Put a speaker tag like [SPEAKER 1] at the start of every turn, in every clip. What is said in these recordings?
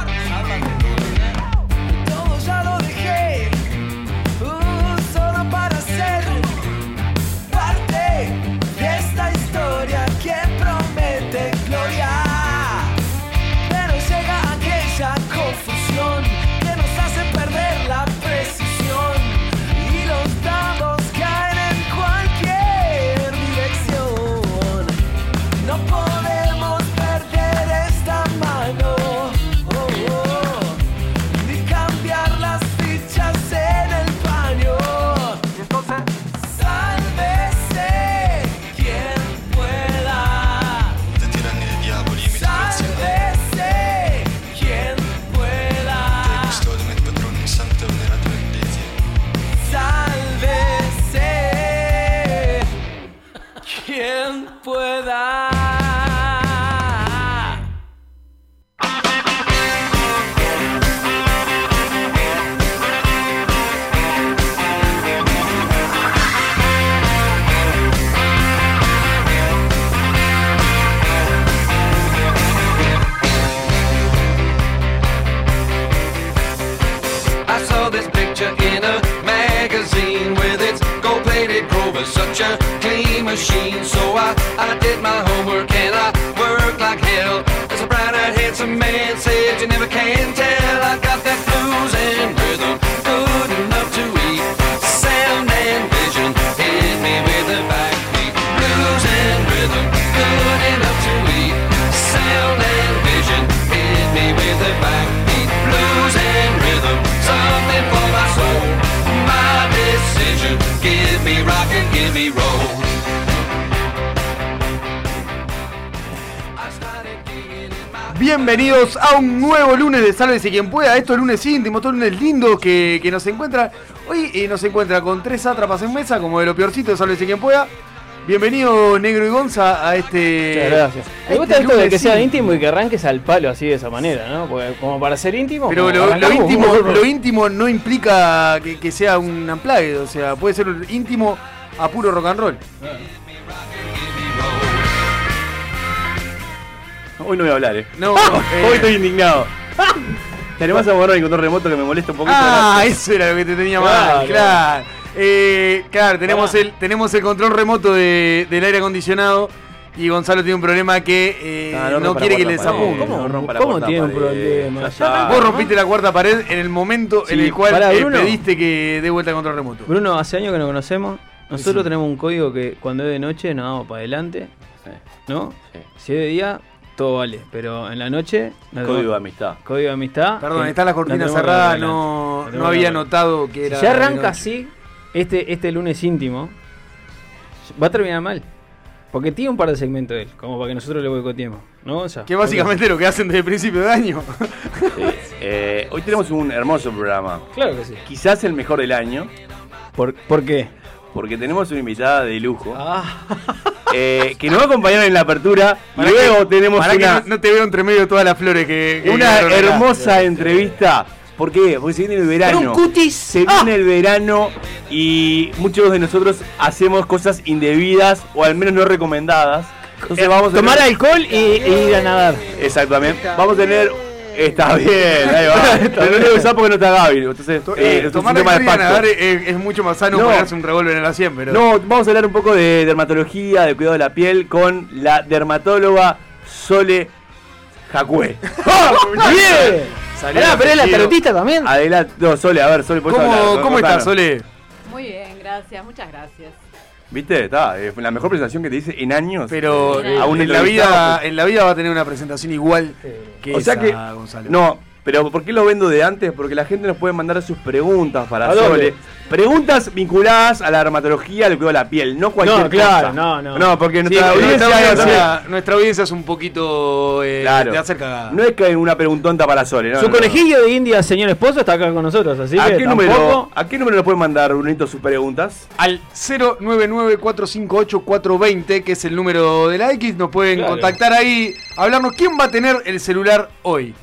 [SPEAKER 1] Uh, Oh,
[SPEAKER 2] pueda.
[SPEAKER 3] I saw this picture in a magazine with its gold plated Grover, such a clean machine. So I, I did my homework and I worked like hell. As a bright eyed handsome man said, You never can tell. I got that blues and rhythm, good enough to eat. Sound and vision hit me with a backbeat. Blues and rhythm, good enough to eat. Sound and vision hit me with a backbeat. Blues and rhythm, something for my soul. My decision, give me rock and give me roll. I started digging in my
[SPEAKER 4] Bienvenidos a un nuevo lunes de Sálvese quien pueda. Esto es lunes íntimo, todo lunes lindo que, que nos encuentra. Hoy eh, nos encuentra con tres sátrapas en mesa, como de lo peorcito de Sálvese quien pueda. Bienvenido Negro y Gonza a este.
[SPEAKER 5] Muchas gracias.
[SPEAKER 4] a
[SPEAKER 5] Me gusta
[SPEAKER 4] este
[SPEAKER 5] esto de
[SPEAKER 4] lunes
[SPEAKER 5] que sea
[SPEAKER 4] íntimo.
[SPEAKER 5] íntimo y que arranques al palo así de esa manera, ¿no? Porque como para ser íntimo.
[SPEAKER 4] Pero
[SPEAKER 5] como
[SPEAKER 4] lo, lo
[SPEAKER 5] arrancamos,
[SPEAKER 4] íntimo,
[SPEAKER 5] vamos,
[SPEAKER 4] lo íntimo no implica que, que sea un unplugged, o sea, puede ser un íntimo a puro rock and roll.
[SPEAKER 6] Hoy no voy a hablar, eh.
[SPEAKER 4] No, eh,
[SPEAKER 6] Hoy estoy indignado. Te animás a borrar mi control remoto que me molesta un poquito.
[SPEAKER 4] Ah, eso era lo que te tenía mal,
[SPEAKER 5] Claro.
[SPEAKER 4] claro. Eh, claro, tenemos
[SPEAKER 5] Pará.
[SPEAKER 4] el, tenemos el control remoto de- del aire acondicionado y Gonzalo tiene un problema que eh,
[SPEAKER 6] Ah,
[SPEAKER 4] no,
[SPEAKER 6] rompa
[SPEAKER 4] quiere
[SPEAKER 6] la
[SPEAKER 4] que le
[SPEAKER 6] cuarta pared, Ah.
[SPEAKER 4] desapunte.
[SPEAKER 6] No
[SPEAKER 5] ¿Cómo?
[SPEAKER 6] rompa la
[SPEAKER 5] ¿Cómo
[SPEAKER 6] cuarta
[SPEAKER 5] tiene un
[SPEAKER 6] pared,
[SPEAKER 5] problema?
[SPEAKER 6] ya está.
[SPEAKER 4] Vos rompiste la cuarta pared en el momento en
[SPEAKER 5] Sí,
[SPEAKER 4] el cual
[SPEAKER 5] pará,
[SPEAKER 4] eh,
[SPEAKER 5] Bruno.
[SPEAKER 4] pediste que dé vuelta el control remoto.
[SPEAKER 5] Bruno, hace años que nos conocemos. Nosotros tenemos un código que cuando es de noche nos vamos para adelante,
[SPEAKER 6] Sí.
[SPEAKER 5] ¿no?
[SPEAKER 6] Sí.
[SPEAKER 5] Si es de día, todo vale. Pero en la noche. nos
[SPEAKER 6] Código de
[SPEAKER 5] tenemos-
[SPEAKER 6] amistad.
[SPEAKER 5] Código de amistad.
[SPEAKER 4] Perdón,
[SPEAKER 5] que
[SPEAKER 4] están las
[SPEAKER 5] nos
[SPEAKER 4] cortinas
[SPEAKER 5] tenemos que
[SPEAKER 4] cerradas,
[SPEAKER 5] adelante. Nos
[SPEAKER 4] no,
[SPEAKER 5] tenemos
[SPEAKER 4] no
[SPEAKER 5] que
[SPEAKER 4] había
[SPEAKER 5] adelante.
[SPEAKER 4] notado que
[SPEAKER 5] Si
[SPEAKER 4] era.
[SPEAKER 5] ya arranca
[SPEAKER 4] de noche.
[SPEAKER 5] así, este, este lunes íntimo, va a terminar mal. Porque tiene un par de segmentos él, como para que nosotros le boicoteemos, ¿no, Gonza?
[SPEAKER 4] Que básicamente es lo que hacen desde el principio de año.
[SPEAKER 6] Sí. Eh, hoy tenemos un hermoso programa.
[SPEAKER 5] Claro que sí.
[SPEAKER 6] Quizás el mejor del año,
[SPEAKER 5] ¿Por, por qué?
[SPEAKER 6] porque tenemos una invitada de lujo
[SPEAKER 5] Ah,
[SPEAKER 6] eh, que nos va a acompañar en la apertura. Y
[SPEAKER 4] Pará
[SPEAKER 6] luego
[SPEAKER 4] que-
[SPEAKER 6] tenemos
[SPEAKER 4] pará que
[SPEAKER 6] una,
[SPEAKER 4] no, no te veo entre medio de todas las flores que. que
[SPEAKER 6] una
[SPEAKER 4] llegaron acá.
[SPEAKER 6] hermosa entrevista. ¿Por qué? Porque se viene el verano. Se
[SPEAKER 5] Ah.
[SPEAKER 6] viene el verano y muchos de nosotros hacemos cosas indebidas o al menos no recomendadas. Entonces vamos a
[SPEAKER 5] Eh, tomar
[SPEAKER 6] tener-
[SPEAKER 5] alcohol y, y ir a nadar.
[SPEAKER 6] Exactamente. Vamos a tener. Está bien, ahí va. Pero no le usar porque no está Gaby. Entonces,
[SPEAKER 4] To-
[SPEAKER 6] eh,
[SPEAKER 4] eh,
[SPEAKER 6] esto es
[SPEAKER 4] tomar
[SPEAKER 6] un tema de
[SPEAKER 4] alcohol y nadar
[SPEAKER 6] pacto.
[SPEAKER 4] es, es mucho más sano
[SPEAKER 6] No.
[SPEAKER 4] que hacer un revólver en la 100, pero.
[SPEAKER 6] No, vamos a hablar un poco de dermatología, de cuidado de la piel con la dermatóloga Sole Jacue.
[SPEAKER 5] Eh.
[SPEAKER 6] ¡Bien!
[SPEAKER 4] Salió
[SPEAKER 5] Pará, pero es la
[SPEAKER 4] elegido.
[SPEAKER 5] tarotista también.
[SPEAKER 6] Adelante, no, Sole, a ver, Sole, ¿puedes
[SPEAKER 4] ¿Cómo,
[SPEAKER 6] hablar?
[SPEAKER 4] ¿cómo estás,
[SPEAKER 6] Contanos.
[SPEAKER 4] Sole?
[SPEAKER 7] Muy bien, gracias, muchas gracias.
[SPEAKER 6] ¿Viste? Está, eh, la mejor presentación que te hice en años. eh,
[SPEAKER 4] Pero
[SPEAKER 7] Sí,
[SPEAKER 4] aún en la
[SPEAKER 6] entrevistado,
[SPEAKER 4] vida en la vida va a tener una presentación igual que
[SPEAKER 6] O sea
[SPEAKER 4] esa,
[SPEAKER 6] que-
[SPEAKER 4] Gonzalo.
[SPEAKER 6] No, pero ¿por qué lo vendo de antes? Porque la gente nos puede mandar sus preguntas para
[SPEAKER 5] ¿A dónde?
[SPEAKER 6] Sole. Preguntas vinculadas a la dermatología, al cuidado de la piel, no cualquier
[SPEAKER 5] No, claro,
[SPEAKER 6] cosa.
[SPEAKER 5] no, no.
[SPEAKER 6] No, porque
[SPEAKER 4] Sí,
[SPEAKER 6] nuestra
[SPEAKER 4] nuestra,
[SPEAKER 6] audiencia
[SPEAKER 4] audiencia,
[SPEAKER 6] es así.
[SPEAKER 4] nuestra audiencia es un poquito eh,
[SPEAKER 6] Claro.
[SPEAKER 4] de hacer cagada.
[SPEAKER 6] No es que hay una preguntonta para Sole. No,
[SPEAKER 5] Su
[SPEAKER 6] no, no.
[SPEAKER 5] conejillo de India, señor esposo, está acá con nosotros, así
[SPEAKER 6] ¿A
[SPEAKER 5] que
[SPEAKER 6] qué, número,
[SPEAKER 5] tampoco...
[SPEAKER 6] ¿A qué número le pueden mandar, Brunito, sus preguntas?
[SPEAKER 4] Al 099458420, que es el número de la X, nos pueden
[SPEAKER 5] Claro.
[SPEAKER 4] contactar ahí, hablarnos quién va a tener el celular hoy.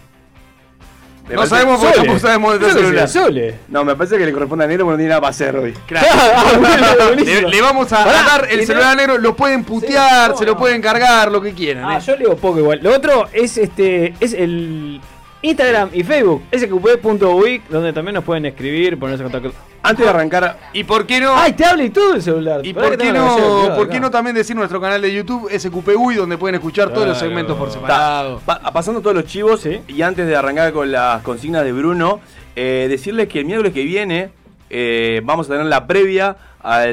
[SPEAKER 6] Me
[SPEAKER 4] no
[SPEAKER 6] parece-
[SPEAKER 4] sabemos porque
[SPEAKER 5] Sole.
[SPEAKER 4] tampoco sabemos de tu
[SPEAKER 5] Creo que
[SPEAKER 4] celular.
[SPEAKER 5] será Sole.
[SPEAKER 6] No, me parece que le corresponde a Negro porque no tiene nada para hacer hoy.
[SPEAKER 4] Claro.
[SPEAKER 5] Ah, bueno,
[SPEAKER 4] Le,
[SPEAKER 5] buenísimo.
[SPEAKER 4] le vamos a, a
[SPEAKER 5] Pará,
[SPEAKER 4] dar el
[SPEAKER 5] y
[SPEAKER 4] celular
[SPEAKER 5] no-
[SPEAKER 4] negro, lo pueden putear,
[SPEAKER 5] no,
[SPEAKER 4] se lo
[SPEAKER 5] no.
[SPEAKER 4] pueden cargar, lo que quieran.
[SPEAKER 5] Ah,
[SPEAKER 4] eh.
[SPEAKER 5] yo leo poco igual. Lo otro es este es el Instagram y Facebook, sqp.ubic, donde también nos pueden escribir, ponerse en contacto.
[SPEAKER 6] Antes de arrancar,
[SPEAKER 4] ¿Y por qué no?
[SPEAKER 5] ¡Ay, te habla y todo el celular!
[SPEAKER 4] ¿Y
[SPEAKER 5] Pará
[SPEAKER 4] por qué
[SPEAKER 5] que tengo la grabación
[SPEAKER 4] no,
[SPEAKER 5] privada
[SPEAKER 4] por
[SPEAKER 5] acá.
[SPEAKER 4] qué no también decir nuestro canal de YouTube SQPUI, donde pueden escuchar todos los
[SPEAKER 5] Claro.
[SPEAKER 4] segmentos por
[SPEAKER 6] Ta,
[SPEAKER 4] separado?
[SPEAKER 6] pa- pasando todos los chivos
[SPEAKER 5] Sí.
[SPEAKER 6] y antes de arrancar con las consignas de Bruno, eh, decirles que el miércoles que viene eh, vamos a tener la previa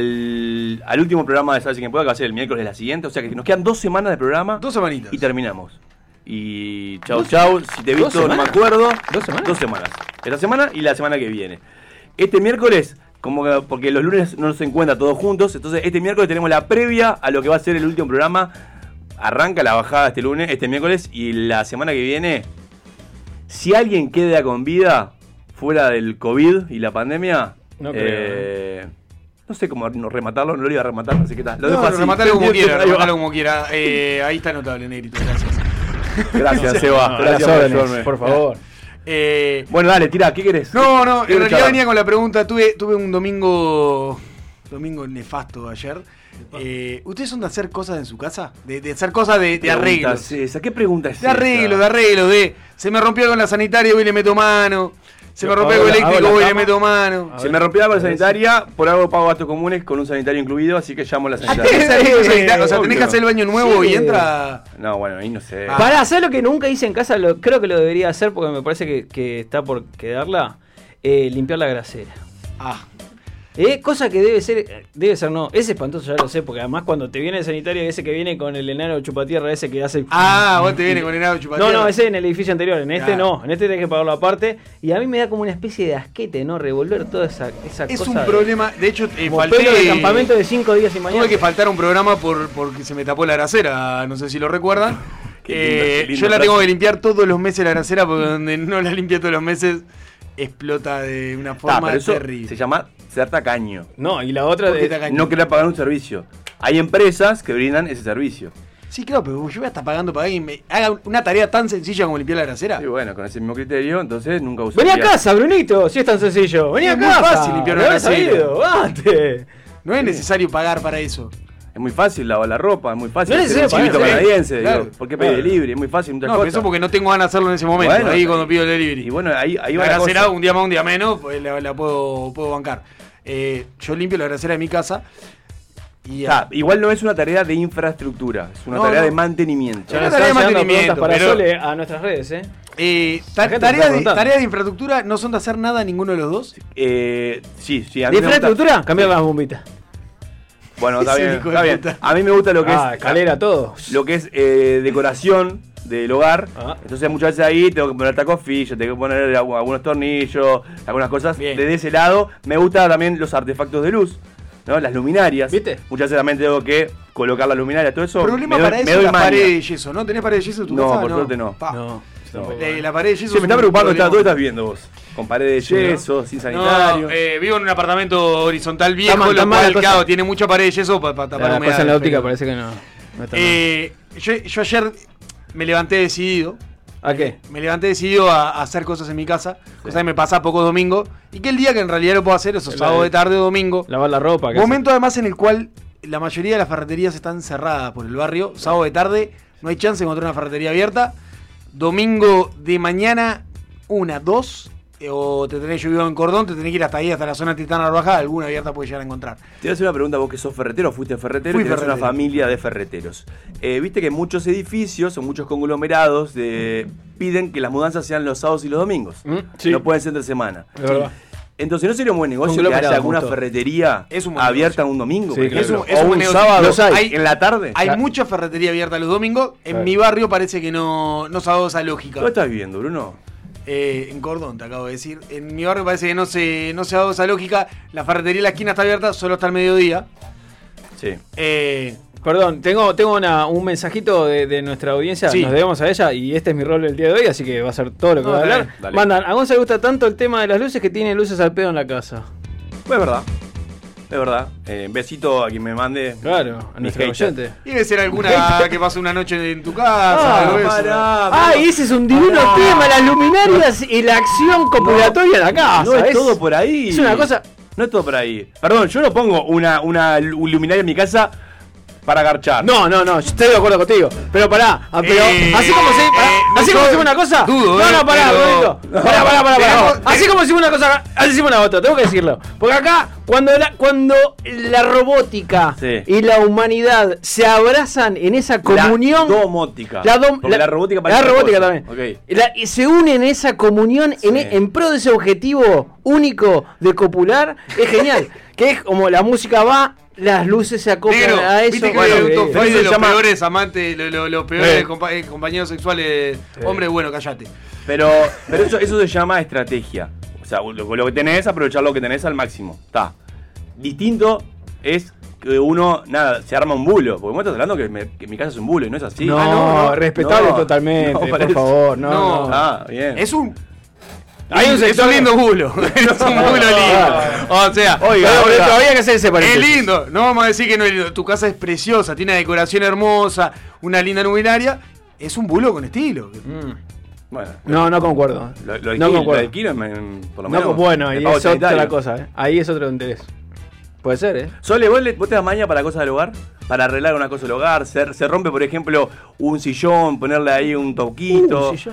[SPEAKER 6] al, al último programa de Sabes Quien Pueda, que va a ser el miércoles de la siguiente. O sea que nos quedan dos semanas de programa
[SPEAKER 4] Dos semanitas.
[SPEAKER 6] y terminamos. Y chau, chau. Si te he visto, no me
[SPEAKER 5] semanas?
[SPEAKER 6] acuerdo.
[SPEAKER 5] ¿Dos semanas?
[SPEAKER 6] Dos semanas. Esta semana y la semana que viene. Este miércoles, como que- porque los lunes no nos encuentra todos juntos, entonces este miércoles tenemos la previa a lo que va a ser el último programa. Arranca la bajada este lunes, este miércoles y la semana que viene. Si alguien queda con vida fuera del COVID y la pandemia,
[SPEAKER 5] No creo,
[SPEAKER 6] eh, No sé cómo no rematarlo, no lo iba a rematar, así que tal. Lo
[SPEAKER 4] No,
[SPEAKER 6] dejo así.
[SPEAKER 4] rematalo como quiera,
[SPEAKER 6] Ahí va.
[SPEAKER 4] rematalo como quiera. Eh, ahí está notable, Negrito, gracias.
[SPEAKER 6] Gracias, Seba.
[SPEAKER 5] A las
[SPEAKER 6] Gracias por ayudarme.
[SPEAKER 5] órdenes, por favor.
[SPEAKER 4] Eh,
[SPEAKER 6] Bueno, dale, tira, ¿qué querés?
[SPEAKER 4] no, no,
[SPEAKER 6] Quiero
[SPEAKER 4] en realidad
[SPEAKER 6] charlar.
[SPEAKER 4] venía con la pregunta. Tuve, tuve un domingo domingo nefasto ayer. Eh, ¿Ustedes son de hacer cosas en su casa? De, de hacer cosas de, de
[SPEAKER 6] Pregunta es
[SPEAKER 4] arreglos.
[SPEAKER 6] esa, ¿Qué pregunta es
[SPEAKER 4] De arreglo, de arreglo, de se me rompió algo en la sanitaria, voy y le meto mano. Se me
[SPEAKER 5] Yo
[SPEAKER 4] rompió
[SPEAKER 5] hago
[SPEAKER 4] algo
[SPEAKER 5] la- hago
[SPEAKER 4] eléctrico,
[SPEAKER 5] la
[SPEAKER 4] voy y le
[SPEAKER 5] cama.
[SPEAKER 4] meto mano.
[SPEAKER 5] A
[SPEAKER 6] Se
[SPEAKER 5] ver,
[SPEAKER 6] me rompió algo la
[SPEAKER 5] a ver si-
[SPEAKER 6] sanitaria, por algo pago gastos comunes con un sanitario incluido, así que llamo a la
[SPEAKER 4] Ah, Tenés
[SPEAKER 6] sanitaria.
[SPEAKER 4] arreglo sanitario, O sea,
[SPEAKER 6] obvio.
[SPEAKER 4] tenés que hacer el baño nuevo
[SPEAKER 5] Sí.
[SPEAKER 4] y entra.
[SPEAKER 6] No, bueno, ahí no sé.
[SPEAKER 4] Ah.
[SPEAKER 5] Para hacer lo que nunca hice en casa, lo- creo que lo debería hacer porque me parece que, que está por quedarla. eh, limpiar la grasera.
[SPEAKER 4] Ah,
[SPEAKER 5] Eh, cosa que debe ser, debe ser no, es espantoso, ya lo sé, porque además cuando te viene el sanitario ese que viene con el enano chupatierra ese que hace...
[SPEAKER 4] ah vos te viene con el
[SPEAKER 5] no, no, ese en el edificio anterior, en este
[SPEAKER 4] Claro.
[SPEAKER 5] no, en este tenés que pagarlo aparte. Y a mí me da como una especie de asquete, ¿no? Revolver toda esa, esa
[SPEAKER 4] Es
[SPEAKER 5] cosa.
[SPEAKER 4] un
[SPEAKER 5] de-
[SPEAKER 4] problema. De hecho, eh,
[SPEAKER 5] como
[SPEAKER 4] falté.
[SPEAKER 5] pelo de campamento de 5 días y mañana.
[SPEAKER 4] Tuve que faltar a un programa por, porque se me tapó la grasera, no sé si lo recuerdan.
[SPEAKER 6] Qué lindo,
[SPEAKER 4] Eh,
[SPEAKER 6] qué lindo
[SPEAKER 4] yo la
[SPEAKER 6] frase.
[SPEAKER 4] tengo que limpiar todos los meses la grasera porque donde no la limpia todos los meses explota de una
[SPEAKER 6] Está,
[SPEAKER 4] forma
[SPEAKER 6] Ah, pero eso
[SPEAKER 4] terrible.
[SPEAKER 6] se llama ser tacaño.
[SPEAKER 5] No, y la otra
[SPEAKER 4] ¿Por qué
[SPEAKER 5] de-
[SPEAKER 4] te Tacaño.
[SPEAKER 6] No querer pagar un servicio. Hay empresas que brindan ese servicio.
[SPEAKER 4] Sí, claro, pero yo voy a estar pagando para que alguien me haga una tarea tan sencilla como limpiar la grasera.
[SPEAKER 6] Y bueno, con ese mismo criterio, entonces nunca usé.
[SPEAKER 5] Vení a casa, Brunito, si es tan sencillo. Vení
[SPEAKER 4] Es
[SPEAKER 5] a
[SPEAKER 4] muy
[SPEAKER 5] casa.
[SPEAKER 4] fácil limpiar
[SPEAKER 5] lo
[SPEAKER 4] una
[SPEAKER 5] habías
[SPEAKER 4] grasera.
[SPEAKER 5] sabido, bate.
[SPEAKER 4] No es necesario pagar para eso.
[SPEAKER 6] Es muy fácil lavar la ropa, es muy fácil.
[SPEAKER 5] No
[SPEAKER 6] hacer un
[SPEAKER 5] necesito
[SPEAKER 6] chivito
[SPEAKER 5] pagar, sí.
[SPEAKER 6] canadiense,
[SPEAKER 4] Claro,
[SPEAKER 6] digo, ¿Por qué pedir
[SPEAKER 5] claro.
[SPEAKER 6] delivery? Es muy fácil, muchas
[SPEAKER 4] No, pero
[SPEAKER 6] cosas.
[SPEAKER 4] eso porque no tengo ganas de hacerlo en ese momento.
[SPEAKER 6] Bueno,
[SPEAKER 4] ahí
[SPEAKER 6] y-
[SPEAKER 4] cuando pido el delivery.
[SPEAKER 6] Y bueno, ahí, ahí
[SPEAKER 4] la
[SPEAKER 6] va la cosa.
[SPEAKER 4] grasera, un día más, un día menos, pues la, la puedo, puedo bancar. Eh, yo limpio la grasera de mi casa. Y
[SPEAKER 6] Está, ah, igual no es una tarea de infraestructura, es una
[SPEAKER 4] No,
[SPEAKER 6] tarea
[SPEAKER 4] no.
[SPEAKER 6] de mantenimiento.
[SPEAKER 4] Ya
[SPEAKER 5] nos
[SPEAKER 4] no tarea de
[SPEAKER 5] están llegando
[SPEAKER 4] mantenimiento,
[SPEAKER 5] preguntas para
[SPEAKER 4] pero-
[SPEAKER 5] Sole a nuestras redes, ¿eh?
[SPEAKER 4] Eh, ta-
[SPEAKER 5] La
[SPEAKER 4] tareas,
[SPEAKER 5] gente me
[SPEAKER 4] de,
[SPEAKER 5] está preguntando.
[SPEAKER 4] tareas de infraestructura no son de hacer nada ninguno de los dos.
[SPEAKER 6] Eh, sí, sí, a mí
[SPEAKER 5] ¿De
[SPEAKER 6] me gusta-
[SPEAKER 5] infraestructura? Cambiar las bombitas.
[SPEAKER 6] Bueno, está
[SPEAKER 4] Ese
[SPEAKER 6] bien,
[SPEAKER 4] hijo de
[SPEAKER 6] está bien.
[SPEAKER 4] puta.
[SPEAKER 6] A mí me gusta lo que
[SPEAKER 5] Ah,
[SPEAKER 6] es
[SPEAKER 5] escalera, todo.
[SPEAKER 6] lo que es eh, decoración del hogar.
[SPEAKER 5] Ah.
[SPEAKER 6] Entonces muchas veces ahí tengo que poner tacofillo, tengo que poner algu- algunos tornillos, algunas cosas.
[SPEAKER 4] Bien.
[SPEAKER 6] Desde ese lado me gusta también los artefactos de luz, ¿no? Las luminarias.
[SPEAKER 5] ¿Viste?
[SPEAKER 6] Muchas veces también tengo que colocar las luminarias, todo eso.
[SPEAKER 4] Problema
[SPEAKER 6] me doy-
[SPEAKER 4] para
[SPEAKER 6] me
[SPEAKER 4] eso
[SPEAKER 6] doy
[SPEAKER 4] la
[SPEAKER 6] maña.
[SPEAKER 4] pared de yeso, ¿no? ¿Tenés pared de yeso en tu
[SPEAKER 6] No,
[SPEAKER 4] casa?
[SPEAKER 6] por suerte no.
[SPEAKER 4] Pa.
[SPEAKER 5] No,
[SPEAKER 6] tampoco.
[SPEAKER 4] Eh, la pared de
[SPEAKER 6] Sí,
[SPEAKER 4] yeso.
[SPEAKER 6] me
[SPEAKER 4] es
[SPEAKER 6] está
[SPEAKER 4] un
[SPEAKER 6] preocupando, está,
[SPEAKER 4] problema.
[SPEAKER 6] todo estás viendo vos. Con pared de yeso, sin sanitario.
[SPEAKER 4] No, eh, vivo en un apartamento horizontal viejo,
[SPEAKER 5] Está mal, está
[SPEAKER 4] lo
[SPEAKER 5] mal la
[SPEAKER 4] cual,
[SPEAKER 5] cosa.
[SPEAKER 4] claro, tiene mucha pared de yeso para eh. tapar
[SPEAKER 5] La
[SPEAKER 4] humedades,
[SPEAKER 5] cosa en la óptica
[SPEAKER 4] pero-
[SPEAKER 5] parece que no. no está
[SPEAKER 4] Eh, yo, yo ayer me levanté decidido.
[SPEAKER 5] mal. ¿A qué?
[SPEAKER 4] Me levanté decidido a, a hacer cosas en mi casa, cosa que me pasa pocos domingos. Y que el día que en realidad lo puedo hacer es o
[SPEAKER 5] La
[SPEAKER 4] sábado
[SPEAKER 5] de-
[SPEAKER 4] de tarde o domingo.
[SPEAKER 5] Lavar la ropa. ¿qué
[SPEAKER 4] Momento además en el cual la mayoría de las ferreterías están cerradas por el barrio. Sábado de tarde no hay chance de encontrar una ferretería abierta. Domingo de mañana, una, dos. eh, O te tenés llovido en cordón, te tenés que ir hasta ahí, hasta la zona Titana Bajada, alguna abierta puede llegar a encontrar.
[SPEAKER 6] Te voy a hacer una pregunta, vos que sos ferretero, fuiste ferretero
[SPEAKER 4] Fui
[SPEAKER 6] y tenés una
[SPEAKER 4] ferretero.
[SPEAKER 6] familia de ferreteros. Eh, Viste que muchos edificios o muchos conglomerados de- piden que las mudanzas sean los sábados y los domingos.
[SPEAKER 5] Mm, sí.
[SPEAKER 6] No pueden ser entre semana.
[SPEAKER 5] haces? De verdad.
[SPEAKER 6] Entonces, ¿no sería un buen negocio que
[SPEAKER 5] Conglomerado,
[SPEAKER 6] haya alguna
[SPEAKER 5] justo.
[SPEAKER 6] ferretería
[SPEAKER 4] Es un buen
[SPEAKER 6] abierta un domingo?
[SPEAKER 5] Sí,
[SPEAKER 6] por
[SPEAKER 5] claro.
[SPEAKER 6] ejemplo?
[SPEAKER 4] Es un- es un
[SPEAKER 6] o un
[SPEAKER 4] negocio.
[SPEAKER 6] sábado
[SPEAKER 4] Los hay.
[SPEAKER 6] en la tarde.
[SPEAKER 4] Hay
[SPEAKER 5] Claro.
[SPEAKER 4] mucha ferretería abierta los domingos. En mi barrio parece que no, no se ha dado esa lógica.
[SPEAKER 6] ¿Dónde estás viviendo, Bruno?
[SPEAKER 4] Eh, en Cordón, te acabo de decir. En mi barrio parece que no se, no se ha dado esa lógica. La ferretería de la esquina está abierta solo hasta el mediodía.
[SPEAKER 6] Sí.
[SPEAKER 4] Eh,
[SPEAKER 5] Perdón, tengo, tengo una- un mensajito de, de nuestra audiencia,
[SPEAKER 4] Sí.
[SPEAKER 5] nos debemos a ella y este es mi rol del día de hoy, así que va a ser todo lo que
[SPEAKER 4] No,
[SPEAKER 5] voy a
[SPEAKER 4] dale,
[SPEAKER 5] hablar.
[SPEAKER 6] dale.
[SPEAKER 5] Mandan, a Gonza le gusta tanto el tema de las luces que tiene luces al pedo en la casa.
[SPEAKER 6] Pues es verdad. Es verdad. Eh, besito a quien me mande.
[SPEAKER 5] Claro, a
[SPEAKER 6] Mis
[SPEAKER 5] nuestro
[SPEAKER 6] haters.
[SPEAKER 5] oyente.
[SPEAKER 4] debe ser alguna que pase una noche en tu casa.
[SPEAKER 5] Ah,
[SPEAKER 4] algo de eso.
[SPEAKER 6] pará,
[SPEAKER 5] Ah, y ese es un divino tema, las luminarias y la acción copulatoria de la casa.
[SPEAKER 6] No es, todo por ahí.
[SPEAKER 5] es una cosa-
[SPEAKER 6] No es todo por ahí. Perdón, yo no pongo una, una lu- luminaria en mi casa para garchar.
[SPEAKER 5] No, no, no, yo estoy de acuerdo contigo. Pero pará, ah, pero
[SPEAKER 4] Eh,
[SPEAKER 5] así como se. pará,
[SPEAKER 4] eh,
[SPEAKER 5] así
[SPEAKER 4] no
[SPEAKER 5] como
[SPEAKER 4] yo
[SPEAKER 5] hacemos una cosa.
[SPEAKER 4] dudo,
[SPEAKER 5] no,
[SPEAKER 4] eh,
[SPEAKER 5] no, pará,
[SPEAKER 4] pero- eh.
[SPEAKER 5] Rodrigo. Pará, pará, pará, pará.
[SPEAKER 4] Digamos,
[SPEAKER 5] Así como hicimos una cosa, así hicimos la otra, tengo que decirlo. Porque acá, cuando la, cuando la robótica
[SPEAKER 6] Sí.
[SPEAKER 5] y la humanidad se abrazan en esa
[SPEAKER 6] La
[SPEAKER 5] comunión.
[SPEAKER 6] domótica.
[SPEAKER 5] La, dom-
[SPEAKER 6] Porque la, robótica
[SPEAKER 5] la
[SPEAKER 6] otra
[SPEAKER 5] robótica
[SPEAKER 6] cosa.
[SPEAKER 5] también.
[SPEAKER 6] Ok.
[SPEAKER 5] Y la- y se unen en esa comunión en,
[SPEAKER 6] Sí.
[SPEAKER 5] en pro de ese objetivo único de copular. Es genial. que es como la música va, las luces se acoplan
[SPEAKER 4] Negro,
[SPEAKER 5] a eso.
[SPEAKER 4] viste que
[SPEAKER 5] Bueno,
[SPEAKER 4] hoy adulto
[SPEAKER 5] eh,
[SPEAKER 4] fue
[SPEAKER 6] eso
[SPEAKER 4] de
[SPEAKER 6] se
[SPEAKER 4] los
[SPEAKER 6] llama-
[SPEAKER 4] peores amantes, lo- lo- los peores
[SPEAKER 6] Eh.
[SPEAKER 4] compa- eh, compañeros sexuales. Hombre, bueno, callate.
[SPEAKER 6] Pero, pero eso, eso se llama estrategia. O sea, lo, lo que tenés, aprovechar lo que tenés al máximo. Está. Distinto es que uno, nada, se arma un bulo. Porque vos estás hablando que, me- que mi casa es un bulo y no es así.
[SPEAKER 5] no,
[SPEAKER 6] Ah,
[SPEAKER 5] respetable
[SPEAKER 6] No,
[SPEAKER 5] totalmente,
[SPEAKER 6] no, para
[SPEAKER 5] por
[SPEAKER 6] eso.
[SPEAKER 5] favor, no.
[SPEAKER 4] No.
[SPEAKER 5] no.
[SPEAKER 6] Ah, bien.
[SPEAKER 4] Es un.
[SPEAKER 5] Hay un
[SPEAKER 4] es un
[SPEAKER 5] sector-
[SPEAKER 4] lindo bulo. es un bulo lindo.
[SPEAKER 5] O sea,
[SPEAKER 6] Oiga,
[SPEAKER 5] pero- pero
[SPEAKER 6] oiga.
[SPEAKER 5] todavía hay que hacer ese
[SPEAKER 4] Es
[SPEAKER 5] paréntesis.
[SPEAKER 4] lindo. No vamos a decir que no es lindo. Tu casa es preciosa, tiene una decoración hermosa, una linda nubinaria. Es un bulo con estilo.
[SPEAKER 5] Mm.
[SPEAKER 6] Bueno,
[SPEAKER 5] No, no concuerdo.
[SPEAKER 6] lo, lo
[SPEAKER 5] no
[SPEAKER 6] alquilo- lo
[SPEAKER 5] concuerdo.
[SPEAKER 6] alquilo, me- por lo
[SPEAKER 5] No,
[SPEAKER 6] menos.
[SPEAKER 5] con- bueno,
[SPEAKER 6] le
[SPEAKER 5] ahí
[SPEAKER 6] pago
[SPEAKER 5] es otra
[SPEAKER 6] sanitario.
[SPEAKER 5] cosa, ¿eh? Ahí es otro interés. Puede ser, ¿eh?
[SPEAKER 6] Sole, ¿vos, le- vos te das maña para cosas del hogar? Para arreglar una cosa del hogar. Se, se rompe, por ejemplo, un sillón, ponerle ahí un toquito.
[SPEAKER 5] Uh, sí, yo.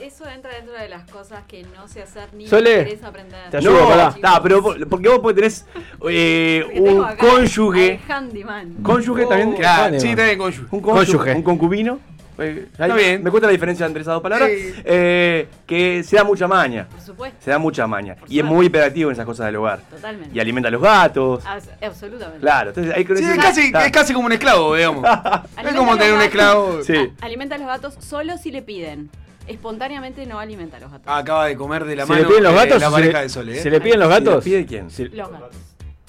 [SPEAKER 7] Eso entra dentro de las cosas que no sé hacer ni
[SPEAKER 5] Sole,
[SPEAKER 7] me interesa aprender.
[SPEAKER 5] te
[SPEAKER 6] No,
[SPEAKER 5] ayudo, pará.
[SPEAKER 6] está, pero vos- porque vos podés tenés eh,
[SPEAKER 7] Porque tengo
[SPEAKER 6] un
[SPEAKER 7] acá
[SPEAKER 6] cónyuge.
[SPEAKER 7] al handyman.
[SPEAKER 6] Cónyuge
[SPEAKER 4] Oh.
[SPEAKER 6] también.
[SPEAKER 4] Claro,
[SPEAKER 5] vale,
[SPEAKER 4] sí,
[SPEAKER 5] va.
[SPEAKER 4] está bien cónyuge.
[SPEAKER 6] Un cónyuge,
[SPEAKER 5] Cónyuge.
[SPEAKER 6] Un concubino. Eh, ahí-
[SPEAKER 4] bien.
[SPEAKER 6] Me cuesta la diferencia entre esas dos palabras.
[SPEAKER 4] Sí.
[SPEAKER 6] eh, que se da mucha maña.
[SPEAKER 7] Por supuesto.
[SPEAKER 6] Se da mucha maña.
[SPEAKER 7] Por
[SPEAKER 6] Y es
[SPEAKER 7] supuesto.
[SPEAKER 6] muy imperativo en esas cosas del hogar.
[SPEAKER 7] Totalmente. Ah.
[SPEAKER 6] Y alimenta a los gatos.
[SPEAKER 7] Abs- absolutamente.
[SPEAKER 6] Claro, entonces hay que
[SPEAKER 4] Sí, es
[SPEAKER 6] decir-
[SPEAKER 4] casi,
[SPEAKER 6] está.
[SPEAKER 4] es casi como un esclavo, digamos. es
[SPEAKER 7] Alimenta
[SPEAKER 4] como
[SPEAKER 7] los
[SPEAKER 4] tener un
[SPEAKER 7] gatos.
[SPEAKER 4] esclavo. Ah,
[SPEAKER 6] Sí.
[SPEAKER 7] A- alimenta a los gatos solo si le piden. Espontáneamente no alimenta a los gatos.
[SPEAKER 4] Ah, Acaba de comer de la
[SPEAKER 5] ¿Se
[SPEAKER 4] mano
[SPEAKER 5] le piden los
[SPEAKER 4] eh,
[SPEAKER 5] gatos?
[SPEAKER 4] la
[SPEAKER 5] o se,
[SPEAKER 4] pareja
[SPEAKER 5] le,
[SPEAKER 4] de Sole. ¿eh?
[SPEAKER 5] ¿Se le piden los
[SPEAKER 6] ¿Se le
[SPEAKER 5] gatos?
[SPEAKER 6] pide quién?
[SPEAKER 5] Se-
[SPEAKER 7] Los gatos.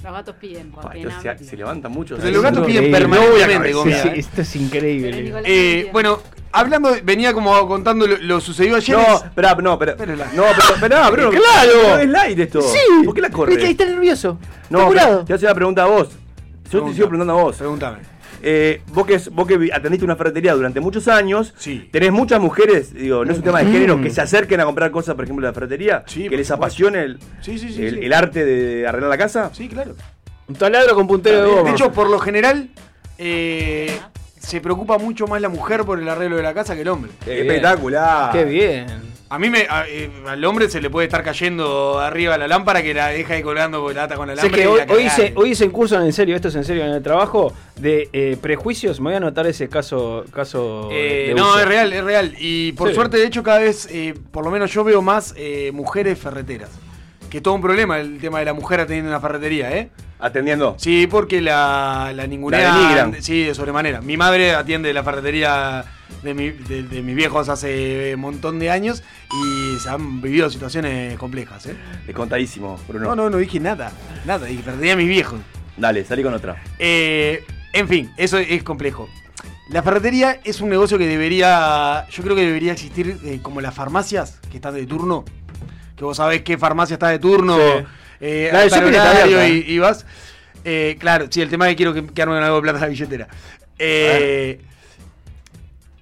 [SPEAKER 7] Los gatos piden cuando
[SPEAKER 6] Pa,
[SPEAKER 7] tienen
[SPEAKER 6] esto se,
[SPEAKER 7] hambre.
[SPEAKER 6] se levanta mucho.
[SPEAKER 4] Pero los gatos
[SPEAKER 6] Sí.
[SPEAKER 4] piden
[SPEAKER 5] Increíble.
[SPEAKER 4] permanentemente
[SPEAKER 5] No voy a-
[SPEAKER 4] comida,
[SPEAKER 5] sí,
[SPEAKER 4] ¿eh?
[SPEAKER 5] sí, Esto es
[SPEAKER 7] Pero
[SPEAKER 5] increíble.
[SPEAKER 7] Nicolás no
[SPEAKER 4] Eh,
[SPEAKER 7] pide.
[SPEAKER 4] bueno, hablando, de- venía como contando lo, lo sucedido ayer.
[SPEAKER 6] No,
[SPEAKER 4] es-
[SPEAKER 6] espera, no, pero.
[SPEAKER 4] Pero la-
[SPEAKER 6] No, pero, pero, pero-
[SPEAKER 5] Eh, ¡Claro!
[SPEAKER 6] pero es light esto. ¿Por qué la corres?
[SPEAKER 5] Viste, ahí está nervioso.
[SPEAKER 6] No,
[SPEAKER 5] está
[SPEAKER 6] pero
[SPEAKER 5] curado.
[SPEAKER 6] te hace una pregunta a vos. Yo te sigo preguntando a vos.
[SPEAKER 4] Pregúntame.
[SPEAKER 6] Eh, vos que, vos que vi- atendiste una ferretería durante muchos años,
[SPEAKER 4] Sí.
[SPEAKER 6] tenés muchas mujeres, digo, no es un tema de
[SPEAKER 5] Mm.
[SPEAKER 6] género, que se acerquen a comprar cosas, por ejemplo, de la ferretería,
[SPEAKER 4] Sí,
[SPEAKER 6] que
[SPEAKER 4] por
[SPEAKER 6] les
[SPEAKER 4] supuesto.
[SPEAKER 6] apasione el,
[SPEAKER 4] Sí, sí, sí,
[SPEAKER 6] el,
[SPEAKER 4] sí.
[SPEAKER 6] el arte de arreglar la casa.
[SPEAKER 4] Sí, claro.
[SPEAKER 5] Un taladro con puntero de goma.
[SPEAKER 4] De hecho, por lo general, eh, se preocupa mucho más la mujer por el arreglo de la casa que el hombre.
[SPEAKER 6] Qué
[SPEAKER 5] bien.
[SPEAKER 6] espectacular.
[SPEAKER 5] qué bien.
[SPEAKER 4] A mí me, a- eh, al hombre se le puede estar cayendo arriba la lámpara que la deja ahí colgando porque la ata con la
[SPEAKER 5] Sé
[SPEAKER 4] lámpara.
[SPEAKER 5] que
[SPEAKER 4] y
[SPEAKER 5] hoy,
[SPEAKER 4] la
[SPEAKER 5] hoy
[SPEAKER 4] cagada.
[SPEAKER 5] hice, hoy hice un curso en serio, esto es en serio, en el trabajo, de eh, prejuicios. Me voy a anotar ese caso. caso
[SPEAKER 4] Eh,
[SPEAKER 5] de
[SPEAKER 4] no,
[SPEAKER 5] uso.
[SPEAKER 4] es real, es real. Y por
[SPEAKER 5] Sí.
[SPEAKER 4] suerte, de hecho, cada vez, eh, por lo menos yo veo más eh, mujeres ferreteras. Que es todo un problema el tema de la mujer atendiendo una ferretería, ¿eh?
[SPEAKER 6] Atendiendo.
[SPEAKER 4] Sí, porque la, la ningunean.
[SPEAKER 6] La denigran.
[SPEAKER 4] Sí, de sobremanera. Mi madre atiende la ferretería de, mi- de- de mis viejos hace un montón de años y se han vivido situaciones complejas. ¿eh?
[SPEAKER 6] Es contadísimo, Bruno.
[SPEAKER 4] No, no, no dije nada. Nada, dije ferretería a mis viejos.
[SPEAKER 6] Dale, salí con otra.
[SPEAKER 4] Eh, en fin, eso es complejo. La ferretería es un negocio que debería, yo creo que debería existir eh, como las farmacias que están de turno. Que vos sabés qué farmacia está de turno.
[SPEAKER 5] Sí.
[SPEAKER 4] eh,
[SPEAKER 5] La de
[SPEAKER 4] a tal
[SPEAKER 5] shopping está
[SPEAKER 4] horario
[SPEAKER 5] abierta, eh.
[SPEAKER 4] y, y vas. Eh, claro, sí, el tema es que quiero que, quedarme con algo de plata en la billetera. Eh,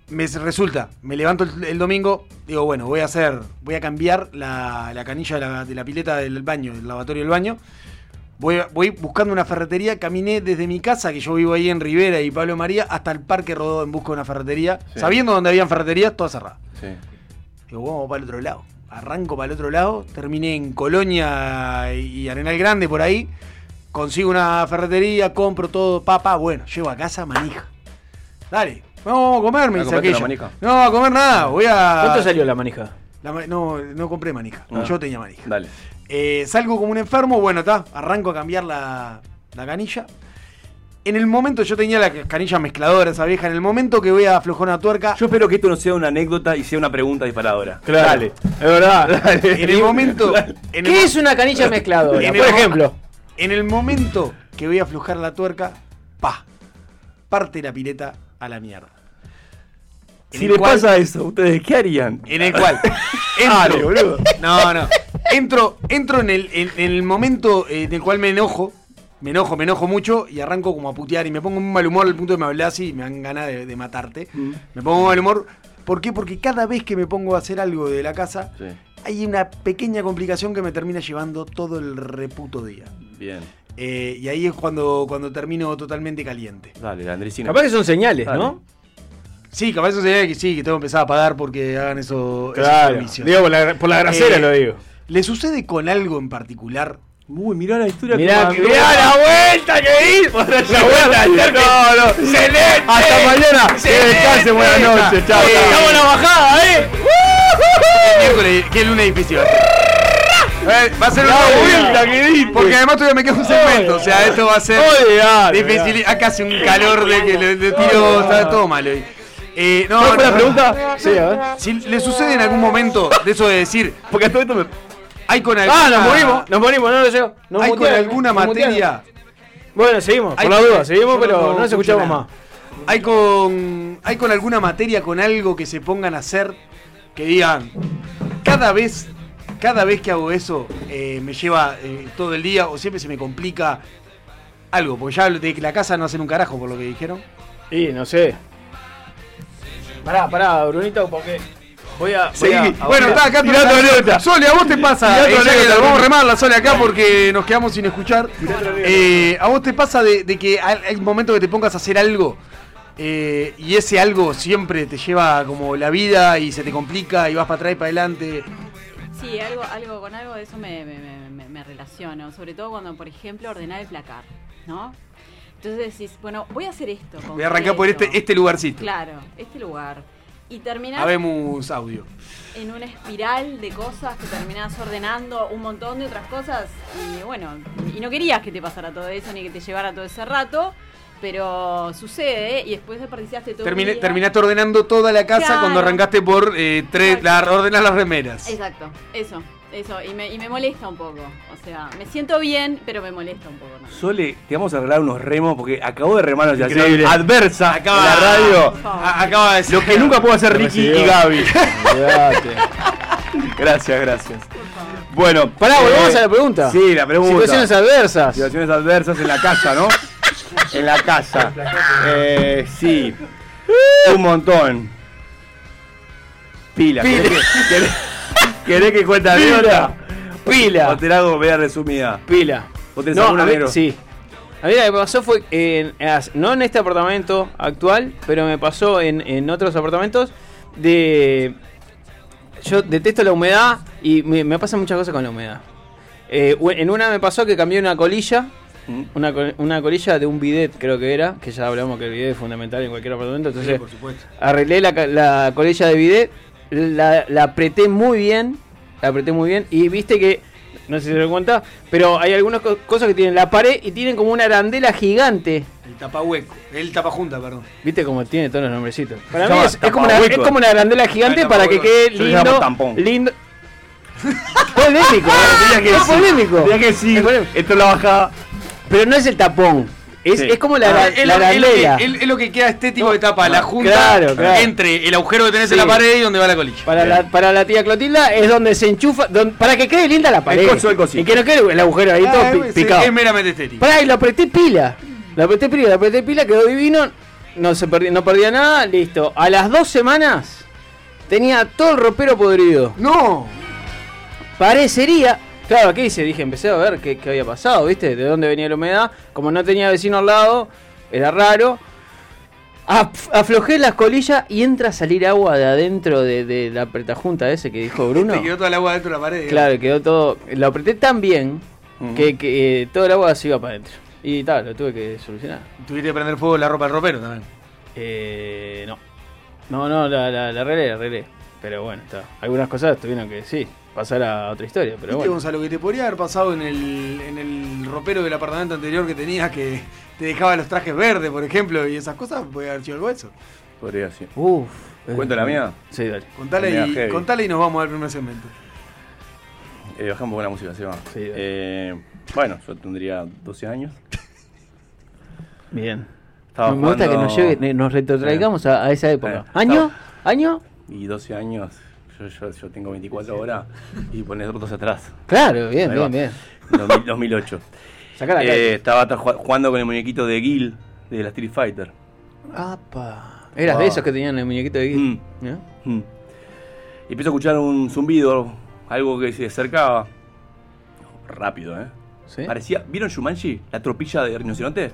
[SPEAKER 4] me s- resulta, me levanto el, el domingo, digo, bueno, voy a hacer, voy a cambiar la, la canilla de la, de la pileta del baño, del lavatorio del baño. Voy, voy buscando una ferretería, caminé desde mi casa, que yo vivo ahí en Rivera y Pablo María, hasta el Parque Rodó en busca de una ferretería,
[SPEAKER 6] Sí.
[SPEAKER 4] sabiendo dónde habían ferreterías, todas cerradas.
[SPEAKER 6] Sí.
[SPEAKER 4] Digo, vamos para el otro lado. Arranco para el otro lado, terminé en Colonia y Arenal Grande por ahí. Consigo una ferretería, compro todo, papá, bueno, llevo a casa manija. Dale, vamos a comer, me
[SPEAKER 6] ¿A
[SPEAKER 4] dice
[SPEAKER 6] comprarte una
[SPEAKER 4] aquella.
[SPEAKER 6] manija?
[SPEAKER 4] No, a comer nada, voy a.
[SPEAKER 5] ¿Cuánto salió la manija?
[SPEAKER 4] La ma- no, no compré manija,
[SPEAKER 6] Ah.
[SPEAKER 4] yo tenía manija.
[SPEAKER 6] Dale.
[SPEAKER 4] Eh, salgo como un enfermo, bueno, está, arranco a cambiar la, la canilla. En el momento, yo tenía la canilla mezcladora, esa vieja, en el momento que voy a aflojar una tuerca,
[SPEAKER 6] Yo espero que esto no sea una anécdota y sea una pregunta disparadora.
[SPEAKER 5] Dale, es verdad.
[SPEAKER 4] en el momento... en el
[SPEAKER 5] ¿Qué
[SPEAKER 4] mo-
[SPEAKER 5] es una canilla mezcladora?
[SPEAKER 4] En
[SPEAKER 5] Por
[SPEAKER 4] el mo-
[SPEAKER 5] ejemplo.
[SPEAKER 4] En el momento que voy a aflojar la tuerca, pa, parte la pileta a la mierda. En
[SPEAKER 6] Si
[SPEAKER 4] el
[SPEAKER 6] le
[SPEAKER 4] cual-
[SPEAKER 6] pasa eso, ¿ustedes qué harían?
[SPEAKER 4] En el cual.
[SPEAKER 6] Dale,
[SPEAKER 4] Entro,
[SPEAKER 6] boludo.
[SPEAKER 4] no, no. Entro, entro en, el, en- en el momento eh, en el cual me enojo. Me enojo, me enojo mucho y arranco como a putear y me pongo un mal humor al punto de que me hablas y me dan ganas de, de matarte. Me pongo un mal humor. ¿Por qué? Porque cada vez que me pongo a hacer algo de la casa,
[SPEAKER 6] Sí.
[SPEAKER 4] hay una pequeña complicación que me termina llevando todo el reputo día.
[SPEAKER 6] Bien.
[SPEAKER 4] Eh, y ahí es cuando, cuando termino totalmente caliente.
[SPEAKER 6] Dale, Andresina.
[SPEAKER 5] Capaz que son señales,
[SPEAKER 6] Dale.
[SPEAKER 5] ¿no?
[SPEAKER 4] Sí, capaz eso sería que sí, que tengo que empezar a pagar porque hagan eso, esos servicios.
[SPEAKER 5] Digo, por la, por la grasera
[SPEAKER 4] Eh,
[SPEAKER 5] lo digo.
[SPEAKER 4] ¿Le sucede con algo en particular?
[SPEAKER 6] Uy, mirá la historia
[SPEAKER 5] Mirá,
[SPEAKER 6] mandó.
[SPEAKER 5] mirá la vuelta que hizo. La vuelta No, no. Hasta mañana. Que descanse. Buenas noches. Chao.
[SPEAKER 4] Eh,
[SPEAKER 5] Estamos en la bajada, ¿eh?
[SPEAKER 4] El miércoles, que el lunes difícil. Eh, va a ser una vuelta que
[SPEAKER 5] pues.
[SPEAKER 4] di. Porque además todavía me queda un segmento. O sea, esto va a ser
[SPEAKER 5] Oiga.
[SPEAKER 4] difícil. Acá hace un calor de que le, le tiro. Está todo mal hoy. Eh, no,
[SPEAKER 5] ¿Cuál fue
[SPEAKER 4] no,
[SPEAKER 5] la
[SPEAKER 4] no.
[SPEAKER 5] pregunta? Sí, a ver.
[SPEAKER 4] Si le sucede en algún momento de eso de decir,
[SPEAKER 6] Porque hasta esto me.
[SPEAKER 4] hay con alguna,
[SPEAKER 5] Ah, nos morimos. Nos morimos. No, no llego. Nos
[SPEAKER 4] hay con
[SPEAKER 5] mutearon,
[SPEAKER 4] alguna
[SPEAKER 5] nos mutearon.
[SPEAKER 4] materia,
[SPEAKER 5] Bueno, seguimos. Por
[SPEAKER 4] Hay-
[SPEAKER 5] la duda. Seguimos,
[SPEAKER 4] yo
[SPEAKER 5] pero
[SPEAKER 4] no
[SPEAKER 5] no nos
[SPEAKER 4] escucho
[SPEAKER 5] escuchamos
[SPEAKER 4] nada.
[SPEAKER 5] más.
[SPEAKER 4] hay con hay con alguna materia con algo que se pongan a hacer que digan, cada vez Cada vez que hago eso, eh, me lleva eh, todo el día o siempre se me complica algo. Porque ya de la casa no hacen un carajo por lo que dijeron.
[SPEAKER 5] Y no sé. Pará, pará, Brunito, porque voy a. voy a-
[SPEAKER 6] Seguí.
[SPEAKER 5] a-
[SPEAKER 4] Bueno,
[SPEAKER 5] voy a-
[SPEAKER 4] está
[SPEAKER 6] Mirá
[SPEAKER 4] acá tirando
[SPEAKER 6] otra
[SPEAKER 4] anécdota.
[SPEAKER 6] anécdota.
[SPEAKER 4] Sole, a vos te pasa.
[SPEAKER 6] Mirá otra
[SPEAKER 4] eh, ya que
[SPEAKER 6] anécdota,
[SPEAKER 4] la vamos a
[SPEAKER 6] Bruno.
[SPEAKER 4] remar la Sole acá porque nos quedamos sin escuchar. Eh, a vos te pasa de, de que al- hay un momento que te pongas a hacer algo eh, y ese algo siempre te lleva como la vida y se te complica y vas para atrás y para adelante.
[SPEAKER 7] Sí, algo, algo, con algo de eso me, me- me- me- me relaciono. Sobre todo cuando, por ejemplo, ordenar el placar, ¿no? Entonces decís, bueno, voy a hacer esto.
[SPEAKER 4] Voy a arrancar por
[SPEAKER 7] concreto.
[SPEAKER 4] este, este lugarcito.
[SPEAKER 7] Claro, este lugar. Y terminás
[SPEAKER 4] Habemos audio.
[SPEAKER 7] en una espiral de cosas que terminás ordenando un montón de otras cosas. Y bueno, y no querías que te pasara todo eso ni que te llevara todo ese rato. Pero sucede, ¿eh? y después desperdiciaste todo el
[SPEAKER 4] Terminé-
[SPEAKER 7] día.
[SPEAKER 4] terminaste ordenando toda la casa
[SPEAKER 7] Claro.
[SPEAKER 4] cuando arrancaste por eh, tres, la,
[SPEAKER 7] Exacto. Eh.
[SPEAKER 4] ordenar las remeras.
[SPEAKER 7] Exacto, eso, eso. Y me, y me molesta un poco. O sea, me siento bien, pero me molesta un poco. ¿no?
[SPEAKER 6] Sole, te vamos a regalar unos remos porque acabo de remarnos ya.
[SPEAKER 4] Increíble.
[SPEAKER 6] Adversa
[SPEAKER 4] Acaba-
[SPEAKER 6] en la radio.
[SPEAKER 7] Por favor.
[SPEAKER 4] A- acaba de decir.
[SPEAKER 6] Lo que nunca pudo hacer Ricky y Gaby.
[SPEAKER 5] Olvídate.
[SPEAKER 6] Gracias, gracias. Bueno, pará,
[SPEAKER 5] Ah,
[SPEAKER 6] volvemos
[SPEAKER 5] volvamos a la pregunta.
[SPEAKER 6] Sí, la pregunta.
[SPEAKER 5] Situaciones adversas.
[SPEAKER 6] Situaciones adversas en la casa, ¿no? en la casa. Eh, sí. Un montón. Pila. ¿Querés que, querés, querés que cuente anécdota?
[SPEAKER 5] Pila.
[SPEAKER 6] O te la hago media resumida.
[SPEAKER 5] Pila.
[SPEAKER 6] ¿Vos tenés alguna,
[SPEAKER 5] a mí-
[SPEAKER 6] negro?
[SPEAKER 5] Sí. A mí lo que me pasó fue, en- as- no en este apartamento actual, pero me pasó en, en otros apartamentos de... Yo detesto la humedad y me, me pasan muchas cosas con la humedad. Eh, u- en una me pasó que cambié una colilla,
[SPEAKER 6] Mm.
[SPEAKER 5] una, col- una colilla de un bidet creo que era, que ya hablamos que el bidet es fundamental en cualquier apartamento, entonces arreglé la, ca- la colilla de bidet, la, la apreté muy bien, la apreté muy bien y viste que, no sé si se dan cuenta, pero hay algunas co- cosas que tienen la pared y tienen como una arandela gigante.
[SPEAKER 4] El tapahueco. El tapajunta, perdón.
[SPEAKER 5] Viste como tiene todos los nombrecitos. Para
[SPEAKER 6] Se
[SPEAKER 5] mí
[SPEAKER 6] llama
[SPEAKER 5] es, es como una,
[SPEAKER 6] tapahueco.
[SPEAKER 5] es como una arandela gigante
[SPEAKER 4] Ah,
[SPEAKER 5] para que
[SPEAKER 4] tapahueco.
[SPEAKER 5] quede
[SPEAKER 6] Yo le llamo
[SPEAKER 5] lindo.
[SPEAKER 6] tampón.
[SPEAKER 5] Lindo. Polémico, eh,
[SPEAKER 6] Tenía que
[SPEAKER 5] es
[SPEAKER 6] decir.
[SPEAKER 5] polémico.
[SPEAKER 6] Tenía que sí.
[SPEAKER 5] Es polémico.
[SPEAKER 6] Esto es la bajada.
[SPEAKER 5] Pero no es el tapón. Es,
[SPEAKER 6] Sí.
[SPEAKER 5] es como la,
[SPEAKER 4] Ah,
[SPEAKER 5] la,
[SPEAKER 4] es,
[SPEAKER 5] la
[SPEAKER 4] lo, es lo
[SPEAKER 5] arandela.
[SPEAKER 4] que, es- es lo que queda estético de tapa, la junta
[SPEAKER 5] claro, claro.
[SPEAKER 4] entre el agujero que tenés en la
[SPEAKER 5] Sí.
[SPEAKER 4] pared y donde va la colilla.
[SPEAKER 5] Para la, para la tía Clotilda es donde se enchufa, don- para que quede linda la pared.
[SPEAKER 6] coso, el cosito.
[SPEAKER 5] y que no quede el agujero ahí todo
[SPEAKER 4] Ah,
[SPEAKER 5] pi-
[SPEAKER 4] es-
[SPEAKER 5] picado.
[SPEAKER 4] Es meramente estético.
[SPEAKER 5] Pará, y lo apreté pila. Lo apreté pila, lo apreté pila, quedó divino. No, se perdi- no perdía nada, listo. A las dos semanas tenía todo el ropero podrido.
[SPEAKER 4] No.
[SPEAKER 5] Parecería. Claro, ¿qué hice? Dije, empecé a ver qué, qué había pasado, ¿viste? De dónde venía la humedad. Como no tenía vecino al lado, era raro. Af- aflojé las colillas y entra a salir agua de adentro de, de la apretajunta ese que dijo Bruno.
[SPEAKER 4] Te quedó toda el agua dentro de la pared.
[SPEAKER 5] Claro, quedó todo. Lo apreté tan bien que, que, eh, todo el agua se iba para adentro. Y tal, lo tuve que solucionar.
[SPEAKER 4] Tuviste que prender fuego la ropa del ropero también.
[SPEAKER 5] Eh, no. No, no, la, la, la arreglé, la arreglé. Pero bueno, está. Algunas cosas tuvieron que, sí, pasar a otra historia. Pero
[SPEAKER 4] Viste,
[SPEAKER 5] bueno.
[SPEAKER 4] Gonzalo, que te podría haber pasado en el, en el ropero del apartamento anterior que tenías que te dejaba los trajes verdes, por ejemplo, y esas cosas, podría haber sido algo de eso.
[SPEAKER 6] Podría ser.
[SPEAKER 5] Uf. eh,
[SPEAKER 6] ¿Cuento la mía?
[SPEAKER 5] Sí, dale.
[SPEAKER 4] Contale
[SPEAKER 6] Mega
[SPEAKER 4] y,
[SPEAKER 6] heavy.
[SPEAKER 4] contale y nos vamos al primer segmento.
[SPEAKER 6] Eh, baja un poco la música, se va.
[SPEAKER 5] Sí, dale.
[SPEAKER 6] Eh, bueno, yo tendría 12 años.
[SPEAKER 5] Bien.
[SPEAKER 6] Estaba
[SPEAKER 5] me gusta que
[SPEAKER 6] jugando-
[SPEAKER 5] nos lleve, nos retrotraigamos a, a esa época.
[SPEAKER 6] Sí.
[SPEAKER 5] ¿Año? ¿Año?
[SPEAKER 6] Y 12 años, yo, yo, yo tengo 24 ahora y pones otros atrás.
[SPEAKER 5] Claro, bien,
[SPEAKER 6] Ahí va.
[SPEAKER 5] bien, bien.
[SPEAKER 6] 2000 2008.
[SPEAKER 5] Sacá la
[SPEAKER 6] Eh, estaba tra- ju- jugando con el muñequito de Gil de la Street Fighter.
[SPEAKER 5] cara. Apa. Eras de
[SPEAKER 6] Wow.
[SPEAKER 5] esos que tenían el muñequito de Gui.
[SPEAKER 6] Mm.
[SPEAKER 5] ¿Eh?
[SPEAKER 6] Mm. Y empiezo a escuchar un zumbido, algo que se acercaba. Rápido, ¿eh?
[SPEAKER 5] ¿Sí?
[SPEAKER 6] Parecía. ¿Vieron Shumanji? ¿La tropilla de rinoceronte?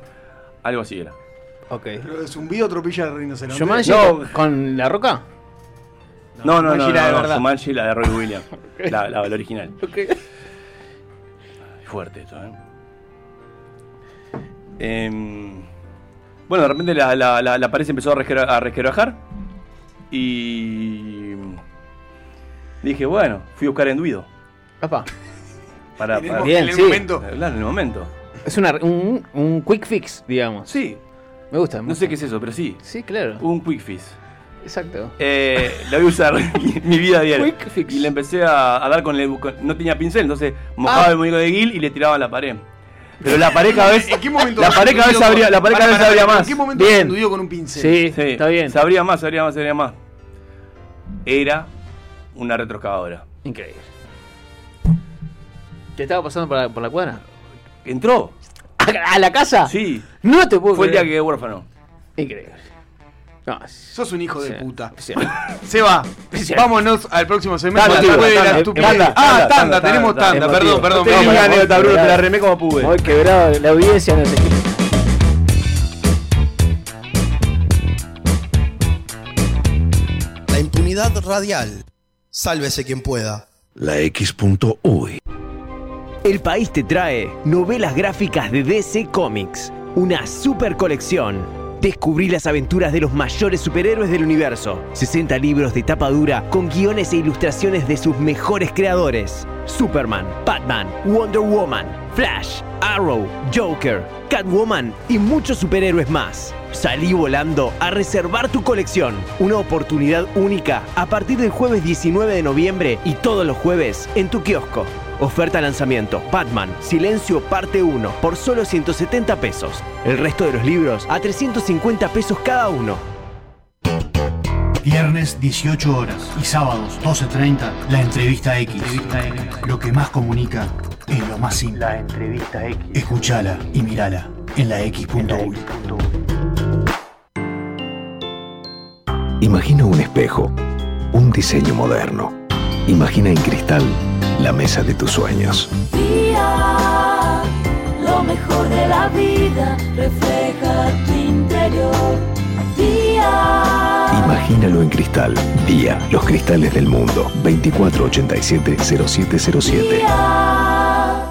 [SPEAKER 6] Algo así era. Eh,
[SPEAKER 5] Ok.
[SPEAKER 4] Pero es un video tropilla de rinoceronte.
[SPEAKER 5] ¿Shumanji
[SPEAKER 6] No.
[SPEAKER 5] con- con la roca?
[SPEAKER 6] No, no, no, no,
[SPEAKER 4] Shumanji la de
[SPEAKER 6] no,
[SPEAKER 4] verdad.
[SPEAKER 6] Shumanji, la de Roy Williams. la, la- la original. Fuerte esto, ¿eh? Em, bueno, de repente la, la, la- la pared se empezó a, resquera- a resquebrajar. Y. Dije, bueno, fui a buscar enduido.
[SPEAKER 5] Apa.
[SPEAKER 6] Para,
[SPEAKER 4] En el
[SPEAKER 6] para-
[SPEAKER 4] mo-
[SPEAKER 5] Bien,
[SPEAKER 4] en el
[SPEAKER 5] sí.
[SPEAKER 4] momento.
[SPEAKER 6] Claro, en el momento.
[SPEAKER 5] Es una, un, un quick fix, digamos.
[SPEAKER 6] Sí,
[SPEAKER 5] Me gusta. me
[SPEAKER 6] no sé
[SPEAKER 5] gusta.
[SPEAKER 6] qué es eso, pero sí.
[SPEAKER 5] Sí, claro.
[SPEAKER 6] Un quick fix.
[SPEAKER 5] Exacto.
[SPEAKER 6] Eh, la voy a usar en mi vida diaria.
[SPEAKER 5] Quick fix.
[SPEAKER 6] Y le empecé a, a dar con el. con- no tenía pincel, entonces mojaba
[SPEAKER 5] Ah.
[SPEAKER 6] el muñeco de Gil y le tiraba a la pared. Pero la pared cada vez.
[SPEAKER 4] ¿En qué momento?
[SPEAKER 6] La pared cada vez abría, la pared
[SPEAKER 4] Pará,
[SPEAKER 6] cada vez
[SPEAKER 4] pará,
[SPEAKER 6] abría
[SPEAKER 4] pará,
[SPEAKER 6] más.
[SPEAKER 4] ¿En qué momento
[SPEAKER 5] Bien.
[SPEAKER 4] se estudió con un pincel?
[SPEAKER 5] Sí,
[SPEAKER 6] Sí,
[SPEAKER 5] está bien.
[SPEAKER 6] Se abría más, se abría más, se abría más. Era una retroscavadora.
[SPEAKER 5] Increíble. ¿Te estaba pasando por la, por la cuadra?
[SPEAKER 6] ¿Entró?
[SPEAKER 5] ¿A, a la casa?
[SPEAKER 6] Sí.
[SPEAKER 5] No te puedo
[SPEAKER 6] Fue el día
[SPEAKER 5] creer.
[SPEAKER 6] que quedé huérfano.
[SPEAKER 5] Increíble. No,
[SPEAKER 4] Sos un hijo de
[SPEAKER 5] Sí.
[SPEAKER 4] puta.
[SPEAKER 5] sí.
[SPEAKER 4] Seba,
[SPEAKER 5] Sí.
[SPEAKER 4] vámonos al próximo semestre.
[SPEAKER 6] Tanda,
[SPEAKER 4] Después de
[SPEAKER 6] tanda,
[SPEAKER 4] la
[SPEAKER 6] em-
[SPEAKER 5] eh,
[SPEAKER 4] estupidez.
[SPEAKER 6] tanda,
[SPEAKER 4] Ah,
[SPEAKER 6] tanda,
[SPEAKER 4] tanda,
[SPEAKER 6] tanda,
[SPEAKER 4] tenemos
[SPEAKER 6] tanda,
[SPEAKER 4] tanda,
[SPEAKER 6] emotivo.
[SPEAKER 4] perdón, perdón.
[SPEAKER 6] No tenía
[SPEAKER 4] perdón.
[SPEAKER 6] anécdota, Bruno, te la remé como pude.
[SPEAKER 5] Muy quebrado, la audiencia no sé qué.
[SPEAKER 8] La impunidad radial. Sálvese quien pueda.
[SPEAKER 9] La X.U.
[SPEAKER 10] El país te trae novelas gráficas de DC Comics, una super colección. Descubrí las aventuras de los mayores superhéroes del universo. 60 libros de tapa dura con guiones e ilustraciones de sus mejores creadores. Superman, Batman, Wonder Woman, Flash, Arrow, Joker, Catwoman y muchos superhéroes más. Salí volando a reservar tu colección. Una oportunidad única a partir del jueves 19 de noviembre y todos los jueves en tu kiosco. Oferta lanzamiento, Batman, Silencio parte 1, por solo 170 pesos. El resto de los libros a 350 pesos cada uno.
[SPEAKER 11] Viernes 18 horas y sábados 12.30, la entrevista X. Lo que más comunica es lo más simple. La entrevista X. Escuchala y mirala en la X.U.
[SPEAKER 9] Imagina un espejo, un diseño moderno. Imagina en cristal la mesa de tus sueños.
[SPEAKER 12] Lo mejor de la vida refleja tu interior. Día,
[SPEAKER 9] Imagínalo en cristal. Día, los cristales del mundo. 2487-0707.
[SPEAKER 12] día.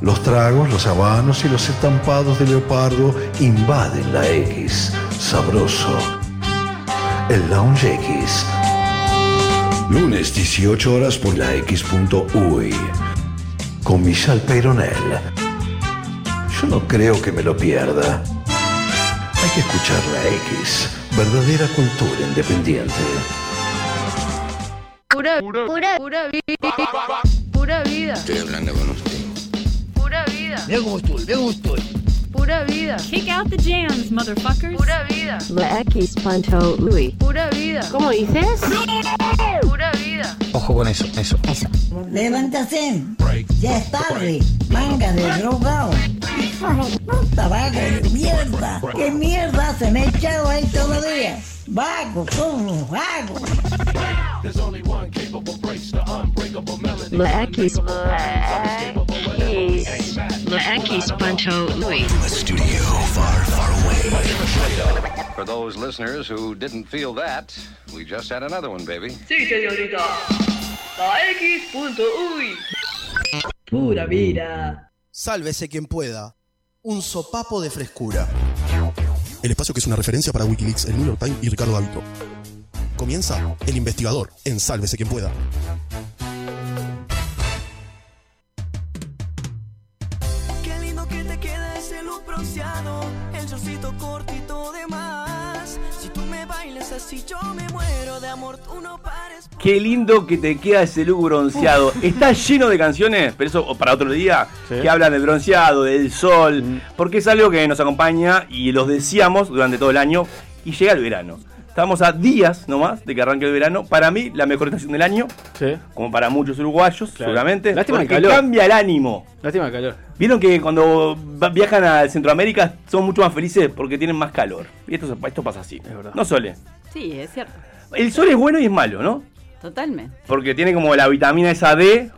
[SPEAKER 9] Los tragos, los habanos y los estampados de leopardo invaden la X. Sabroso. El Lounge X. Lunes 18 horas por la X.UI. Con Michelle Peronel. Yo no creo que me lo pierda. Hay que escuchar la X. Verdadera cultura independiente.
[SPEAKER 12] Pura, pura, pura vida. Pura vida. Estoy hablando con usted. Pura vida. Me gusto, me gusto. Pura vida. Kick out the jams, motherfuckers. Pura vida.
[SPEAKER 13] La X.UI. Louis.
[SPEAKER 12] Pura vida.
[SPEAKER 13] ¿Cómo dices?
[SPEAKER 12] Pura vida.
[SPEAKER 13] Levántate. Ya es tarde. Manga de drogado. Puta vago de mierda. ¿Qué mierda se me ha echado ahí todavía? Vago, como vago. La X. La X. Louis.
[SPEAKER 3] For those listeners who didn't feel that, we just had another one, baby.
[SPEAKER 12] Sí, señorita. La X.uy.
[SPEAKER 6] Mm.
[SPEAKER 12] Pura vida.
[SPEAKER 8] Sálvese quien pueda. Un sopapo de frescura. El espacio que es una referencia para Wikileaks, el New York Times y Ricardo Davico. Comienza El Investigador en Sálvese quien pueda.
[SPEAKER 12] Qué lindo que te queda ese look bronceado, el chorcito cortito de más. Si tú me bailas así, yo me muero de amor, tú no pares.
[SPEAKER 6] Qué lindo que te queda ese look bronceado. Está lleno de canciones, pero eso para otro día,
[SPEAKER 5] Eh.
[SPEAKER 6] que hablan del bronceado, del sol,
[SPEAKER 5] Mm.
[SPEAKER 6] porque es algo que nos acompaña y los deseamos durante todo el año y llega el verano. Estamos a días nomás de que arranque el verano. Para mí, la mejor estación del año,
[SPEAKER 5] Sí.
[SPEAKER 6] como para muchos uruguayos,
[SPEAKER 5] Claro.
[SPEAKER 6] seguramente,
[SPEAKER 5] Lástima el
[SPEAKER 6] porque
[SPEAKER 5] calor.
[SPEAKER 6] cambia el ánimo.
[SPEAKER 5] Lástima el calor.
[SPEAKER 6] Vieron que cuando va- viajan a Centroamérica son mucho más felices porque tienen más calor. Y esto, se- esto pasa así.
[SPEAKER 5] verdad.
[SPEAKER 6] No sole.
[SPEAKER 7] Sí, es cierto.
[SPEAKER 6] El sol es bueno y es malo, ¿no?
[SPEAKER 7] Totalmente.
[SPEAKER 6] Porque tiene como la vitamina esa D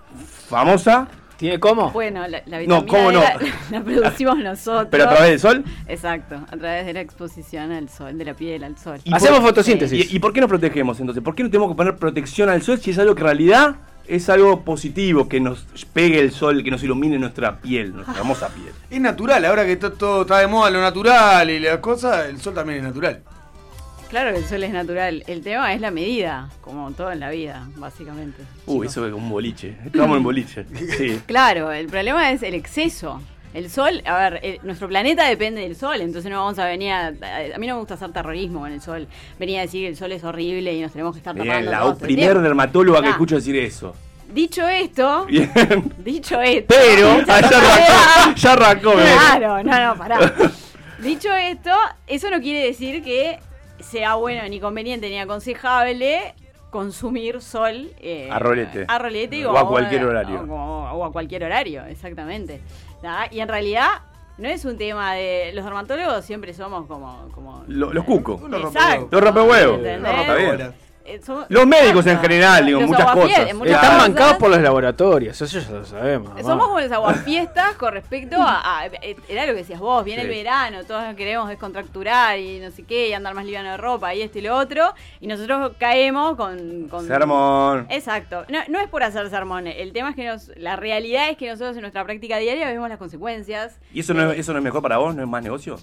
[SPEAKER 6] famosa,
[SPEAKER 5] ¿Tiene cómo?
[SPEAKER 7] Bueno, la, la vitamina
[SPEAKER 6] No, ¿cómo
[SPEAKER 7] D
[SPEAKER 6] no?
[SPEAKER 7] La, la producimos nosotros.
[SPEAKER 6] pero a través del sol.
[SPEAKER 7] Exacto, a través de la exposición al sol, de la piel al sol.
[SPEAKER 6] Y
[SPEAKER 5] Hacemos
[SPEAKER 6] por-
[SPEAKER 5] fotosíntesis.
[SPEAKER 6] ¿Y, y por qué nos protegemos entonces? ¿Por qué no tenemos que poner protección al sol si es algo que en realidad es algo positivo, que nos pegue el sol, que nos ilumine nuestra piel, nuestra hermosa piel?
[SPEAKER 4] Es natural, ahora que to- todo está de moda lo natural y las cosas, el sol también es natural.
[SPEAKER 7] Claro que el sol es natural. El tema es la medida, como todo en la vida, básicamente.
[SPEAKER 6] Uy,
[SPEAKER 7] chicos.
[SPEAKER 6] eso es un boliche. Estamos en boliche. Sí.
[SPEAKER 7] Claro, el problema es el exceso. El sol, a ver, el- nuestro planeta depende del sol, entonces no vamos a venir a, a- a mí no me gusta hacer terrorismo con el sol. Venir a decir que el sol es horrible y nos tenemos que estar
[SPEAKER 6] Bien,
[SPEAKER 7] tapando
[SPEAKER 6] Eh, la
[SPEAKER 7] todos el
[SPEAKER 6] primer
[SPEAKER 7] tiempo.
[SPEAKER 6] dermatóloga que
[SPEAKER 7] Ah.
[SPEAKER 6] escucho decir eso.
[SPEAKER 7] Dicho esto,
[SPEAKER 6] Bien.
[SPEAKER 7] dicho esto.
[SPEAKER 6] Pero, ah, ya arrancó, ya arrancó, me
[SPEAKER 7] Ah.
[SPEAKER 6] parece.
[SPEAKER 7] Claro, no, no, pará. Dicho esto, eso no quiere decir que sea bueno ni conveniente ni aconsejable consumir sol eh,
[SPEAKER 6] A rolete.
[SPEAKER 7] a rolete
[SPEAKER 6] O a
[SPEAKER 7] como-
[SPEAKER 6] cualquier horario.
[SPEAKER 7] o como- o a cualquier horario exactamente ¿Tá? y en realidad no es un tema de los dermatólogos siempre somos como como
[SPEAKER 6] Lo- los cucos.
[SPEAKER 7] Unos Exacto.
[SPEAKER 6] Los rompehuevos.
[SPEAKER 7] ¿Entendés?
[SPEAKER 6] Está bien.
[SPEAKER 7] eh, somos-
[SPEAKER 6] Los médicos en general, digo,
[SPEAKER 7] Los
[SPEAKER 6] muchas
[SPEAKER 7] aguafiel,
[SPEAKER 6] cosas.
[SPEAKER 7] en muchas
[SPEAKER 5] Están
[SPEAKER 7] cosas.
[SPEAKER 5] bancados por los laboratorios, eso ya lo sabemos. mamá.
[SPEAKER 7] Somos como los aguafiestas con respecto a, a- Era lo que decías vos, viene
[SPEAKER 5] Sí.
[SPEAKER 7] el verano, todos queremos descontracturar y no sé qué, y andar más liviano de ropa y esto y lo otro. Y nosotros caemos con. con-
[SPEAKER 6] Sermón.
[SPEAKER 7] Exacto. No, no es por hacer sermón. El tema es que nos, la realidad es que nosotros en nuestra práctica diaria vemos las consecuencias.
[SPEAKER 6] ¿Y eso no, es, eso no es mejor para vos? ¿No es más negocio?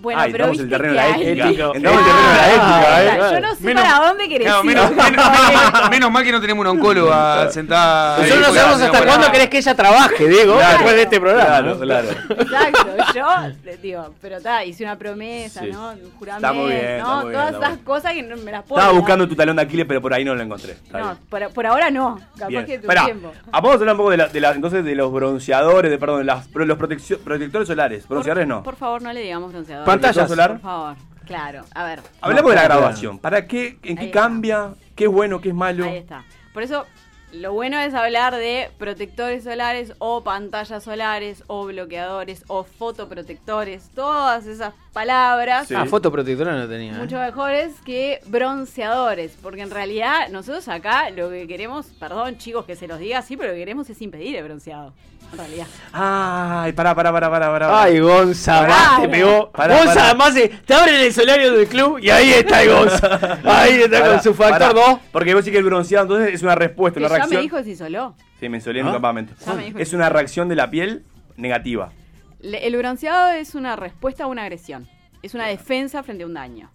[SPEAKER 7] Bueno,
[SPEAKER 6] Ah,
[SPEAKER 7] pero
[SPEAKER 6] entramos en el
[SPEAKER 7] viste
[SPEAKER 6] terreno de
[SPEAKER 7] que
[SPEAKER 6] la
[SPEAKER 7] hay-
[SPEAKER 6] ética. Entramos en el terreno de la
[SPEAKER 7] Ah,
[SPEAKER 6] ética, ¿eh?
[SPEAKER 7] yo no sé para dónde querés
[SPEAKER 4] Claro,
[SPEAKER 7] ir.
[SPEAKER 4] menos, menos- menos mal que no tenemos una oncóloga sentada. ahí
[SPEAKER 5] Nosotros no
[SPEAKER 4] fuera,
[SPEAKER 5] sabemos hasta
[SPEAKER 4] fuera.
[SPEAKER 5] cuándo querés que ella trabaje, Diego,
[SPEAKER 4] Claro.
[SPEAKER 5] después de este programa.
[SPEAKER 6] Claro,
[SPEAKER 5] ¿no?
[SPEAKER 6] claro.
[SPEAKER 7] Exacto, yo te digo, pero está, hice una promesa,
[SPEAKER 6] Sí.
[SPEAKER 7] ¿no? Un juramento,
[SPEAKER 6] Está muy bien, está
[SPEAKER 7] ¿no?
[SPEAKER 6] muy bien,
[SPEAKER 7] Todas
[SPEAKER 6] está
[SPEAKER 7] esas cosas que no me las puedo.
[SPEAKER 6] Estaba
[SPEAKER 7] olvidar.
[SPEAKER 6] buscando tu talón de Aquiles, pero por ahí no lo encontré. Está
[SPEAKER 7] No,
[SPEAKER 6] bien.
[SPEAKER 7] por, por ahora no, capaz
[SPEAKER 6] Bien.
[SPEAKER 7] que tu
[SPEAKER 6] Pará,
[SPEAKER 7] tiempo.
[SPEAKER 6] ah, vamos a hablar un poco de, la- de la- entonces de los bronceadores, de, perdón, de las, pro- los proteccio- protectores solares. Bronceadores no.
[SPEAKER 7] Por favor, no le digamos bronceador.
[SPEAKER 6] ¿Pantalla solar?
[SPEAKER 7] Por favor, claro, a ver.
[SPEAKER 6] Hablamos de la
[SPEAKER 5] claro.
[SPEAKER 6] graduación. ¿Para qué? ¿En qué
[SPEAKER 7] Ahí está.
[SPEAKER 6] cambia? ¿Qué es bueno? ¿Qué es malo?
[SPEAKER 7] Ahí está. Por eso, lo bueno es hablar de protectores solares o pantallas solares o bloqueadores o fotoprotectores. Todas esas palabras.
[SPEAKER 5] Ah, fotoprotectora no tenía. ¿eh?
[SPEAKER 7] Mucho mejores que bronceadores, porque en realidad nosotros acá lo que queremos, perdón chicos que se los diga así, pero lo que queremos es impedir el bronceado, en realidad.
[SPEAKER 6] Ay, pará, pará, pará, pará, pará.
[SPEAKER 5] Ay, Gonza, más te
[SPEAKER 7] Pará.
[SPEAKER 5] pegó.
[SPEAKER 6] Pará,
[SPEAKER 5] Gonza,
[SPEAKER 6] pará.
[SPEAKER 5] además, eh, te abren el solario del club y ahí está el Gonza. Ahí está
[SPEAKER 6] Pará,
[SPEAKER 5] con su
[SPEAKER 6] pará.
[SPEAKER 5] factor 2.
[SPEAKER 6] Porque vos sí que el bronceado entonces es una respuesta,
[SPEAKER 7] Que
[SPEAKER 6] una
[SPEAKER 7] ya me
[SPEAKER 6] reacción.
[SPEAKER 7] dijo que se isoló.
[SPEAKER 6] Sí, me
[SPEAKER 5] ¿Ah?
[SPEAKER 6] insolé en un campamento.
[SPEAKER 7] Ya me dijo
[SPEAKER 6] Es
[SPEAKER 7] que-
[SPEAKER 6] una reacción de la piel negativa.
[SPEAKER 7] Le- El bronceado es una respuesta a una agresión, es una defensa frente a un daño.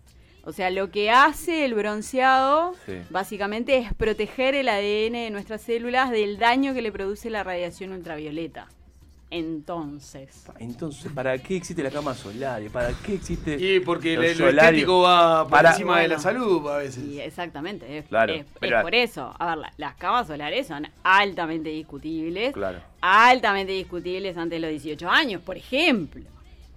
[SPEAKER 7] O sea, lo que hace el bronceado
[SPEAKER 6] Sí.
[SPEAKER 7] básicamente es proteger el ADN de nuestras células del daño que le produce la radiación ultravioleta. Entonces...
[SPEAKER 6] Entonces, ¿para qué existe la cama solar? ¿Para qué existe
[SPEAKER 4] Y porque
[SPEAKER 6] los
[SPEAKER 4] le- lo
[SPEAKER 6] solarios?
[SPEAKER 4] estético va por
[SPEAKER 6] Pará.
[SPEAKER 4] encima de la salud a veces.
[SPEAKER 7] Y exactamente, es,
[SPEAKER 6] Claro,
[SPEAKER 7] es- es
[SPEAKER 6] pero-
[SPEAKER 7] por eso. A ver, la- las camas solares son altamente discutibles,
[SPEAKER 6] Claro.
[SPEAKER 7] altamente discutibles antes de los 18 años, por ejemplo.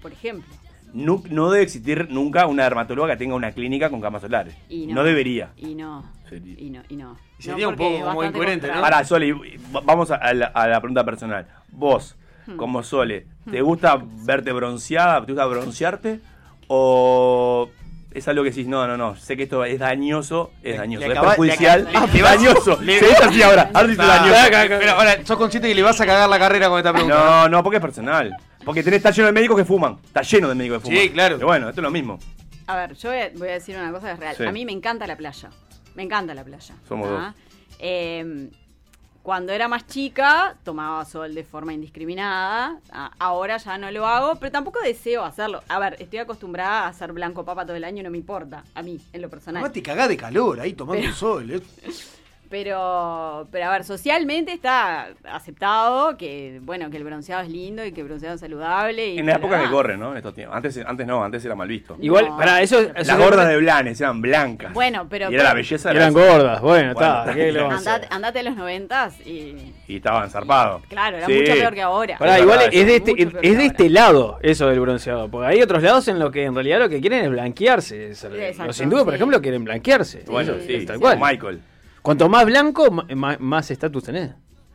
[SPEAKER 7] Por ejemplo.
[SPEAKER 6] No, no debe existir nunca una dermatóloga que tenga una clínica con camas solares.
[SPEAKER 7] Y
[SPEAKER 6] no.
[SPEAKER 7] no.
[SPEAKER 6] debería.
[SPEAKER 7] Y no,
[SPEAKER 6] Sería-
[SPEAKER 7] y no, y no.
[SPEAKER 4] Sería
[SPEAKER 7] No,
[SPEAKER 4] un
[SPEAKER 7] porque
[SPEAKER 4] poco
[SPEAKER 7] es
[SPEAKER 4] como
[SPEAKER 7] bastante
[SPEAKER 4] incoherente, ¿no?
[SPEAKER 7] contra-
[SPEAKER 6] Ahora, Sole, y- vamos a la, a la pregunta personal. Vos,
[SPEAKER 7] Hmm.
[SPEAKER 6] como Sole, ¿te gusta verte bronceada? ¿Te gusta broncearte? ¿O es algo que decís, no, no, no, sé que esto es dañoso, es dañoso, es
[SPEAKER 4] acaba- le
[SPEAKER 6] perjudicial,
[SPEAKER 4] acaba- le
[SPEAKER 6] es
[SPEAKER 4] acaba-
[SPEAKER 6] dañoso?
[SPEAKER 4] le- Ah,
[SPEAKER 6] Se dice así ahora, ahora dice dañoso.
[SPEAKER 4] Pero ahora, sos consciente que le vas a cagar la carrera con esta pregunta.
[SPEAKER 6] No, no, porque es personal. Porque tenés, está lleno de médicos que fuman. Está lleno de médicos que fuman.
[SPEAKER 4] Sí, claro.
[SPEAKER 6] Pero bueno, esto es lo mismo.
[SPEAKER 7] A ver, yo voy a, voy a decir una cosa que es real.
[SPEAKER 6] Sí.
[SPEAKER 7] A mí me encanta la playa. Me encanta la playa.
[SPEAKER 6] Somos
[SPEAKER 7] ¿tá? Eh, cuando era más chica, tomaba sol de forma indiscriminada. A- Ahora ya no lo hago, pero tampoco deseo hacerlo. A ver, estoy acostumbrada a hacer blanco papa todo el año, no me importa. A mí, en lo personal.
[SPEAKER 4] No te cagás de calor ahí tomando
[SPEAKER 7] Pero-
[SPEAKER 4] sol. eh.
[SPEAKER 7] Pero, pero a ver, socialmente está aceptado que, bueno, que el bronceado es lindo y que el bronceado es saludable. y
[SPEAKER 6] En la
[SPEAKER 7] bla,
[SPEAKER 6] época
[SPEAKER 7] bla,
[SPEAKER 6] que
[SPEAKER 7] bla.
[SPEAKER 6] corre, ¿no? En estos tiempos. Antes, antes no, antes era mal visto.
[SPEAKER 5] Igual,
[SPEAKER 7] No.
[SPEAKER 5] para eso. eso
[SPEAKER 6] Las gordas de Blanes eran blancas.
[SPEAKER 7] Bueno, pero-
[SPEAKER 6] Y era la belleza de
[SPEAKER 5] Eran
[SPEAKER 6] las-
[SPEAKER 5] gordas, bueno,
[SPEAKER 6] Bueno,
[SPEAKER 5] está. ¿qué le vamos a hacer?
[SPEAKER 7] Andate, andate a los noventas y...
[SPEAKER 6] Y estaban zarpados.
[SPEAKER 7] Claro, era
[SPEAKER 6] Sí.
[SPEAKER 7] mucho peor que ahora.
[SPEAKER 5] Pará,
[SPEAKER 6] Es
[SPEAKER 5] igual
[SPEAKER 6] verdad
[SPEAKER 5] es de,
[SPEAKER 7] eso.
[SPEAKER 5] este,
[SPEAKER 7] Mucho peor
[SPEAKER 5] es de
[SPEAKER 7] ahora.
[SPEAKER 5] este lado eso del bronceado. Porque hay otros lados en los que en realidad lo que quieren es blanquearse. Eso,
[SPEAKER 7] Exacto,
[SPEAKER 5] los hindúes, por
[SPEAKER 7] sí.
[SPEAKER 5] ejemplo, quieren blanquearse.
[SPEAKER 6] Bueno,
[SPEAKER 5] Eso,
[SPEAKER 6] sí,
[SPEAKER 5] tal
[SPEAKER 6] sí,
[SPEAKER 5] cual.
[SPEAKER 6] como Michael.
[SPEAKER 5] Cuanto más blanco, ma- ma- más estatus tenés.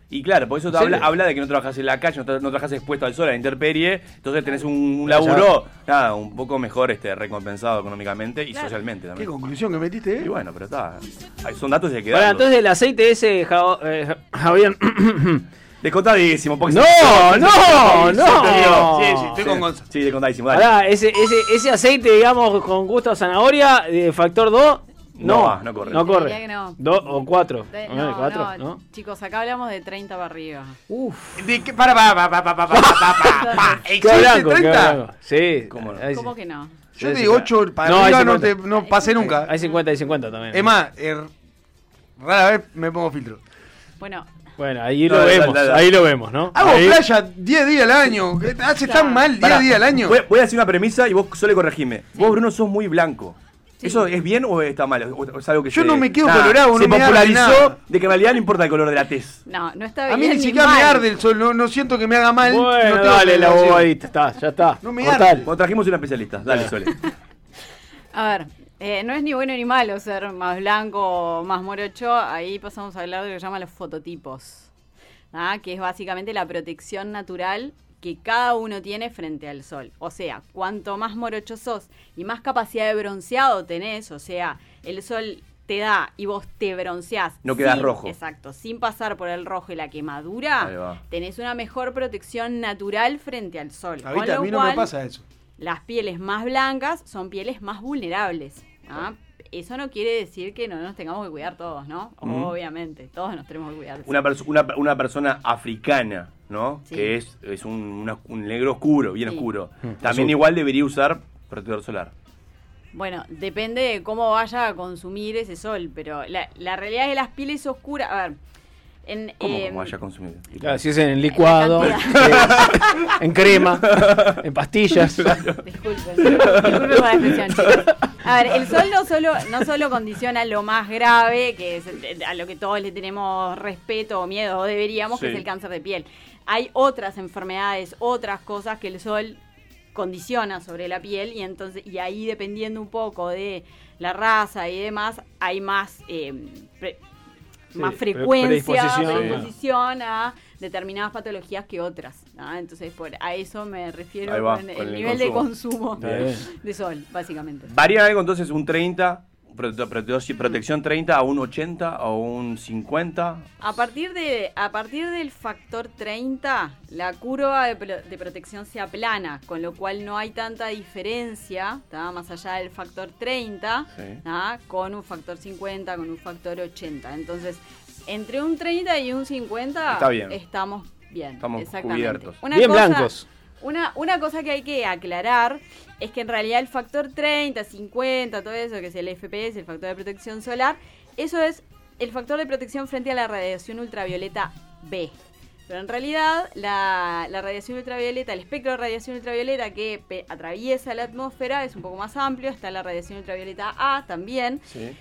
[SPEAKER 6] Y claro, por eso te
[SPEAKER 5] ¿En
[SPEAKER 6] habla,
[SPEAKER 5] serio?
[SPEAKER 6] habla de que no trabajas en la calle, no, tra- no trabajas expuesto al sol, a la intemperie. Entonces tenés un, un laburo, nada, un poco mejor este, recompensado económicamente y
[SPEAKER 7] Claro.
[SPEAKER 6] socialmente
[SPEAKER 4] Qué
[SPEAKER 6] también.
[SPEAKER 4] conclusión que metiste,
[SPEAKER 6] Y
[SPEAKER 4] eh.
[SPEAKER 5] pues-
[SPEAKER 6] bueno, pero está. ahí Son datos que hay que
[SPEAKER 5] Pará,
[SPEAKER 6] dar.
[SPEAKER 5] entonces el aceite ese, Jao- eh, Javier.
[SPEAKER 6] Descontadísimo. porque-
[SPEAKER 5] No, no, no.
[SPEAKER 6] Sí, sí,
[SPEAKER 4] estoy
[SPEAKER 6] sí.
[SPEAKER 4] con Gonza.
[SPEAKER 6] Sí, descontadísimo. dale.
[SPEAKER 5] Pará, ese, ese, ese aceite, digamos, con gusto a zanahoria, de factor 2,
[SPEAKER 6] No
[SPEAKER 5] no,
[SPEAKER 6] va, no corre.
[SPEAKER 5] No
[SPEAKER 7] Diría que
[SPEAKER 5] corre.
[SPEAKER 7] no.
[SPEAKER 5] Dos o cuatro.
[SPEAKER 7] De-
[SPEAKER 5] Ah, cuatro, ¿no?
[SPEAKER 7] Chicos, acá hablamos de 30 para arriba.
[SPEAKER 4] ¿De qué? Para, para, para, para, para, para, para.
[SPEAKER 5] Qué
[SPEAKER 4] ¿Existe
[SPEAKER 5] blanco, qué
[SPEAKER 4] 30?
[SPEAKER 5] blanco. Sí.
[SPEAKER 6] ¿Cómo no?
[SPEAKER 5] ahí sí.
[SPEAKER 7] ¿Cómo que no?
[SPEAKER 4] Yo
[SPEAKER 5] Sí,
[SPEAKER 4] te
[SPEAKER 5] sí,
[SPEAKER 4] digo
[SPEAKER 5] claro.
[SPEAKER 4] 8 para
[SPEAKER 5] No, hay
[SPEAKER 4] arriba, no,
[SPEAKER 5] 50.
[SPEAKER 4] te- no pasé nunca.
[SPEAKER 5] Hay 50 y 50 también.
[SPEAKER 4] Es más,
[SPEAKER 6] er-
[SPEAKER 4] eh, rara vez me pongo filtro.
[SPEAKER 7] Bueno,
[SPEAKER 5] Bueno, ahí
[SPEAKER 6] No,
[SPEAKER 5] lo
[SPEAKER 6] dale,
[SPEAKER 5] vemos,
[SPEAKER 6] dale, dale.
[SPEAKER 5] ahí lo vemos, ¿no?
[SPEAKER 4] Hago
[SPEAKER 5] Ahí-
[SPEAKER 4] playa 10 días al año. ¿Qué te Hace tan mal 10
[SPEAKER 6] Pará,
[SPEAKER 4] días al año.
[SPEAKER 6] Voy, voy a decir una premisa y vos solo corregime. Vos, Bruno, sos muy blanco. ¿Eso es bien o está mal? O- o es algo que
[SPEAKER 4] Yo
[SPEAKER 6] se-
[SPEAKER 4] no me quedo colorado,
[SPEAKER 6] Se
[SPEAKER 4] no me arde
[SPEAKER 6] popularizó
[SPEAKER 4] nada.
[SPEAKER 6] de que en realidad no importa el color de la tez.
[SPEAKER 7] no, no está bien.
[SPEAKER 4] A mí ni
[SPEAKER 7] ni
[SPEAKER 4] siquiera me
[SPEAKER 7] mal.
[SPEAKER 4] arde el sol, no, no siento que me haga mal.
[SPEAKER 5] Bueno,
[SPEAKER 4] no tengo
[SPEAKER 5] dale la
[SPEAKER 4] relación.
[SPEAKER 5] bobadita, está, ya está.
[SPEAKER 4] No me
[SPEAKER 5] Cortale.
[SPEAKER 4] arde.
[SPEAKER 6] Cuando trajimos una especialista. Dale, Sole.
[SPEAKER 7] A ver, eh, no es ni bueno ni malo ser más blanco o más morocho. Ahí pasamos a hablar de lo que se llama los fototipos. ¿ah? Que es básicamente la protección natural que cada uno tiene frente al sol. O sea, cuanto más morocho sos y más capacidad de bronceado tenés, o sea, el sol te da y vos te bronceás.
[SPEAKER 6] No quedás
[SPEAKER 7] sin-
[SPEAKER 6] rojo.
[SPEAKER 7] Exacto, sin pasar por el rojo y la quemadura,
[SPEAKER 6] Ahí va.
[SPEAKER 7] tenés una mejor protección natural frente al sol.
[SPEAKER 4] A,
[SPEAKER 7] Con
[SPEAKER 4] a
[SPEAKER 7] lo
[SPEAKER 4] mí no me
[SPEAKER 7] cual,
[SPEAKER 4] pasa eso.
[SPEAKER 7] las pieles más blancas son pieles más vulnerables. ¿ah? Eso no quiere decir que no nos tengamos que cuidar todos, ¿no?
[SPEAKER 6] Ujú.
[SPEAKER 7] Obviamente, todos nos tenemos que cuidar.
[SPEAKER 6] Una, perso- una, per- una persona africana, ¿no?
[SPEAKER 7] Sí.
[SPEAKER 6] Que es, es un, una- un negro oscuro, bien
[SPEAKER 7] Sí.
[SPEAKER 6] oscuro.
[SPEAKER 5] Mm.
[SPEAKER 6] También
[SPEAKER 5] Azul.
[SPEAKER 6] igual debería usar protector solar.
[SPEAKER 7] Bueno, depende de cómo vaya a consumir ese sol, pero la, la realidad es que las pieles oscuras... A ver, en,
[SPEAKER 6] ¿Cómo,
[SPEAKER 5] Em.
[SPEAKER 7] eh,
[SPEAKER 6] cómo haya consumido?
[SPEAKER 5] Claro, si es en licuado, eh, en crema, en pastillas.
[SPEAKER 7] Disculpen, disculpen por la expresión, chicos. A ver, el sol no solo, no solo condiciona lo más grave, que es el- a lo que todos le tenemos respeto o miedo, o deberíamos, que
[SPEAKER 14] Sí.
[SPEAKER 7] es el cáncer de piel. Hay otras enfermedades, otras cosas que el sol condiciona sobre la piel y entonces y ahí dependiendo un poco de la raza y demás hay más eh, pre-
[SPEAKER 14] Sí,
[SPEAKER 7] más
[SPEAKER 14] pre-
[SPEAKER 7] frecuencia
[SPEAKER 14] predisposición.
[SPEAKER 7] predisposición a determinadas patologías que otras ¿ah? entonces por a eso me refiero
[SPEAKER 6] Ahí va,
[SPEAKER 7] con el,
[SPEAKER 6] con el
[SPEAKER 7] nivel
[SPEAKER 6] consumo.
[SPEAKER 7] de
[SPEAKER 6] Está bien.
[SPEAKER 7] consumo de sol, básicamente.
[SPEAKER 6] Varía algo entonces un 30, prote- prote- protección 30 a un 80 a un 50.
[SPEAKER 7] A partir, de, a partir del factor 30, la curva de, pro- de protección se aplana, con lo cual no hay tanta diferencia, ¿tá? más allá del factor 30,
[SPEAKER 14] Sí.
[SPEAKER 7] ¿tá? con un factor 50, con un factor 80. Entonces, entre un 30 y un 50
[SPEAKER 6] Está bien.
[SPEAKER 7] estamos bien.
[SPEAKER 6] Estamos
[SPEAKER 7] exactamente.
[SPEAKER 6] cubiertos.
[SPEAKER 7] Una
[SPEAKER 5] Bien
[SPEAKER 7] cosa-
[SPEAKER 5] blancos.
[SPEAKER 7] Una, una cosa que hay que aclarar es que en realidad el factor 30, 50, todo eso que es el FPS, el factor de protección solar, eso es el factor de protección frente a la radiación ultravioleta B. Pero en realidad la, la radiación ultravioleta, el espectro de radiación ultravioleta que pe- atraviesa la atmósfera es un poco más amplio, está la radiación ultravioleta A también,
[SPEAKER 6] Sí.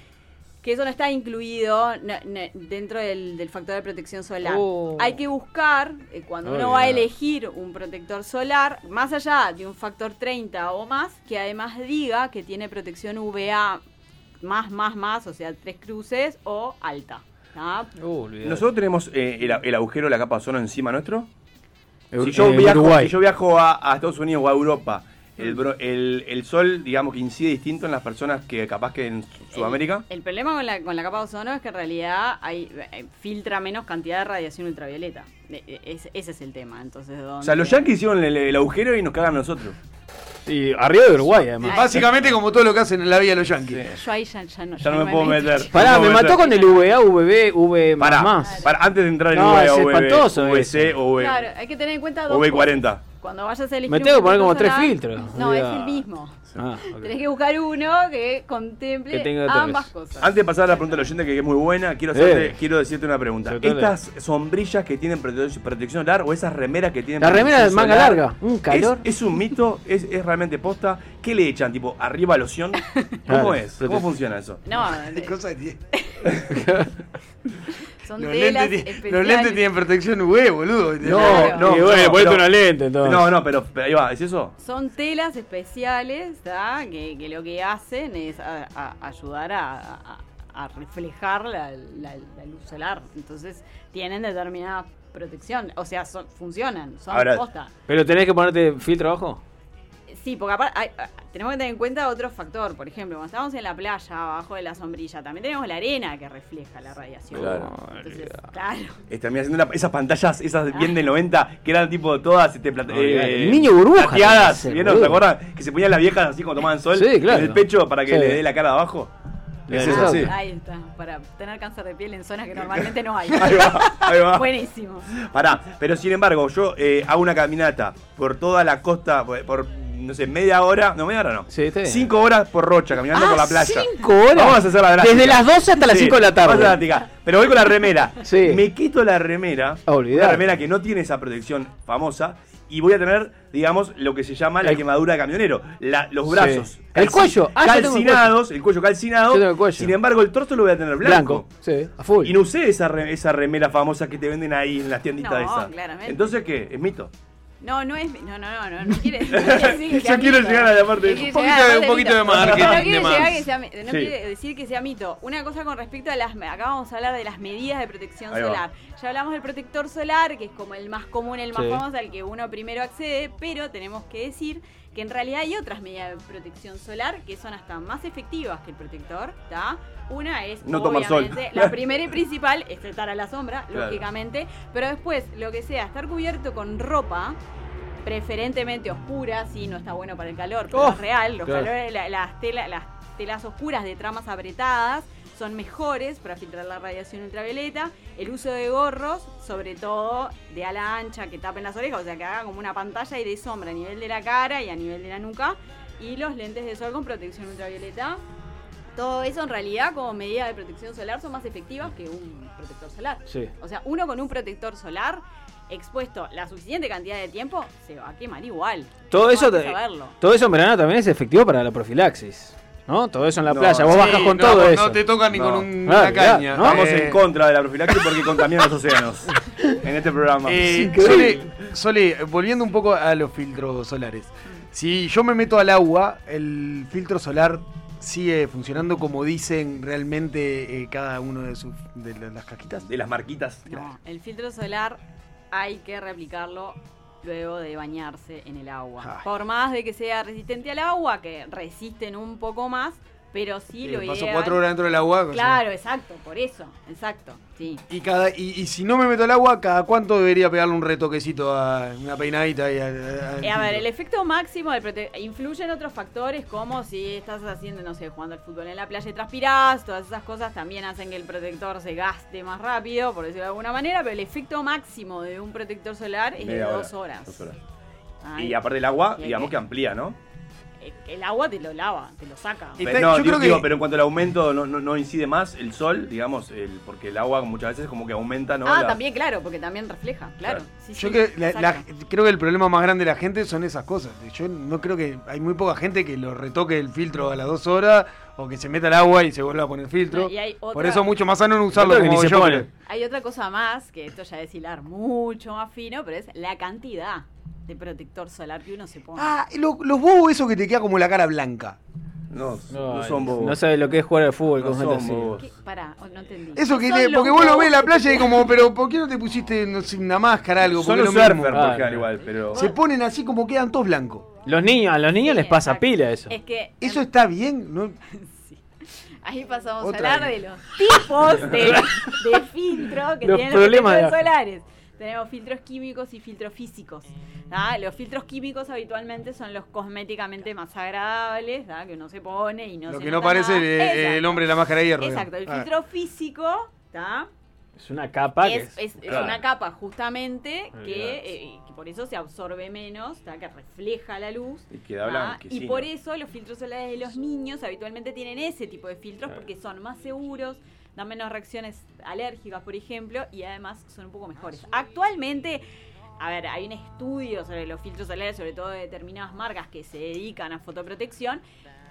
[SPEAKER 7] que eso no está incluido no- no- dentro del, del factor de protección solar.
[SPEAKER 14] Oh.
[SPEAKER 7] Hay que buscar, eh, cuando uno
[SPEAKER 14] Oh,
[SPEAKER 7] va a
[SPEAKER 14] yeah.
[SPEAKER 7] elegir un protector solar, más allá de un factor 30 o más, que además diga que tiene protección VA más, más, más, o sea, tres cruces o alta. ¿tá?
[SPEAKER 6] ¿Nosotros tenemos eh, el, el agujero de la capa de ozono encima nuestro?
[SPEAKER 5] Eu-
[SPEAKER 6] Si yo,
[SPEAKER 5] eh,
[SPEAKER 6] viajo,
[SPEAKER 5] Uruguay.
[SPEAKER 6] si yo viajo a, a Estados Unidos o a Europa, el, bro- el, el sol, digamos, que incide distinto en las personas que capaz que en Su- Sudamérica.
[SPEAKER 7] El problema con la, con la capa de ozono es que en realidad hay, eh, filtra menos cantidad de radiación ultravioleta. Eh, eh, es- ese es el tema. Entonces,
[SPEAKER 6] O sea, los yankees hicieron el, el agujero y nos cagan a nosotros.
[SPEAKER 5] Y arriba de Uruguay, además.
[SPEAKER 4] Básicamente como todo lo que hacen en la vida los yankees.
[SPEAKER 7] Yo ahí ya, ya no,
[SPEAKER 6] Ya no me puedo meter.
[SPEAKER 5] Pará, me mató con el VA, VB, V
[SPEAKER 6] Pará,
[SPEAKER 5] más.
[SPEAKER 6] pará, antes de entrar en
[SPEAKER 5] No,
[SPEAKER 6] UV,
[SPEAKER 5] es
[SPEAKER 6] UV,
[SPEAKER 5] espantoso eh.
[SPEAKER 6] UVC,
[SPEAKER 5] eso.
[SPEAKER 6] UV,
[SPEAKER 7] Claro, hay que tener en cuenta dos cosas.
[SPEAKER 6] UV40.
[SPEAKER 7] Cuando vayas a elegir
[SPEAKER 5] Me
[SPEAKER 7] un
[SPEAKER 5] tengo que poner como
[SPEAKER 7] protector
[SPEAKER 5] tres
[SPEAKER 7] solar,
[SPEAKER 5] filtros.
[SPEAKER 7] No,
[SPEAKER 6] Ya.
[SPEAKER 7] es el mismo.
[SPEAKER 5] Ah, ok.
[SPEAKER 7] Tenés que buscar uno que contemple
[SPEAKER 6] Que tenga
[SPEAKER 7] ambas
[SPEAKER 6] toques.
[SPEAKER 7] cosas.
[SPEAKER 6] Antes de pasar a la pregunta del oyente, que es muy buena, quiero, hacerte-
[SPEAKER 5] Eh.
[SPEAKER 6] quiero decirte una pregunta.
[SPEAKER 5] Sobre todo la-
[SPEAKER 6] ¿Estas sombrillas que tienen prote- protección solar o esas remeras que tienen
[SPEAKER 5] La remera de
[SPEAKER 6] protección
[SPEAKER 5] manga
[SPEAKER 6] solar,
[SPEAKER 5] larga, un
[SPEAKER 6] ¿es-
[SPEAKER 5] calor.
[SPEAKER 6] ¿Es, un mito? ¿Es, es realmente posta? ¿Qué le echan? ¿Tipo arriba loción?
[SPEAKER 5] Claro,
[SPEAKER 6] ¿Cómo es? ¿Cómo
[SPEAKER 5] prote-
[SPEAKER 6] funciona eso?
[SPEAKER 7] No,
[SPEAKER 4] Hay cosas que-
[SPEAKER 7] son
[SPEAKER 4] Los
[SPEAKER 7] telas
[SPEAKER 4] lentes, ti-
[SPEAKER 7] especiales.
[SPEAKER 4] los lentes tienen protección UV, boludo.
[SPEAKER 6] No, no,
[SPEAKER 5] Y bueno,
[SPEAKER 6] no,
[SPEAKER 5] ponete
[SPEAKER 6] pero-
[SPEAKER 5] una lente, entonces.
[SPEAKER 6] No, no, pero, pero ahí va, ¿es eso?
[SPEAKER 7] Son telas especiales ¿tá? que, que lo que hacen es a- a- ayudar a, a- a reflejar la, la- la luz solar. Entonces tienen determinada protección. O sea, son- funcionan, son
[SPEAKER 5] Ahora-
[SPEAKER 7] posta.
[SPEAKER 5] ¿Pero tenés que ponerte filtro abajo?
[SPEAKER 7] Sí, porque aparte hay- ah, tenemos que tener en cuenta otro factor. Por ejemplo, cuando estamos en la playa, abajo de la sombrilla, también tenemos la arena que refleja la radiación.
[SPEAKER 6] Claro.
[SPEAKER 7] Entonces, claro.
[SPEAKER 6] Este, mirá, haciendo la- esas pantallas, esas bien del 90, que eran tipo todas este, plate-
[SPEAKER 5] Olvidate. El niño burbuja tenía que
[SPEAKER 6] Plateadas,
[SPEAKER 5] ser,
[SPEAKER 6] ¿vieron? ¿Se
[SPEAKER 5] boludo.
[SPEAKER 6] acuerdan? Que se ponían las viejas así cuando tomaban sol
[SPEAKER 5] Sí, claro.
[SPEAKER 6] en el pecho para que
[SPEAKER 5] Sí.
[SPEAKER 6] le dé la cara de abajo. Es eso, sí.
[SPEAKER 7] Ahí está, para tener cáncer de piel en zonas que normalmente no hay.
[SPEAKER 6] Ahí va, ahí va.
[SPEAKER 7] Buenísimo.
[SPEAKER 6] Pará, pero sin embargo, yo eh, hago una caminata por toda la costa, por, por, no sé, media hora, no, media hora no. Cinco horas por Rocha, caminando
[SPEAKER 5] Ah,
[SPEAKER 6] por la playa.
[SPEAKER 5] cinco horas.
[SPEAKER 6] Vamos a hacer la drástica.
[SPEAKER 5] Desde las 12 hasta las cinco de la tarde.
[SPEAKER 6] vamos a hacer la drástica. Pero voy con la remera. Me quito la remera,
[SPEAKER 5] Ah,
[SPEAKER 6] una remera que no tiene esa protección famosa, y voy a tener, digamos, lo que se llama la quemadura de camionero. La- los
[SPEAKER 5] Sí.
[SPEAKER 6] brazos.
[SPEAKER 5] El
[SPEAKER 6] calci-
[SPEAKER 5] cuello. Ah, yo tengo el
[SPEAKER 6] calcinados, el cuello calcinado. Sin embargo, el torso lo voy a tener blanco.
[SPEAKER 5] Blanco, sí, a full.
[SPEAKER 6] Y no usé esa, re- esa remera famosa que te venden ahí en las tienditas
[SPEAKER 7] No,
[SPEAKER 6] esas.
[SPEAKER 7] claramente.
[SPEAKER 6] Entonces, ¿qué? Es mito.
[SPEAKER 7] No, no es. No, no, no, no, no quiere, no quiere decir que
[SPEAKER 6] Yo
[SPEAKER 7] sea
[SPEAKER 6] quiero
[SPEAKER 7] mito.
[SPEAKER 6] llegar a la parte de-
[SPEAKER 7] No quiere
[SPEAKER 6] Un poquito
[SPEAKER 7] llegar a la
[SPEAKER 6] de-
[SPEAKER 7] parte
[SPEAKER 6] un poquito de
[SPEAKER 7] mito.
[SPEAKER 6] marketing,
[SPEAKER 7] No, no quiere
[SPEAKER 6] de
[SPEAKER 7] llegar a
[SPEAKER 6] más.
[SPEAKER 7] que sea mi- no
[SPEAKER 6] Sí.
[SPEAKER 7] quiere decir que sea mito. Una cosa con respecto a las. Acá vamos a hablar de las medidas de protección
[SPEAKER 14] Ahí va.
[SPEAKER 7] solar. Ya hablamos del protector solar, que es como el más común, el más
[SPEAKER 14] Sí.
[SPEAKER 7] famoso, al que uno primero accede, pero tenemos que decir que en realidad hay otras medidas de protección solar que son hasta más efectivas que el protector, ¿está? Una es
[SPEAKER 6] No tomar sol.
[SPEAKER 7] obviamente, la primera y principal es estar a la sombra,
[SPEAKER 6] Claro.
[SPEAKER 7] lógicamente, pero después lo que sea, estar cubierto con ropa, preferentemente oscura, si no está bueno para el calor, pero
[SPEAKER 14] Oh,
[SPEAKER 7] es real, los
[SPEAKER 14] claro.
[SPEAKER 7] calores, la- las, tela- las telas oscuras de tramas apretadas son mejores para filtrar la radiación ultravioleta, el uso de gorros, sobre todo de ala ancha que tapen las orejas, o sea que haga como una pantalla y de sombra a nivel de la cara y a nivel de la nuca, y los lentes de sol con protección ultravioleta. Todo eso en realidad como medida de protección solar son más efectivas que un protector solar.
[SPEAKER 5] Sí.
[SPEAKER 7] O sea, uno con un protector solar expuesto la suficiente cantidad de tiempo se va a quemar igual.
[SPEAKER 5] Todo
[SPEAKER 7] No
[SPEAKER 5] eso,
[SPEAKER 7] hay que
[SPEAKER 5] te-
[SPEAKER 7] saberlo.
[SPEAKER 5] todo eso en verano también es efectivo para la profilaxis. ¿No? Todo eso en la
[SPEAKER 6] No,
[SPEAKER 5] playa. Vos
[SPEAKER 6] sí,
[SPEAKER 5] bajas con
[SPEAKER 6] no,
[SPEAKER 5] todo
[SPEAKER 6] no
[SPEAKER 5] eso.
[SPEAKER 6] te tocan ni con un-
[SPEAKER 5] Claro,
[SPEAKER 6] una
[SPEAKER 5] claro,
[SPEAKER 6] caña.
[SPEAKER 5] ¿no? Eh,
[SPEAKER 6] Vamos en contra de la profilaxis porque contaminan los océanos. En este programa.
[SPEAKER 4] Eh, Sole, Sole, volviendo un poco a los filtros solares. Si yo me meto al agua, el filtro solar sigue funcionando como dicen realmente eh, cada uno de sus de la- las cajitas.
[SPEAKER 6] De las
[SPEAKER 7] Ah,
[SPEAKER 6] marquitas.
[SPEAKER 7] El filtro solar hay que replicarlo luego de bañarse en el agua.
[SPEAKER 14] Ay.
[SPEAKER 7] Por más de que sea resistente al agua, que resisten un poco más, pero sí, lo
[SPEAKER 4] Eh, paso
[SPEAKER 7] ideal-
[SPEAKER 4] cuatro horas dentro del agua. o sea.
[SPEAKER 7] Claro, exacto, por eso, exacto, sí.
[SPEAKER 4] Y, cada, y, y si no me meto al agua, ¿cada cuánto debería pegarle un retoquecito a una peinadita? Y a, a- al
[SPEAKER 7] Eh, a ver, el
[SPEAKER 4] filtro?
[SPEAKER 7] efecto máximo del prote- influyen otros factores como si estás haciendo, no sé, jugando al fútbol en la playa y transpirás, todas esas cosas también hacen que el protector se gaste más rápido, por decirlo de alguna manera, pero el efecto máximo de un protector solar es de
[SPEAKER 6] Media hora,
[SPEAKER 7] dos horas.
[SPEAKER 6] dos horas.
[SPEAKER 7] Ay,
[SPEAKER 6] Y aparte el agua,
[SPEAKER 7] ¿Y hay
[SPEAKER 6] digamos
[SPEAKER 7] que-
[SPEAKER 6] que amplía, ¿no?
[SPEAKER 7] eh, El agua te lo lava, te lo saca.
[SPEAKER 6] Pero, no, digo, digo, pero en cuanto al aumento no, no- no incide más el sol, digamos, el, porque el agua muchas veces como que aumenta, ¿no?
[SPEAKER 7] ah,
[SPEAKER 6] La-
[SPEAKER 7] también, claro, porque también refleja, claro. Sí,
[SPEAKER 4] Yo
[SPEAKER 7] sí,
[SPEAKER 4] que la-
[SPEAKER 7] saca.
[SPEAKER 4] la- creo que el problema más grande de la gente son esas cosas. Yo no creo que hay muy poca gente que lo retoque el filtro a las dos horas o que se meta al agua y se vuelva a poner filtro.
[SPEAKER 7] No, y hay otra-
[SPEAKER 4] Por eso es mucho más sano no usarlo
[SPEAKER 5] Creo que
[SPEAKER 4] como
[SPEAKER 5] ni se
[SPEAKER 4] yo.
[SPEAKER 5] pone.
[SPEAKER 4] creo.
[SPEAKER 7] Hay otra cosa más, que esto ya es hilar mucho más fino, pero es la cantidad de protector solar que uno se pone.
[SPEAKER 4] Ah, y lo- los bobos esos que te queda como la cara blanca.
[SPEAKER 6] No,
[SPEAKER 5] No,
[SPEAKER 6] no son bobos.
[SPEAKER 5] no sabes lo que es jugar al fútbol con
[SPEAKER 6] No
[SPEAKER 5] gente
[SPEAKER 6] son
[SPEAKER 5] así.
[SPEAKER 6] bobos.
[SPEAKER 7] ¿Qué? Pará, oh, no entendí.
[SPEAKER 4] Eso que
[SPEAKER 7] Son
[SPEAKER 4] te-
[SPEAKER 7] los
[SPEAKER 4] porque vos lo
[SPEAKER 7] bobos
[SPEAKER 4] ves en la
[SPEAKER 7] que
[SPEAKER 4] playa y
[SPEAKER 7] te-
[SPEAKER 4] como, pero ¿por qué no te pusiste no sé, una máscara algo?
[SPEAKER 6] Son
[SPEAKER 4] Porque
[SPEAKER 6] los
[SPEAKER 4] es lo mismo.
[SPEAKER 6] surfers, por ejemplo, igual, pero...
[SPEAKER 4] Se ponen así como quedan todos blancos.
[SPEAKER 5] Los niños, a los niños les pasa pila eso.
[SPEAKER 7] Es que
[SPEAKER 4] Eso está bien, ¿no?
[SPEAKER 7] ahí pasamos
[SPEAKER 4] Otra
[SPEAKER 7] a hablar de los tipos de, de filtro que
[SPEAKER 4] Los
[SPEAKER 7] tienen
[SPEAKER 4] problemas
[SPEAKER 7] los protectores
[SPEAKER 4] de la-
[SPEAKER 7] solares. Tenemos filtros químicos y filtros físicos. ¿da? Los filtros químicos habitualmente son los cosméticamente más agradables, ¿da? que uno se pone y no
[SPEAKER 4] Lo
[SPEAKER 7] se
[SPEAKER 4] que no
[SPEAKER 7] nota
[SPEAKER 4] parece
[SPEAKER 7] nada.
[SPEAKER 4] eh, eh, el
[SPEAKER 7] Exacto.
[SPEAKER 4] hombre de la máscara de hierro.
[SPEAKER 7] Exacto, el
[SPEAKER 4] digamos. Ah.
[SPEAKER 7] filtro físico, ¿tá?
[SPEAKER 5] Ah, Es una capa que
[SPEAKER 7] es, es- es
[SPEAKER 5] claro.
[SPEAKER 7] una capa justamente que,
[SPEAKER 5] Olvidate.
[SPEAKER 7] eh, que por eso se absorbe menos, ¿tá? que refleja la luz.
[SPEAKER 6] Y queda
[SPEAKER 7] ¿tá?
[SPEAKER 6] blanquecino.
[SPEAKER 7] Y por eso los filtros solares de los niños habitualmente tienen ese tipo de filtros porque son más seguros, dan menos reacciones alérgicas, por ejemplo, y además son un poco mejores.
[SPEAKER 6] Ah,
[SPEAKER 7] Actualmente... A ver, hay un estudio sobre los filtros solares, sobre todo de determinadas marcas que se dedican a fotoprotección,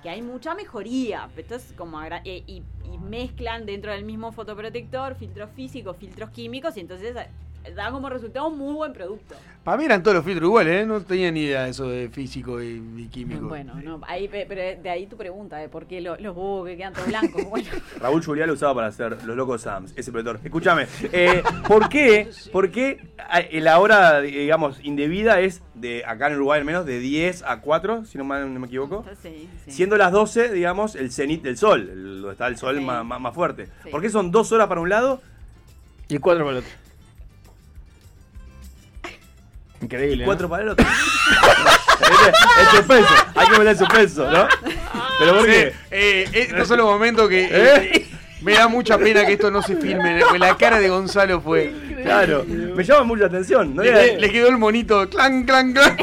[SPEAKER 7] que hay mucha mejoría. Esto es como agra- eh, y, y mezclan dentro del mismo fotoprotector filtros físicos, filtros químicos, y entonces eh, da como resultado un muy buen producto.
[SPEAKER 4] Para mí eran todos los filtros iguales, ¿eh? No tenía ni idea de eso de físico y, y químico.
[SPEAKER 7] Bueno, no, ahí, pe- pero de ahí tu pregunta de por qué lo- los bobos que quedan todos blancos. Bueno,
[SPEAKER 6] Raúl Juliá lo usaba para hacer Los Locos Sams, ese protector. Escúchame, eh, ¿por qué, por qué a- eh, la hora, digamos, indebida es, de acá en Uruguay al menos, de 10 a 4, si no, mal- no me equivoco?
[SPEAKER 7] sí, sí.
[SPEAKER 6] Siendo las 12, digamos, el cenit del sol, el- donde está el sol más, más- más fuerte.
[SPEAKER 7] Sí.
[SPEAKER 6] ¿Por qué son dos horas para un lado?
[SPEAKER 5] Y cuatro para el otro. Increíble.
[SPEAKER 6] Y cuatro para el otro.
[SPEAKER 5] ¿Eh?
[SPEAKER 6] Este el suspenso, hay que meter el suspenso, ¿no? Pero ¿por
[SPEAKER 4] Sí,
[SPEAKER 6] qué?
[SPEAKER 4] eh, estos son los momentos que eh, me da mucha pena que esto no se filme. porque La cara de Gonzalo fue.
[SPEAKER 6] Claro, me llama mucho la atención. ¿no?
[SPEAKER 4] Le, le quedó el monito, clan, clan, clan.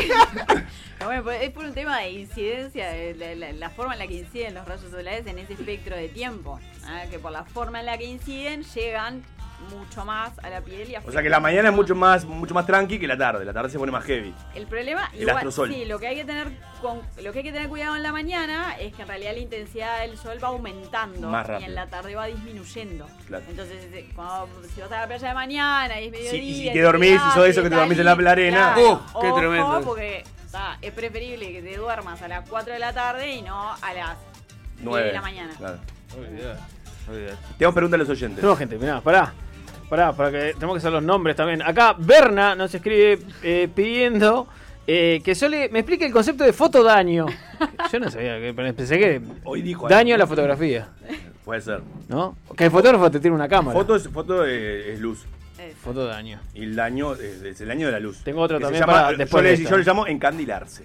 [SPEAKER 7] No, bueno, pues es por un tema de incidencia, de la, la- la forma en la que inciden los rayos solares en ese espectro de tiempo. ¿ah? Que por la forma en la que inciden llegan mucho más a la piel y
[SPEAKER 6] O sea que la mañana es mucho más, mucho más tranqui que la tarde. La tarde se pone más heavy.
[SPEAKER 7] El problema,
[SPEAKER 6] El
[SPEAKER 7] igual,
[SPEAKER 6] astrosol.
[SPEAKER 7] sí, lo que hay que tener con, lo que hay que tener cuidado en la mañana es que en realidad la intensidad del sol va aumentando
[SPEAKER 6] Más
[SPEAKER 7] y
[SPEAKER 6] rápido.
[SPEAKER 7] en la tarde va disminuyendo.
[SPEAKER 6] Claro.
[SPEAKER 7] Entonces, eh, cuando- si vas a la playa de mañana y es mediodía,
[SPEAKER 6] y si
[SPEAKER 7] y
[SPEAKER 6] te dormís,
[SPEAKER 7] estás,
[SPEAKER 6] eso de eso que te
[SPEAKER 7] estás
[SPEAKER 6] dormís en la-
[SPEAKER 7] ahí,
[SPEAKER 6] la arena.
[SPEAKER 7] claro,
[SPEAKER 6] Uf, qué
[SPEAKER 7] ojo,
[SPEAKER 6] tremendo.
[SPEAKER 7] porque está, es preferible que te duermas a las 4 de la tarde y no a las 9
[SPEAKER 6] Nueve.
[SPEAKER 7] de la mañana.
[SPEAKER 6] Claro. Tengo preguntas a los oyentes.
[SPEAKER 5] Tenemos gente, mirá, pará. Pará, para que tenemos que hacer los nombres también. Acá Berna nos escribe eh, pidiendo eh, que Sole me explique el concepto de fotodaño. Yo no sabía, que, pero pensé que
[SPEAKER 6] Hoy dijo
[SPEAKER 5] daño a
[SPEAKER 6] algo.
[SPEAKER 5] la fotografía,
[SPEAKER 6] Puede ser.
[SPEAKER 5] ¿no? Que el fotógrafo te tiene una cámara.
[SPEAKER 6] Foto, es, foto es, es luz.
[SPEAKER 5] Foto daño.
[SPEAKER 6] Y el daño es, es el daño de la luz.
[SPEAKER 5] Tengo otra
[SPEAKER 6] Que
[SPEAKER 5] también
[SPEAKER 6] se llama-
[SPEAKER 5] para después
[SPEAKER 6] yo, le,
[SPEAKER 5] de esta.
[SPEAKER 6] yo le llamo encandilarse.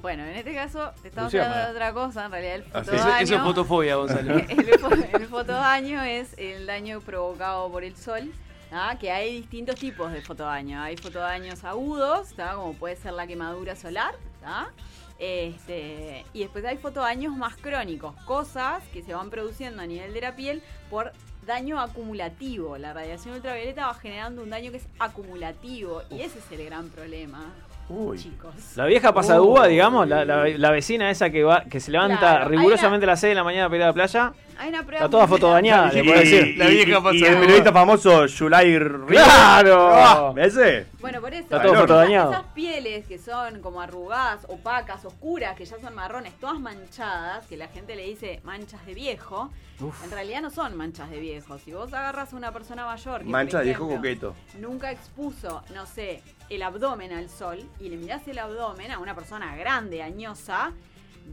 [SPEAKER 7] Bueno, en este caso te estamos
[SPEAKER 6] Lucía,
[SPEAKER 7] hablando de
[SPEAKER 6] para.
[SPEAKER 7] otra cosa, en realidad el
[SPEAKER 6] Ah, sí.
[SPEAKER 7] fotodaño.
[SPEAKER 2] Eso es fotofobia, Gonzalo.
[SPEAKER 7] El, fo- el fotodaño es el daño provocado por el sol. ¿tá? Que hay distintos tipos de fotodaño. Hay fotodaños agudos, ¿tá? como puede ser la quemadura solar. ¿tá? Este, y después hay fotodaños más crónicos, cosas que se van produciendo a nivel de la piel por daño acumulativo. La radiación ultravioleta va generando un daño que es acumulativo y ese es el gran problema. Chicos.
[SPEAKER 5] La vieja
[SPEAKER 6] Uh.
[SPEAKER 5] pasadúa, digamos, la, la- la vecina esa que va que se levanta
[SPEAKER 7] Claro, hay
[SPEAKER 5] rigurosamente a las 6 de la mañana para ir a la playa.
[SPEAKER 7] Hay una prueba
[SPEAKER 5] Está toda
[SPEAKER 7] muy-
[SPEAKER 5] fotodañada, Ah, le puedo decir.
[SPEAKER 6] y- y- y el periodista famoso Julai Ríos.
[SPEAKER 5] ¡Claro!
[SPEAKER 6] Ah, ¿Ese?
[SPEAKER 7] Bueno, por eso.
[SPEAKER 6] Está todo fotodañado.
[SPEAKER 7] Esas pieles que son como arrugadas, opacas, oscuras, que ya son marrones, todas manchadas, que la gente le dice manchas de viejo,
[SPEAKER 6] Uf.
[SPEAKER 7] en realidad no son manchas de viejo. Si vos agarras a una persona mayor que, por
[SPEAKER 6] Mancha de viejo
[SPEAKER 7] ejemplo,
[SPEAKER 6] coqueto.
[SPEAKER 7] nunca expuso, no sé, el abdomen al sol y le mirás el abdomen a una persona grande, añosa,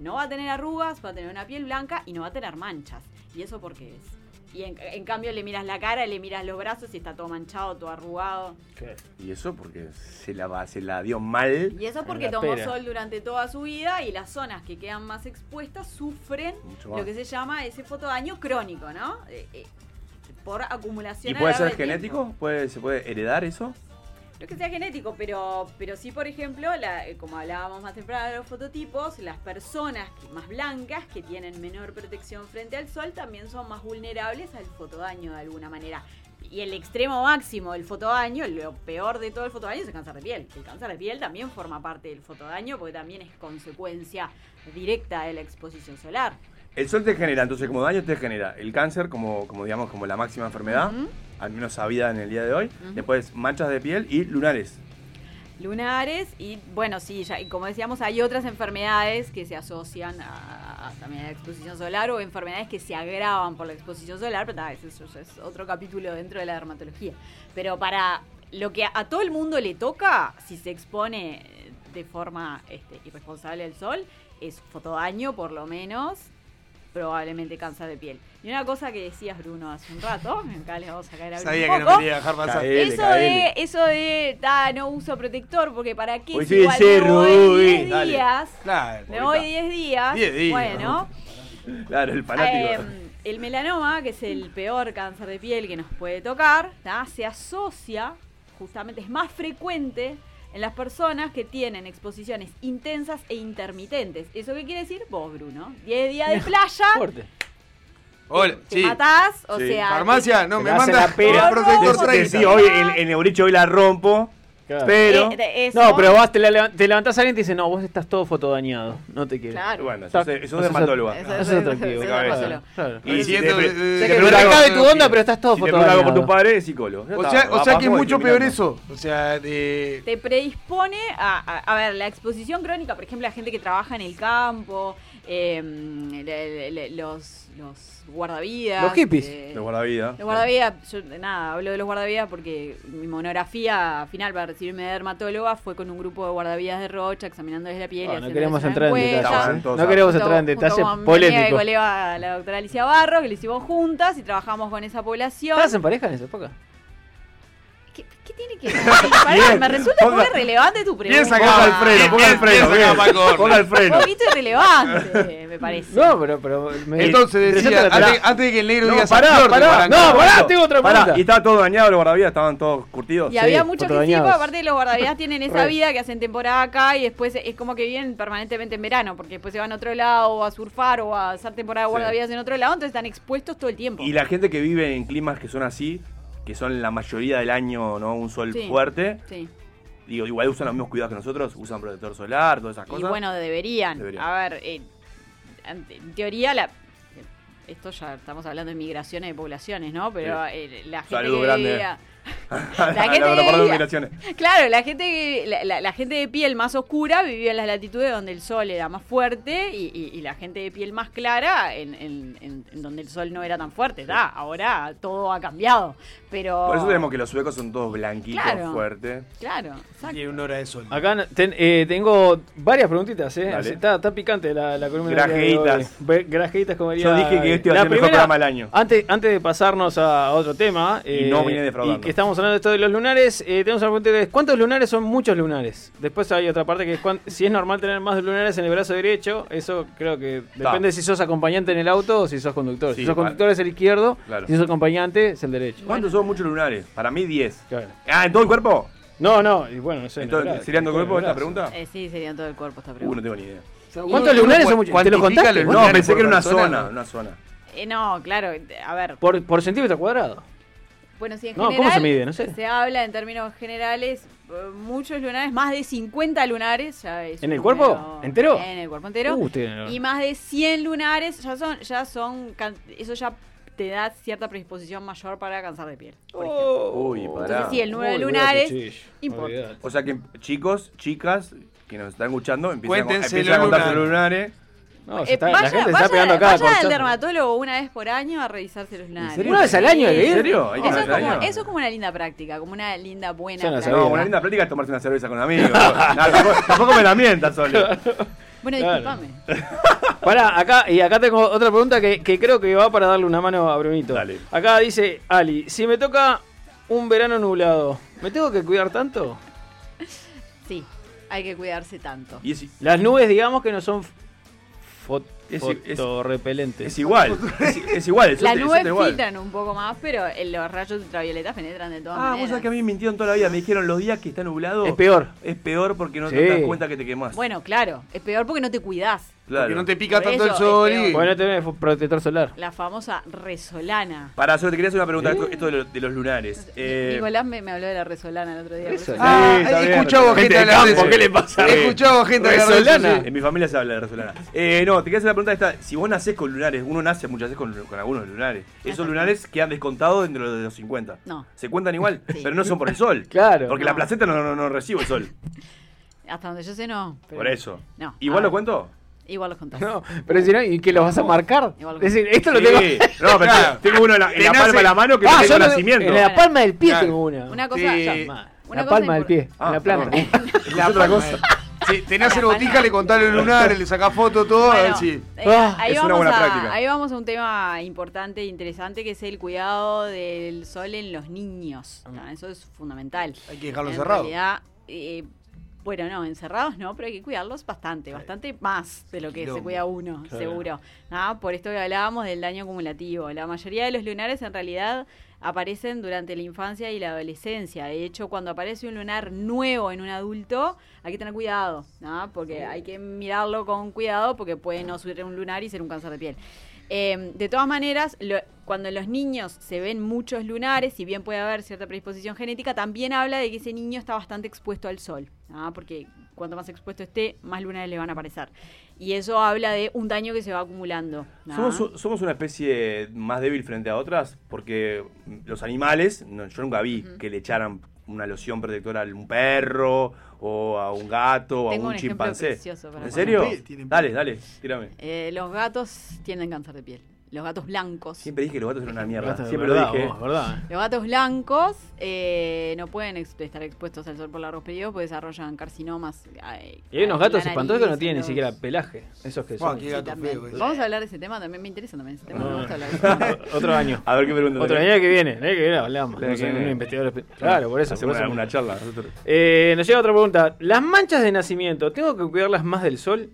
[SPEAKER 7] no va a tener arrugas, va a tener una piel blanca y no va a tener manchas. ¿Y eso por qué es? Y en, en cambio le miras la cara, le miras los brazos y está todo manchado, todo arrugado.
[SPEAKER 6] Y eso porque se la, va- se la dio mal.
[SPEAKER 7] Y eso
[SPEAKER 6] en
[SPEAKER 7] porque
[SPEAKER 6] la
[SPEAKER 7] tomó
[SPEAKER 6] pera.
[SPEAKER 7] sol durante toda su vida y las zonas que quedan más expuestas sufren
[SPEAKER 6] Mucho más.
[SPEAKER 7] lo que se llama ese fotodaño crónico, ¿no? Eh, eh, por acumulación.
[SPEAKER 6] ¿Y
[SPEAKER 7] a
[SPEAKER 6] puede
[SPEAKER 7] lo
[SPEAKER 6] ser
[SPEAKER 7] largo del tiempo.
[SPEAKER 6] genético? ¿Puede, ¿Se puede heredar eso?
[SPEAKER 7] No es que sea genético, pero, pero sí, por ejemplo, la- eh, como hablábamos más temprano de los fototipos, las personas que- más blancas que tienen menor protección frente al sol también son más vulnerables al fotodaño de alguna manera. Y el extremo máximo del fotodaño, lo peor de todo el fotodaño es el cáncer de piel. El cáncer de piel también forma parte del fotodaño porque también es consecuencia directa de la exposición solar.
[SPEAKER 6] El sol te genera, entonces como daño te genera el cáncer como, como digamos como la máxima enfermedad,
[SPEAKER 7] Ujú.
[SPEAKER 6] al menos sabida en el día de hoy.
[SPEAKER 7] Ujú.
[SPEAKER 6] Después manchas de piel y lunares.
[SPEAKER 7] lunares y bueno, sí, ya, y como decíamos, hay otras enfermedades que se asocian a, a- también a la exposición solar o enfermedades que se agravan por la exposición solar, pero ta, eso ya es otro capítulo dentro de la dermatología. Pero para lo que a, a todo el mundo le toca, si se expone eh, de forma este, irresponsable al sol, es fotodaño por lo menos, probablemente cáncer de piel. Y una cosa que decías, Bruno, hace un rato, acá les vamos a caer a Bruno
[SPEAKER 4] Sabía
[SPEAKER 7] un
[SPEAKER 4] que no
[SPEAKER 7] poco.
[SPEAKER 4] me iba a dejar pasar. Caele,
[SPEAKER 7] eso
[SPEAKER 4] caele.
[SPEAKER 7] de, eso de, ta, no uso protector, porque para qué
[SPEAKER 4] Hoy
[SPEAKER 7] si
[SPEAKER 4] sí,
[SPEAKER 7] igual
[SPEAKER 4] sí,
[SPEAKER 7] me voy
[SPEAKER 4] Rubí,
[SPEAKER 7] 10
[SPEAKER 4] dale.
[SPEAKER 7] días,
[SPEAKER 4] Claro,
[SPEAKER 7] me voy 10 días,
[SPEAKER 6] 10 días.
[SPEAKER 7] bueno,
[SPEAKER 6] Claro, el fanático.
[SPEAKER 7] eh, el melanoma, que es el peor cáncer de piel que nos puede tocar, ¿tá? se asocia, justamente es más frecuente en las personas que tienen exposiciones intensas e intermitentes. ¿Eso qué quiere decir? Vos, Bruno. 10 días de playa,
[SPEAKER 4] Hola,
[SPEAKER 7] te
[SPEAKER 4] sí.
[SPEAKER 7] matás, o
[SPEAKER 6] Sí.
[SPEAKER 7] sea...
[SPEAKER 4] Farmacia, no,
[SPEAKER 6] Te
[SPEAKER 4] me
[SPEAKER 6] la hace
[SPEAKER 4] manda
[SPEAKER 6] la pera.
[SPEAKER 4] un protector
[SPEAKER 6] Decí-
[SPEAKER 4] 30.
[SPEAKER 6] decí, hoy en, en Euricho hoy la rompo, pero...
[SPEAKER 7] Eh, de- eso.
[SPEAKER 5] No, pero vas, te, la levan- te levantás a alguien y te dice, no, vos estás todo fotodañado, no te quiero.
[SPEAKER 7] Claro. Bueno,
[SPEAKER 6] eso es- eso es dermatólogo. Eso-
[SPEAKER 5] Eso es
[SPEAKER 6] eso-
[SPEAKER 5] atractivo.
[SPEAKER 6] eso es
[SPEAKER 5] Claro,
[SPEAKER 6] dermatólogo.
[SPEAKER 5] claro.
[SPEAKER 6] Y si te-
[SPEAKER 5] Sé
[SPEAKER 6] te-
[SPEAKER 5] que
[SPEAKER 6] te
[SPEAKER 5] te
[SPEAKER 6] preguntan-
[SPEAKER 5] acaba de tu onda, pero estás todo
[SPEAKER 6] Si te preguntan
[SPEAKER 5] fotodañado.
[SPEAKER 6] por tu padre, es psicólogo. Ya
[SPEAKER 4] O
[SPEAKER 6] está,
[SPEAKER 4] sea, o
[SPEAKER 6] va
[SPEAKER 4] sea
[SPEAKER 6] abajo
[SPEAKER 4] que es mucho
[SPEAKER 6] eliminando.
[SPEAKER 4] peor eso. O sea, de.
[SPEAKER 7] te predispone a, a- a ver, la exposición crónica, por ejemplo, la gente que trabaja en el campo, eh, le- le- le- los, los guardavidas.
[SPEAKER 6] Los hippies.
[SPEAKER 7] eh,
[SPEAKER 6] Los guardavidas.
[SPEAKER 7] Los guardavidas, yo nada, hablo de los guardavidas porque mi monografía final para recibirme de dermatóloga fue con un grupo de guardavidas de Rocha examinándoles la piel.
[SPEAKER 5] Ah, No,
[SPEAKER 7] y
[SPEAKER 5] no
[SPEAKER 7] haciéndoles
[SPEAKER 5] queremos
[SPEAKER 7] una
[SPEAKER 5] entrar en
[SPEAKER 7] encuesta.
[SPEAKER 5] detalles. ¿eh? No queremos
[SPEAKER 7] Junto-
[SPEAKER 5] entrar en
[SPEAKER 7] junto
[SPEAKER 5] detalles
[SPEAKER 7] con mi amiga y
[SPEAKER 5] polémicos.
[SPEAKER 7] colega, la doctora Alicia Barro, que lo hicimos juntas y trabajamos con esa población.
[SPEAKER 5] ¿Estabas en pareja en esa época?
[SPEAKER 7] Tiene que ver. Pará,
[SPEAKER 5] Bien.
[SPEAKER 7] me resulta muy
[SPEAKER 5] Ponga-
[SPEAKER 7] relevante tu pregunta.
[SPEAKER 5] Ponga el freno, ponga el freno. Ah, bien. Ponga el freno.
[SPEAKER 7] Un poquito irrelevante, me parece.
[SPEAKER 5] No, pero, pero me-
[SPEAKER 4] Entonces decía,
[SPEAKER 5] Interesante la-
[SPEAKER 4] antes, antes de que el negro
[SPEAKER 6] No,
[SPEAKER 4] diga esa
[SPEAKER 6] pará,
[SPEAKER 4] flor de
[SPEAKER 6] pará,
[SPEAKER 4] barranca.
[SPEAKER 6] no, pará, tengo
[SPEAKER 5] otra
[SPEAKER 6] Pará,
[SPEAKER 5] pregunta.
[SPEAKER 6] y estaba todo dañado los guardavidas, estaban todos curtidos.
[SPEAKER 7] Y había muchos que sí,
[SPEAKER 6] dañados.
[SPEAKER 7] porque aparte de los guardavidas tienen esa
[SPEAKER 6] Re.
[SPEAKER 7] vida que hacen temporada acá y después es como que viven permanentemente en verano, porque después se van a otro lado o a surfar o a hacer temporada de
[SPEAKER 6] Sí.
[SPEAKER 7] guardavidas en otro lado, entonces están expuestos todo el tiempo.
[SPEAKER 6] Y la gente que vive en climas que son así, que son la mayoría del año, ¿no? Un sol
[SPEAKER 7] Sí,
[SPEAKER 6] fuerte.
[SPEAKER 7] Sí.
[SPEAKER 6] Digo, igual usan los mismos cuidados que nosotros, usan protector solar, todas esas
[SPEAKER 7] Y
[SPEAKER 6] cosas.
[SPEAKER 7] bueno, deberían.
[SPEAKER 6] Deberían.
[SPEAKER 7] A ver, eh, ante- en teoría, la, esto ya estamos hablando de migraciones de poblaciones, ¿no? Pero
[SPEAKER 6] Sí.
[SPEAKER 7] eh, la gente
[SPEAKER 6] Saludo
[SPEAKER 7] que
[SPEAKER 6] grande.
[SPEAKER 7] vivía-
[SPEAKER 6] La
[SPEAKER 7] gente
[SPEAKER 6] verdad,
[SPEAKER 7] que
[SPEAKER 6] perdón,
[SPEAKER 7] vivía-
[SPEAKER 6] migraciones.
[SPEAKER 7] Claro, la gente, que- la, la- la gente de piel más oscura vivía en las latitudes donde el sol era más fuerte y, y- y la gente de piel más clara en, en- en- en donde el sol no era tan fuerte. Da, ahora todo ha cambiado. Pero.
[SPEAKER 6] Por eso tenemos que los suecos son todos blanquitos,
[SPEAKER 7] Claro.
[SPEAKER 6] fuertes.
[SPEAKER 7] Claro, exacto.
[SPEAKER 14] Tiene una hora de sol.
[SPEAKER 5] Acá no- ten- eh, tengo varias preguntitas, ¿eh?
[SPEAKER 6] Dale.
[SPEAKER 5] Así, está, está picante la, la columna.
[SPEAKER 6] Grajeitas.
[SPEAKER 5] de hoy. Ve- Grajeitas, como diría.
[SPEAKER 6] Yo dije que este iba a
[SPEAKER 5] La
[SPEAKER 6] ser el mejor
[SPEAKER 5] primera,
[SPEAKER 6] programa del año.
[SPEAKER 5] Antes, antes de pasarnos a otro tema. eh,
[SPEAKER 6] Y no vine defraudando.
[SPEAKER 5] Y que estamos hablando de esto de los lunares. eh, tenemos una pregunta que es: ¿cuántos lunares son muchos lunares? Después hay otra parte que es: cuán- si es normal tener más lunares en el brazo derecho, eso creo que depende si sos acompañante en el auto o si sos conductor.
[SPEAKER 6] Sí,
[SPEAKER 5] si sos
[SPEAKER 6] vale.
[SPEAKER 5] conductor es el izquierdo,
[SPEAKER 6] Claro.
[SPEAKER 5] si sos acompañante es el derecho.
[SPEAKER 6] ¿Cuántos son muchos lunares? Para mí 10. Ah, ¿en todo el cuerpo?
[SPEAKER 5] No, no, y bueno, no sé.
[SPEAKER 6] Entonces,
[SPEAKER 5] brazo,
[SPEAKER 6] ¿serían todo el
[SPEAKER 5] en el
[SPEAKER 6] cuerpo esta
[SPEAKER 5] brazo.
[SPEAKER 6] pregunta?
[SPEAKER 7] Eh, sí, serían todo el cuerpo esta
[SPEAKER 6] Uh,
[SPEAKER 7] pregunta.
[SPEAKER 6] no tengo ni idea.
[SPEAKER 5] ¿Cuántos lunares son muchos? ¿Te lo contaste?
[SPEAKER 6] No, pensé que era una zona, una zona.
[SPEAKER 7] Eh, no, claro, a ver.
[SPEAKER 5] Por, por centímetro cuadrado.
[SPEAKER 7] Bueno, sí, en
[SPEAKER 5] No, ¿cómo
[SPEAKER 7] general
[SPEAKER 5] se mide? No sé.
[SPEAKER 7] se habla en términos generales, eh, muchos lunares, más de 50 lunares. ya es
[SPEAKER 5] ¿En
[SPEAKER 7] un
[SPEAKER 5] el cuerpo?
[SPEAKER 7] número-
[SPEAKER 5] ¿Entero?
[SPEAKER 7] En el cuerpo entero.
[SPEAKER 5] Uh, usted, no.
[SPEAKER 7] y más de 100 lunares, ya son, ya son, can- eso ya te da cierta predisposición mayor para cáncer de piel.
[SPEAKER 6] Oh,
[SPEAKER 7] por ejemplo.
[SPEAKER 4] Oh.
[SPEAKER 6] Uy, pará.
[SPEAKER 7] Entonces, sí, el número de lunares importa.
[SPEAKER 6] O sea que chicos, chicas que nos están escuchando, empiecen a,
[SPEAKER 14] Cuéntense
[SPEAKER 6] empiecen a
[SPEAKER 14] los
[SPEAKER 6] contar sus
[SPEAKER 14] lunares.
[SPEAKER 6] lunares.
[SPEAKER 5] No,
[SPEAKER 7] Eh, vaya vaya- vaya
[SPEAKER 6] con
[SPEAKER 7] al
[SPEAKER 6] yo-
[SPEAKER 7] dermatólogo una vez por año a revisarse los lunares.
[SPEAKER 6] serio? ¿Una vez al año hay que ir? ¿En serio? ¿Hay que ir
[SPEAKER 7] Eso
[SPEAKER 6] una
[SPEAKER 7] es,
[SPEAKER 6] vez al
[SPEAKER 7] como,
[SPEAKER 6] año?
[SPEAKER 7] eso es como una linda práctica, como una linda buena
[SPEAKER 6] No,
[SPEAKER 7] práctica.
[SPEAKER 6] una linda práctica es tomarse una cerveza con amigos. No, tampoco, tampoco me la mientas, Sole.
[SPEAKER 7] Bueno,
[SPEAKER 5] Claro.
[SPEAKER 7] discúlpame.
[SPEAKER 5] Pará, acá, y acá tengo otra pregunta que, que creo que va para darle una mano a Brunito. Acá dice Ali, si me toca un verano nublado, ¿me tengo que cuidar tanto?
[SPEAKER 7] Sí, hay que cuidarse tanto.
[SPEAKER 5] Las nubes, digamos que no son fo-
[SPEAKER 6] Es- es-
[SPEAKER 5] fotorrepelentes.
[SPEAKER 6] es igual, es, es igual, el sol
[SPEAKER 7] Las
[SPEAKER 6] te- el sol
[SPEAKER 7] nubes
[SPEAKER 6] te igual.
[SPEAKER 7] filtran un poco más, pero eh, los rayos ultravioleta penetran de todas
[SPEAKER 6] Ah, vos
[SPEAKER 7] maneras.
[SPEAKER 6] sabés que a mí me mintieron toda la vida. Me dijeron los días que está nublado.
[SPEAKER 5] Es peor.
[SPEAKER 6] Es peor porque no
[SPEAKER 5] Sí.
[SPEAKER 6] te das cuenta que te quemás.
[SPEAKER 7] Bueno, claro, es peor porque no te cuidás.
[SPEAKER 6] Claro.
[SPEAKER 4] Porque no te pica
[SPEAKER 7] Por
[SPEAKER 4] tanto el
[SPEAKER 7] eso
[SPEAKER 4] sol
[SPEAKER 7] es
[SPEAKER 4] y...
[SPEAKER 5] Bueno,
[SPEAKER 6] este
[SPEAKER 5] tenés protector solar.
[SPEAKER 7] La famosa resolana.
[SPEAKER 6] Para, solo te quería hacer una pregunta. esto- Esto de, lo- de los lunares. Eh,
[SPEAKER 7] Nicolás me, me habló de la resolana el otro día. Resolana.
[SPEAKER 4] Ah,
[SPEAKER 6] Sí, está
[SPEAKER 4] he
[SPEAKER 6] bien.
[SPEAKER 4] escuchado gente
[SPEAKER 6] de
[SPEAKER 4] hablar de
[SPEAKER 6] campo,
[SPEAKER 4] eso.
[SPEAKER 6] ¿Qué le pasa?
[SPEAKER 4] He escuchado gente hablar de
[SPEAKER 6] Resolana.
[SPEAKER 4] eso, sí.
[SPEAKER 6] En mi familia se habla de resolana. Eh, no, te quería hacer la pregunta esta. Si vos nacés con lunares, uno nace muchas veces con, con algunos lunares.
[SPEAKER 4] Ah,
[SPEAKER 6] Esos lunares quedan descontados dentro de los 50.
[SPEAKER 7] No.
[SPEAKER 6] Se cuentan igual, pero no son por el sol.
[SPEAKER 5] Claro.
[SPEAKER 6] Porque la placenta no, no, no recibe el sol.
[SPEAKER 7] Hasta donde yo sé, no. pero-
[SPEAKER 6] Por eso.
[SPEAKER 7] No.
[SPEAKER 6] ¿Igual
[SPEAKER 4] Ah.
[SPEAKER 7] a
[SPEAKER 6] lo
[SPEAKER 7] ver,
[SPEAKER 6] cuento?
[SPEAKER 7] Igual los contás.
[SPEAKER 5] No, pero si no, ¿y que los vas a marcar?
[SPEAKER 7] Igual lo
[SPEAKER 5] Es decir,
[SPEAKER 7] que-
[SPEAKER 5] esto lo
[SPEAKER 6] Sí.
[SPEAKER 5] tengo.
[SPEAKER 6] No, pero tengo uno en la, en la
[SPEAKER 5] Te
[SPEAKER 6] palma
[SPEAKER 5] nace-
[SPEAKER 6] de la mano que
[SPEAKER 5] Ah,
[SPEAKER 6] no
[SPEAKER 5] yo
[SPEAKER 6] tengo
[SPEAKER 5] lo-
[SPEAKER 6] nacimiento.
[SPEAKER 5] En la palma del pie
[SPEAKER 6] Claro. Ah,
[SPEAKER 5] tengo una.
[SPEAKER 7] Una cosa-
[SPEAKER 5] Sí.
[SPEAKER 7] ya-
[SPEAKER 5] la
[SPEAKER 7] una cosa
[SPEAKER 5] palma del pie, en la planta.
[SPEAKER 4] La otra cosa. Sí, tenés el botica, le contás los lunares, le sacás foto, todo, "Ah, a ver si...
[SPEAKER 7] Eh, ahí, vamos a, ahí vamos a un tema importante e interesante que es el cuidado del sol en los niños. O sea, Eso es fundamental. Hay que
[SPEAKER 4] dejarlos
[SPEAKER 7] en
[SPEAKER 4] encerrados.
[SPEAKER 7] Realidad, eh, bueno, no, encerrados no, pero hay que cuidarlos bastante, bastante más de lo que se
[SPEAKER 15] Quilombo.
[SPEAKER 7] cuida uno,
[SPEAKER 15] Claro.
[SPEAKER 7] seguro. Ah, por esto que hablábamos del daño acumulativo. La mayoría de los lunares en realidad aparecen durante la infancia y la adolescencia. De hecho, cuando aparece un lunar nuevo en un adulto, hay que tener cuidado, ¿no? Porque hay que mirarlo con cuidado porque puede no subir un lunar y ser un cáncer de piel. Eh, de todas maneras, lo- cuando en los niños se ven muchos lunares, si bien puede haber cierta predisposición genética, también habla de que ese niño está bastante expuesto al sol, ¿ah? porque cuanto más expuesto esté, más lunares le van a aparecer. Y eso habla de un daño que se va acumulando. ¿ah?
[SPEAKER 6] Somos, somos una especie más débil frente a otras porque los animales, no, yo nunca vi que le echaran una loción protectora a un perro o a un gato o a
[SPEAKER 7] Tengo
[SPEAKER 6] un,
[SPEAKER 7] un ejemplo
[SPEAKER 6] chimpancé.
[SPEAKER 7] precioso para
[SPEAKER 6] ¿En
[SPEAKER 7] poner.
[SPEAKER 6] serio?
[SPEAKER 7] Sí, tienen-
[SPEAKER 6] Dale, dale, tírame.
[SPEAKER 7] Eh, los gatos tienen cáncer de piel. Los gatos blancos.
[SPEAKER 6] Siempre dije que los gatos eran una mierda.
[SPEAKER 5] Gatos de
[SPEAKER 6] Siempre
[SPEAKER 5] verdad,
[SPEAKER 6] lo dije.
[SPEAKER 5] vos, verdad. eh.
[SPEAKER 7] Los gatos blancos eh, no pueden ex- estar expuestos al sol por largos periodos porque desarrollan carcinomas. eh,
[SPEAKER 5] Y hay unos
[SPEAKER 7] en la
[SPEAKER 5] gatos
[SPEAKER 7] nariz,
[SPEAKER 5] espantosos que no
[SPEAKER 7] en
[SPEAKER 5] tienen ni
[SPEAKER 7] los-
[SPEAKER 5] siquiera pelaje. Esos que son.
[SPEAKER 7] Sí, también.
[SPEAKER 6] ¿eh?
[SPEAKER 7] Vamos a hablar de ese tema también, me interesa también ese tema.
[SPEAKER 5] No.
[SPEAKER 7] vamos a hablar de ese tema.
[SPEAKER 5] Otro año.
[SPEAKER 6] A ver qué pregunta.
[SPEAKER 5] Otro año que viene, el año que viene hablamos.
[SPEAKER 6] El
[SPEAKER 5] No
[SPEAKER 6] año que
[SPEAKER 5] sé,
[SPEAKER 6] viene.
[SPEAKER 5] un investigador espe- Claro, por eso.
[SPEAKER 6] Hacemos
[SPEAKER 5] por eso
[SPEAKER 6] una, una charla. nosotros.
[SPEAKER 5] Eh, nos llega otra pregunta. Las manchas de nacimiento, ¿tengo que cuidarlas más del sol?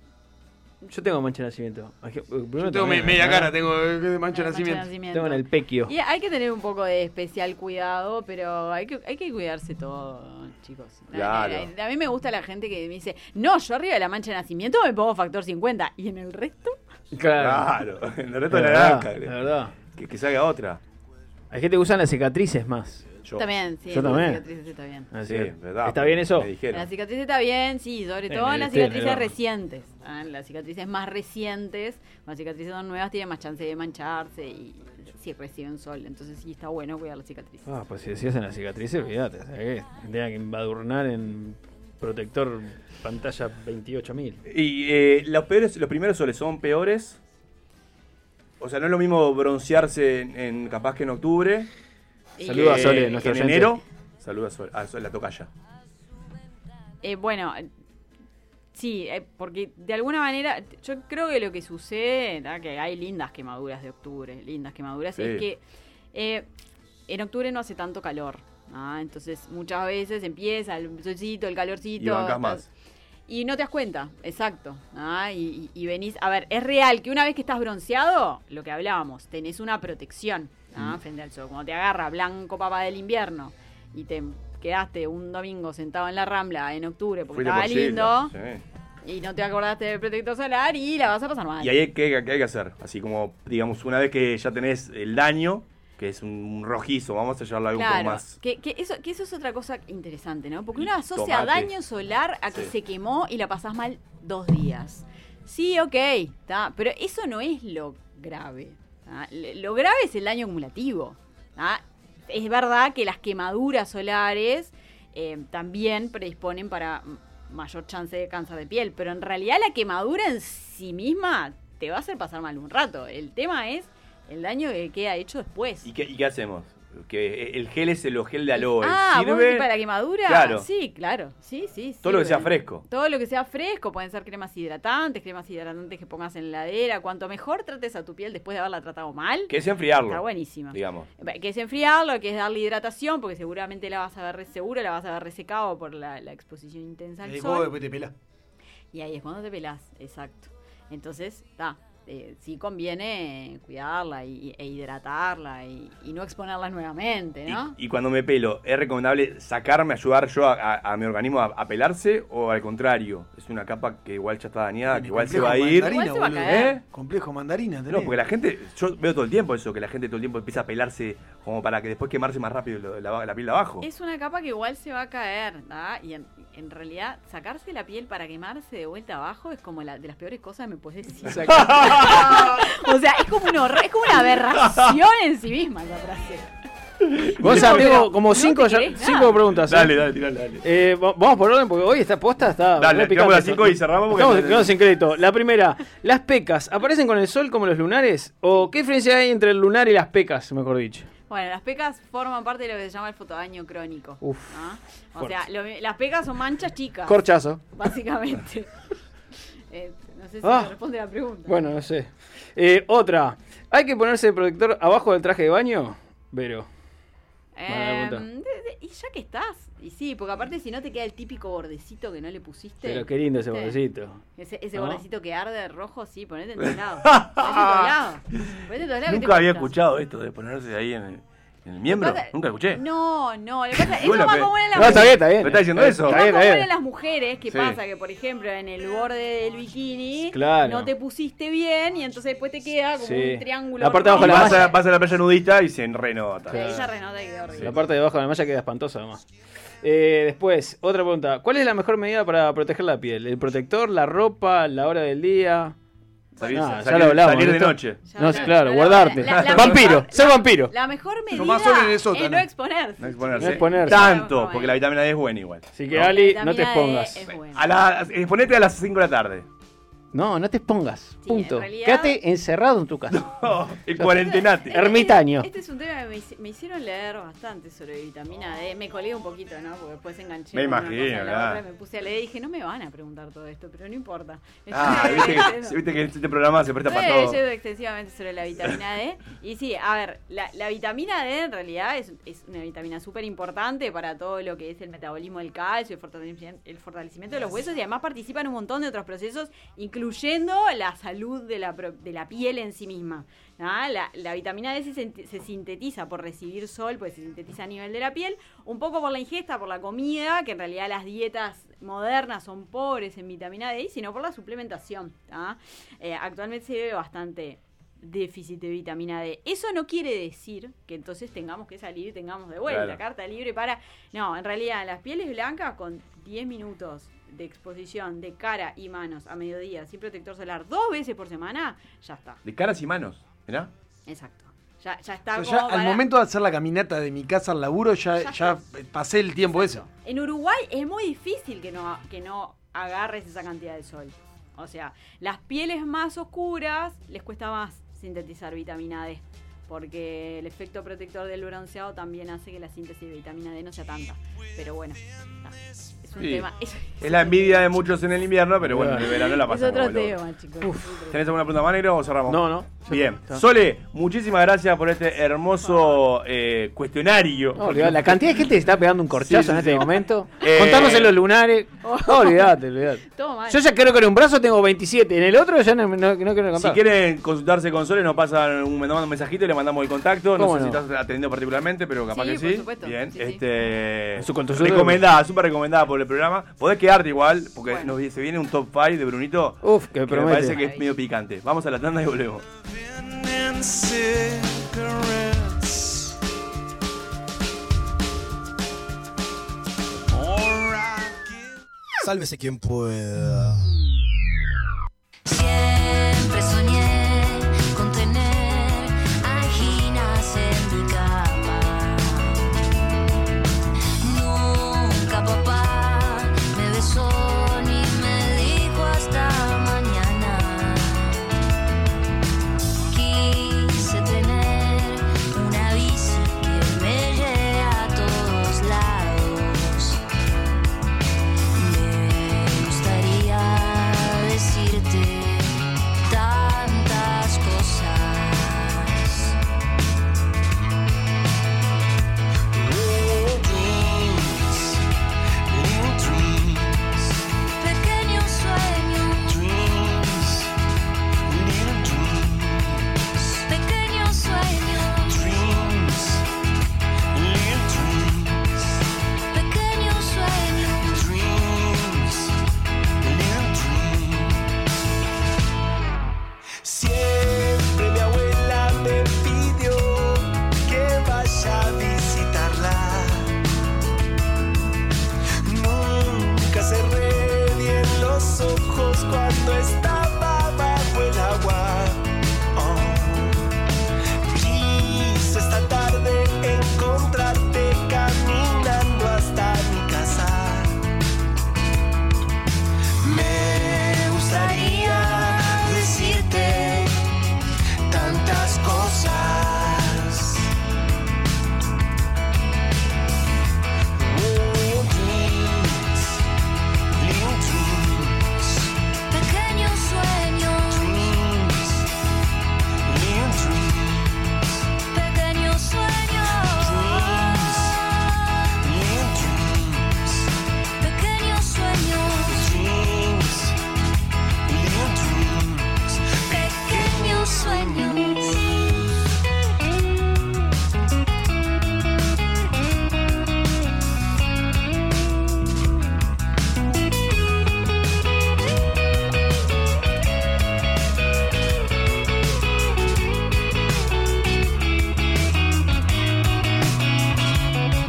[SPEAKER 5] Yo tengo mancha de nacimiento. Yo
[SPEAKER 4] Yo tengo me- media cara, tengo eh, de mancha de
[SPEAKER 7] Mancha de
[SPEAKER 4] nacimiento.
[SPEAKER 7] nacimiento.
[SPEAKER 5] Tengo en el pequio.
[SPEAKER 7] Y hay que tener un poco de especial cuidado, pero hay que, hay que cuidarse todo, chicos. A-
[SPEAKER 6] Claro.
[SPEAKER 7] A, a mí me gusta la gente que me dice, no, yo arriba de la mancha de nacimiento me pongo factor 50. ¿Y en el resto?
[SPEAKER 6] Claro. En el resto de la
[SPEAKER 5] Es verdad,
[SPEAKER 6] naranja. eh.
[SPEAKER 5] es verdad.
[SPEAKER 6] Que, que salga otra.
[SPEAKER 5] Hay gente que usan las cicatrices más.
[SPEAKER 6] Yo.
[SPEAKER 7] También, sí.
[SPEAKER 5] Yo
[SPEAKER 7] la
[SPEAKER 5] también.
[SPEAKER 7] cicatriz está bien.
[SPEAKER 5] Así
[SPEAKER 6] Sí,
[SPEAKER 5] que,
[SPEAKER 6] verdad,
[SPEAKER 5] ¿Está bien eso?
[SPEAKER 6] me dijeron.
[SPEAKER 7] La cicatriz está bien, sí, sobre
[SPEAKER 5] En
[SPEAKER 7] todo
[SPEAKER 5] el
[SPEAKER 7] en las
[SPEAKER 5] estilo,
[SPEAKER 7] cicatrices
[SPEAKER 5] en el barro.
[SPEAKER 7] recientes. Ah, Las cicatrices más recientes, las cicatrices son nuevas, tienen más chance de mancharse y si reciben sol. Entonces sí está bueno cuidar las cicatrices.
[SPEAKER 5] Ah, pues si decías en las cicatrices, olvídate. ¿sabés qué? Tenía que embadurnar en protector pantalla 28000.
[SPEAKER 6] Y eh, los, peores, los primeros soles son peores. O sea, no es lo mismo broncearse en, en- capaz que en octubre.
[SPEAKER 7] Y-
[SPEAKER 5] Saluda a Sole,
[SPEAKER 6] que
[SPEAKER 5] nuestra
[SPEAKER 6] En
[SPEAKER 5] oyente.
[SPEAKER 6] enero. Saluda a Sole. Ah, Sole, la tocaya.
[SPEAKER 7] Eh, bueno, eh, sí, eh, porque de alguna manera t- yo creo que lo que sucede, ¿verdad? que hay lindas quemaduras de octubre, lindas quemaduras,
[SPEAKER 12] Sí.
[SPEAKER 7] es que eh, en octubre no hace tanto calor. ¿ah? Entonces muchas veces empieza el solcito, el calorcito.
[SPEAKER 6] Y bancas
[SPEAKER 7] estás-
[SPEAKER 6] más.
[SPEAKER 7] Y no te das cuenta, exacto. ¿ah? Y, y- y venís, a ver, es real que una vez que estás bronceado, lo que hablábamos, tenés una protección ¿ah?
[SPEAKER 12] Mm.
[SPEAKER 7] frente al sol. Cuando te agarra blanco papá del invierno y te quedaste un domingo sentado en la rambla en octubre porque
[SPEAKER 6] Fuiste
[SPEAKER 7] estaba
[SPEAKER 6] por Gilda,
[SPEAKER 7] lindo
[SPEAKER 6] sí.
[SPEAKER 7] y no te acordaste del protector solar y la vas a pasar mal.
[SPEAKER 6] Y ahí hay que, que hay que hacer, así como, digamos, una vez que ya tenés el daño, que es un rojizo, vamos a llevarlo a algo un poco
[SPEAKER 7] Claro,
[SPEAKER 6] más. Mm,
[SPEAKER 7] que, que eso, que eso es otra cosa interesante, ¿no? Porque uno asocia
[SPEAKER 6] tomate.
[SPEAKER 7] daño solar a que
[SPEAKER 6] Sí.
[SPEAKER 7] se quemó y la pasás mal dos días. Sí, ok, está, pero eso no es lo grave. ¿tá? Le- Lo grave es el daño acumulativo. ¿tá? Es verdad que las quemaduras solares eh, también predisponen para m- mayor chance de cáncer de piel, pero en realidad la quemadura en sí misma te va a hacer pasar mal un rato. El tema es el daño que queda hecho después.
[SPEAKER 6] ¿Y qué, y qué hacemos? Que el gel es el gel de aloe.
[SPEAKER 7] Ah, ¿vos
[SPEAKER 6] ¿Sirve?
[SPEAKER 7] decís para la quemadura?
[SPEAKER 6] Claro.
[SPEAKER 7] Sí, claro. Sí, sí.
[SPEAKER 6] Todo lo que
[SPEAKER 7] sirve.
[SPEAKER 6] sea fresco.
[SPEAKER 7] Todo lo que sea fresco, pueden ser cremas hidratantes, cremas hidratantes que pongas en la heladera. Cuanto mejor trates a tu piel después de haberla tratado mal,
[SPEAKER 6] Que es enfriarlo.
[SPEAKER 7] Está buenísima.
[SPEAKER 6] Digamos.
[SPEAKER 7] que es enfriarlo, que es darle hidratación, porque seguramente la vas a ver re- seguro, la vas a ver resecado por la, la exposición intensa al
[SPEAKER 11] Ahí vos
[SPEAKER 7] sol.
[SPEAKER 11] después te pelás.
[SPEAKER 7] Y ahí es cuando te pelás, exacto. Entonces, está. eh, sí conviene cuidarla y, e hidratarla y, y no exponerla nuevamente, ¿no?
[SPEAKER 6] Y cuando me pelo, ¿es recomendable sacarme, ayudar yo a, a- a mi organismo a, a pelarse o al contrario? Es una capa que igual ya está dañada, que igual se va a ir. ¿Eh?
[SPEAKER 4] Complejo mandarina, tenés.
[SPEAKER 6] No, porque la gente, yo veo todo el tiempo eso, que la gente todo el tiempo empieza a pelarse como para que después quemarse más rápido lo- la, la piel de abajo.
[SPEAKER 7] Es una capa que igual se va a caer, ¿da? Y en, en realidad, sacarse la piel para quemarse de vuelta abajo es como la, de las peores cosas que me puedes decir. o sea, es como, un horror- es como una aberración en sí misma la frase.
[SPEAKER 5] Gonza,
[SPEAKER 7] No,
[SPEAKER 5] tengo
[SPEAKER 7] pero
[SPEAKER 5] como
[SPEAKER 7] no
[SPEAKER 5] cinco,
[SPEAKER 7] te
[SPEAKER 5] ya-
[SPEAKER 7] querés
[SPEAKER 5] cinco
[SPEAKER 7] nada.
[SPEAKER 5] preguntas. ¿eh?
[SPEAKER 6] Dale, dale, tirale, dale.
[SPEAKER 5] Eh, va- vamos por orden porque hoy esta posta está.
[SPEAKER 6] Dale,
[SPEAKER 5] re picante.
[SPEAKER 6] tiramos las cinco y cerramos porque-
[SPEAKER 5] Estamos quedamos sin crédito. La primera, ¿las pecas aparecen con el sol como los lunares? ¿O qué diferencia hay entre el lunar y las pecas, mejor dicho?
[SPEAKER 7] Bueno, las pecas forman parte de lo que se llama el fotodaño crónico.
[SPEAKER 5] Uf,
[SPEAKER 7] ¿ah? O
[SPEAKER 5] fuerte.
[SPEAKER 7] sea, lo mi- las pecas son manchas chicas.
[SPEAKER 5] Corchazo.
[SPEAKER 7] Básicamente. Eh, no sé si
[SPEAKER 5] Ah.
[SPEAKER 7] me responde la pregunta.
[SPEAKER 5] Bueno, no sé. Eh, otra, ¿hay que ponerse el protector abajo del traje de baño? Vero. Mala
[SPEAKER 7] Em,
[SPEAKER 5] pregunta.
[SPEAKER 7] de- de- y ya que estás, y sí, porque aparte si no te queda el típico bordecito que no le pusiste.
[SPEAKER 5] Pero qué lindo ese
[SPEAKER 7] ¿viste?
[SPEAKER 5] bordecito.
[SPEAKER 7] Ese, ese
[SPEAKER 5] ¿No?
[SPEAKER 7] bordecito que arde de rojo, sí, ponete en todos lados. Ponete en todos lados. Ponete en todos lados que te
[SPEAKER 6] Nunca había
[SPEAKER 7] cortas.
[SPEAKER 6] escuchado esto de ponerse ahí en el, en el miembro.
[SPEAKER 7] Pasa-
[SPEAKER 6] Nunca escuché.
[SPEAKER 7] No, no, lo que pasa es
[SPEAKER 6] Bueno,
[SPEAKER 7] lo más
[SPEAKER 6] pe-
[SPEAKER 7] común en las
[SPEAKER 6] No, está bien,
[SPEAKER 7] mujeres.
[SPEAKER 6] está bien. Me está diciendo
[SPEAKER 7] Es
[SPEAKER 6] eso.
[SPEAKER 7] más
[SPEAKER 6] Está bien, está
[SPEAKER 7] común
[SPEAKER 6] bien.
[SPEAKER 7] en las mujeres que
[SPEAKER 6] Sí.
[SPEAKER 7] pasa que, por ejemplo, en el borde del bikini
[SPEAKER 6] Claro.
[SPEAKER 7] no te pusiste bien y entonces después te queda como
[SPEAKER 6] Sí.
[SPEAKER 7] un triángulo.
[SPEAKER 5] La
[SPEAKER 6] Y
[SPEAKER 5] parte de abajo la
[SPEAKER 6] vas, a,
[SPEAKER 5] malla.
[SPEAKER 6] vas a la playa nudista y se renota.
[SPEAKER 5] Claro.
[SPEAKER 7] Ella renota y queda horrible.
[SPEAKER 5] La parte de abajo de la malla queda espantosa además. Eh, después, otra pregunta. ¿Cuál es la mejor medida para proteger la piel? ¿El protector, la ropa, la hora del día?
[SPEAKER 6] Salir-
[SPEAKER 5] Nah,
[SPEAKER 6] salir- salir de
[SPEAKER 5] ¿no?
[SPEAKER 6] noche.
[SPEAKER 5] No, claro, guardarte.
[SPEAKER 7] La- la-
[SPEAKER 5] vampiro, ser vampiro.
[SPEAKER 7] La mejor medida
[SPEAKER 5] Tomás solo en el
[SPEAKER 7] es
[SPEAKER 5] sótano.
[SPEAKER 7] no exponerse.
[SPEAKER 6] No exponerse.
[SPEAKER 5] No exponerse.
[SPEAKER 6] Tanto, porque la vitamina D es buena igual.
[SPEAKER 5] Así que, Ali,
[SPEAKER 7] eh. La
[SPEAKER 5] no te
[SPEAKER 7] vitamina D
[SPEAKER 5] expongas.
[SPEAKER 7] es buena.
[SPEAKER 6] A las- eh, ponete a las 5 de la tarde.
[SPEAKER 5] No, no te expongas. Punto.
[SPEAKER 7] realidad-
[SPEAKER 5] Quédate encerrado en tu casa.
[SPEAKER 6] El cuarentenate.
[SPEAKER 5] Ermitaño.
[SPEAKER 7] Este es un tema que me, hici- me hicieron leer bastante sobre vitamina D. Me colgué un poquito, ¿no? Porque después enganché.
[SPEAKER 6] Me
[SPEAKER 7] con una
[SPEAKER 6] imagino,
[SPEAKER 7] cosa en la
[SPEAKER 6] claro.
[SPEAKER 7] otra y Me puse a leer y dije, no me van a preguntar todo esto, pero no importa.
[SPEAKER 6] Ah,
[SPEAKER 7] Estoy
[SPEAKER 6] viste
[SPEAKER 7] leyendo.
[SPEAKER 6] que, viste que este programa se presta para
[SPEAKER 7] Estuve
[SPEAKER 6] todo.
[SPEAKER 7] leyendo extensivamente sobre la vitamina D. Y sí, a ver, la, la vitamina D en realidad es, es una vitamina súper importante para todo lo que es el metabolismo del calcio, el fortalecimiento, el fortalecimiento de los huesos y además participa en un montón de otros procesos, incluyendo la salud de la, pro- de la piel en sí misma. ¿Ah? La, la vitamina D se, sint- se sintetiza por recibir sol, pues se sintetiza a nivel de la piel, un poco por la ingesta, por la comida, que en realidad las dietas modernas son pobres en vitamina D, sino por la suplementación. ¿ah? Eh, actualmente se ve bastante déficit de vitamina D. Eso no quiere decir que entonces tengamos que salir y tengamos de vuelta
[SPEAKER 14] Claro.
[SPEAKER 7] carta libre para... No, en realidad las pieles blancas con 10 minutos de exposición de cara y manos a mediodía sin protector solar dos veces por semana, ya está.
[SPEAKER 6] De caras y manos, ¿verdad?
[SPEAKER 7] Exacto. Ya, ya está.
[SPEAKER 4] Yo
[SPEAKER 7] como
[SPEAKER 4] ya al
[SPEAKER 7] para-
[SPEAKER 4] momento de hacer la caminata de mi casa al laburo, ya, ya, pasé el tiempo ese.
[SPEAKER 7] En Uruguay es muy difícil que no, que no agarres esa cantidad de sol. O sea, las pieles más oscuras les cuesta más sintetizar vitamina D. Porque el efecto protector del bronceado también hace que la síntesis de vitamina D no sea tanta. Pero bueno, está. es un
[SPEAKER 6] Sí.
[SPEAKER 7] tema. Es,
[SPEAKER 6] Es la envidia de muchos en el invierno, pero bueno, en
[SPEAKER 7] Claro.
[SPEAKER 6] el verano la
[SPEAKER 7] es
[SPEAKER 6] pasamos.
[SPEAKER 7] otro
[SPEAKER 6] boludo.
[SPEAKER 7] tema, chicos.
[SPEAKER 6] ¿Tenés alguna pregunta más, negro, o cerramos?
[SPEAKER 5] No, no.
[SPEAKER 6] Bien.
[SPEAKER 5] está.
[SPEAKER 6] Sole, muchísimas gracias por este hermoso eh, cuestionario.
[SPEAKER 5] No, olvidate, la cantidad de gente que está pegando un corchazo
[SPEAKER 6] Sí, sí,
[SPEAKER 5] en este
[SPEAKER 6] sí.
[SPEAKER 5] momento.
[SPEAKER 6] Eh.
[SPEAKER 5] Contándose los lunares. No, olvidate, olvidate.
[SPEAKER 7] Oh. Todo mal.
[SPEAKER 5] Yo ya creo que en un brazo tengo 27, en el otro ya no, no- no quiero
[SPEAKER 6] Si
[SPEAKER 5] contar.
[SPEAKER 6] quieren consultarse con Sole, nos pasan un, me mandan un mensajito y le mandamos el contacto. No
[SPEAKER 5] ¿Cómo
[SPEAKER 6] sé si
[SPEAKER 5] no?
[SPEAKER 6] estás atendiendo particularmente, pero capaz
[SPEAKER 5] Sí,
[SPEAKER 6] que
[SPEAKER 5] por
[SPEAKER 6] sí.
[SPEAKER 5] supuesto.
[SPEAKER 6] Bien, este.
[SPEAKER 5] Su consulta-
[SPEAKER 6] recomendada, súper recomendada por el programa. Podés quedarte igual, porque nos vi- se viene un top 5 de Brunito.
[SPEAKER 5] Uf, que
[SPEAKER 6] me
[SPEAKER 5] promete.
[SPEAKER 6] parece que es medio picante. Vamos a la tanda y volvemos.
[SPEAKER 15] and cigarettes.
[SPEAKER 8] Sálvese quien pueda.
[SPEAKER 1] Siempre soñé con tener a Ginas en mi cama. Nunca papá me besó ni me dijo hasta mañana. Quise tener una bici que me lleve a todos lados. Me gustaría decirte tantas cosas. Pequeño sueño. Pequeño sueño. Pequeño sueño.
[SPEAKER 15] Siempre mi abuela me pidió que vaya a visitarla. Nunca cerré bien los ojos cuando estaba bajo el agua. Oh. Quise esta tarde encontrarte caminando hasta mi casa. Me gustaría decirte tantas cosas. Little Oh, dreams, little dreams,
[SPEAKER 1] Pequeño sueño.
[SPEAKER 15] dreams, little dreams,
[SPEAKER 1] Pequeño sueño.
[SPEAKER 15] little dreams,
[SPEAKER 1] Pequeño sueño.
[SPEAKER 15] dreams, little dreams,
[SPEAKER 1] Pequeño sueño.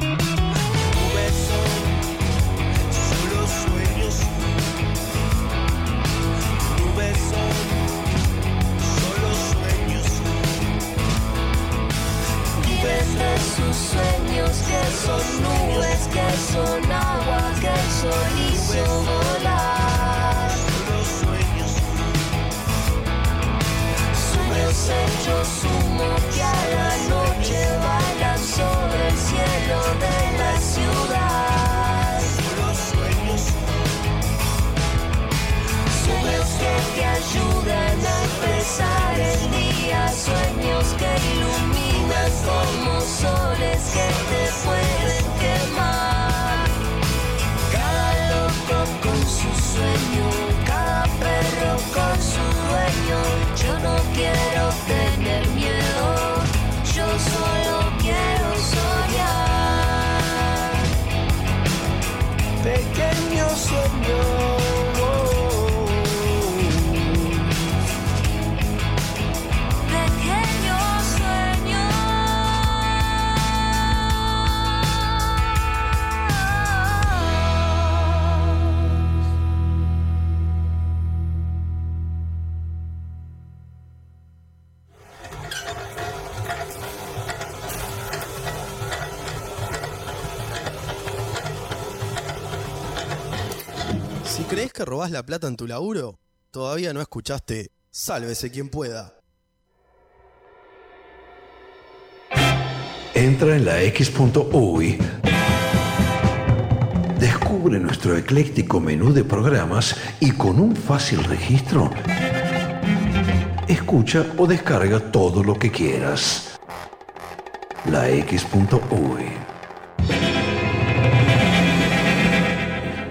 [SPEAKER 15] nubes son solo sueños. Nubes son solo sueños.
[SPEAKER 1] Vives de sus sueños que son nubes, que son agua, que el sol hizo volar. Sueños hechos humo que a la noche bailan sobre el cielo de la ciudad. Sueños que te ayudan a empezar el día, sueños que iluminan como soles que te pueden quemar. Cada loco con su sueño, cada perro con su dueño, yo no quiero tener miedo.
[SPEAKER 8] ¿Crees que robás la plata en tu laburo? Todavía no escuchaste Sálvese quien pueda.
[SPEAKER 9] Entra en la X.UI. Descubre nuestro ecléctico menú de programas y con un fácil registro, escucha o descarga todo lo que quieras. La X.UI.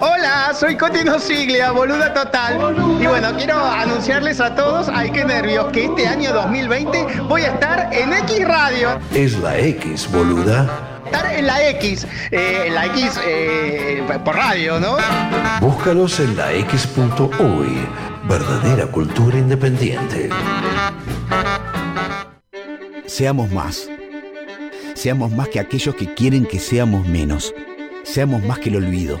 [SPEAKER 16] Hola, soy Cotino Siglia, boluda total. Y bueno, quiero anunciarles a todos, ay qué nervios, que este año 2020 voy a estar en X Radio.
[SPEAKER 9] Es la X, boluda.
[SPEAKER 16] Estar en la X, eh, en la X eh, por radio, ¿no?
[SPEAKER 9] Búscalos en la X.uy. Verdadera cultura independiente.
[SPEAKER 17] Seamos más. Seamos más que aquellos que quieren que seamos menos. Seamos más que el olvido,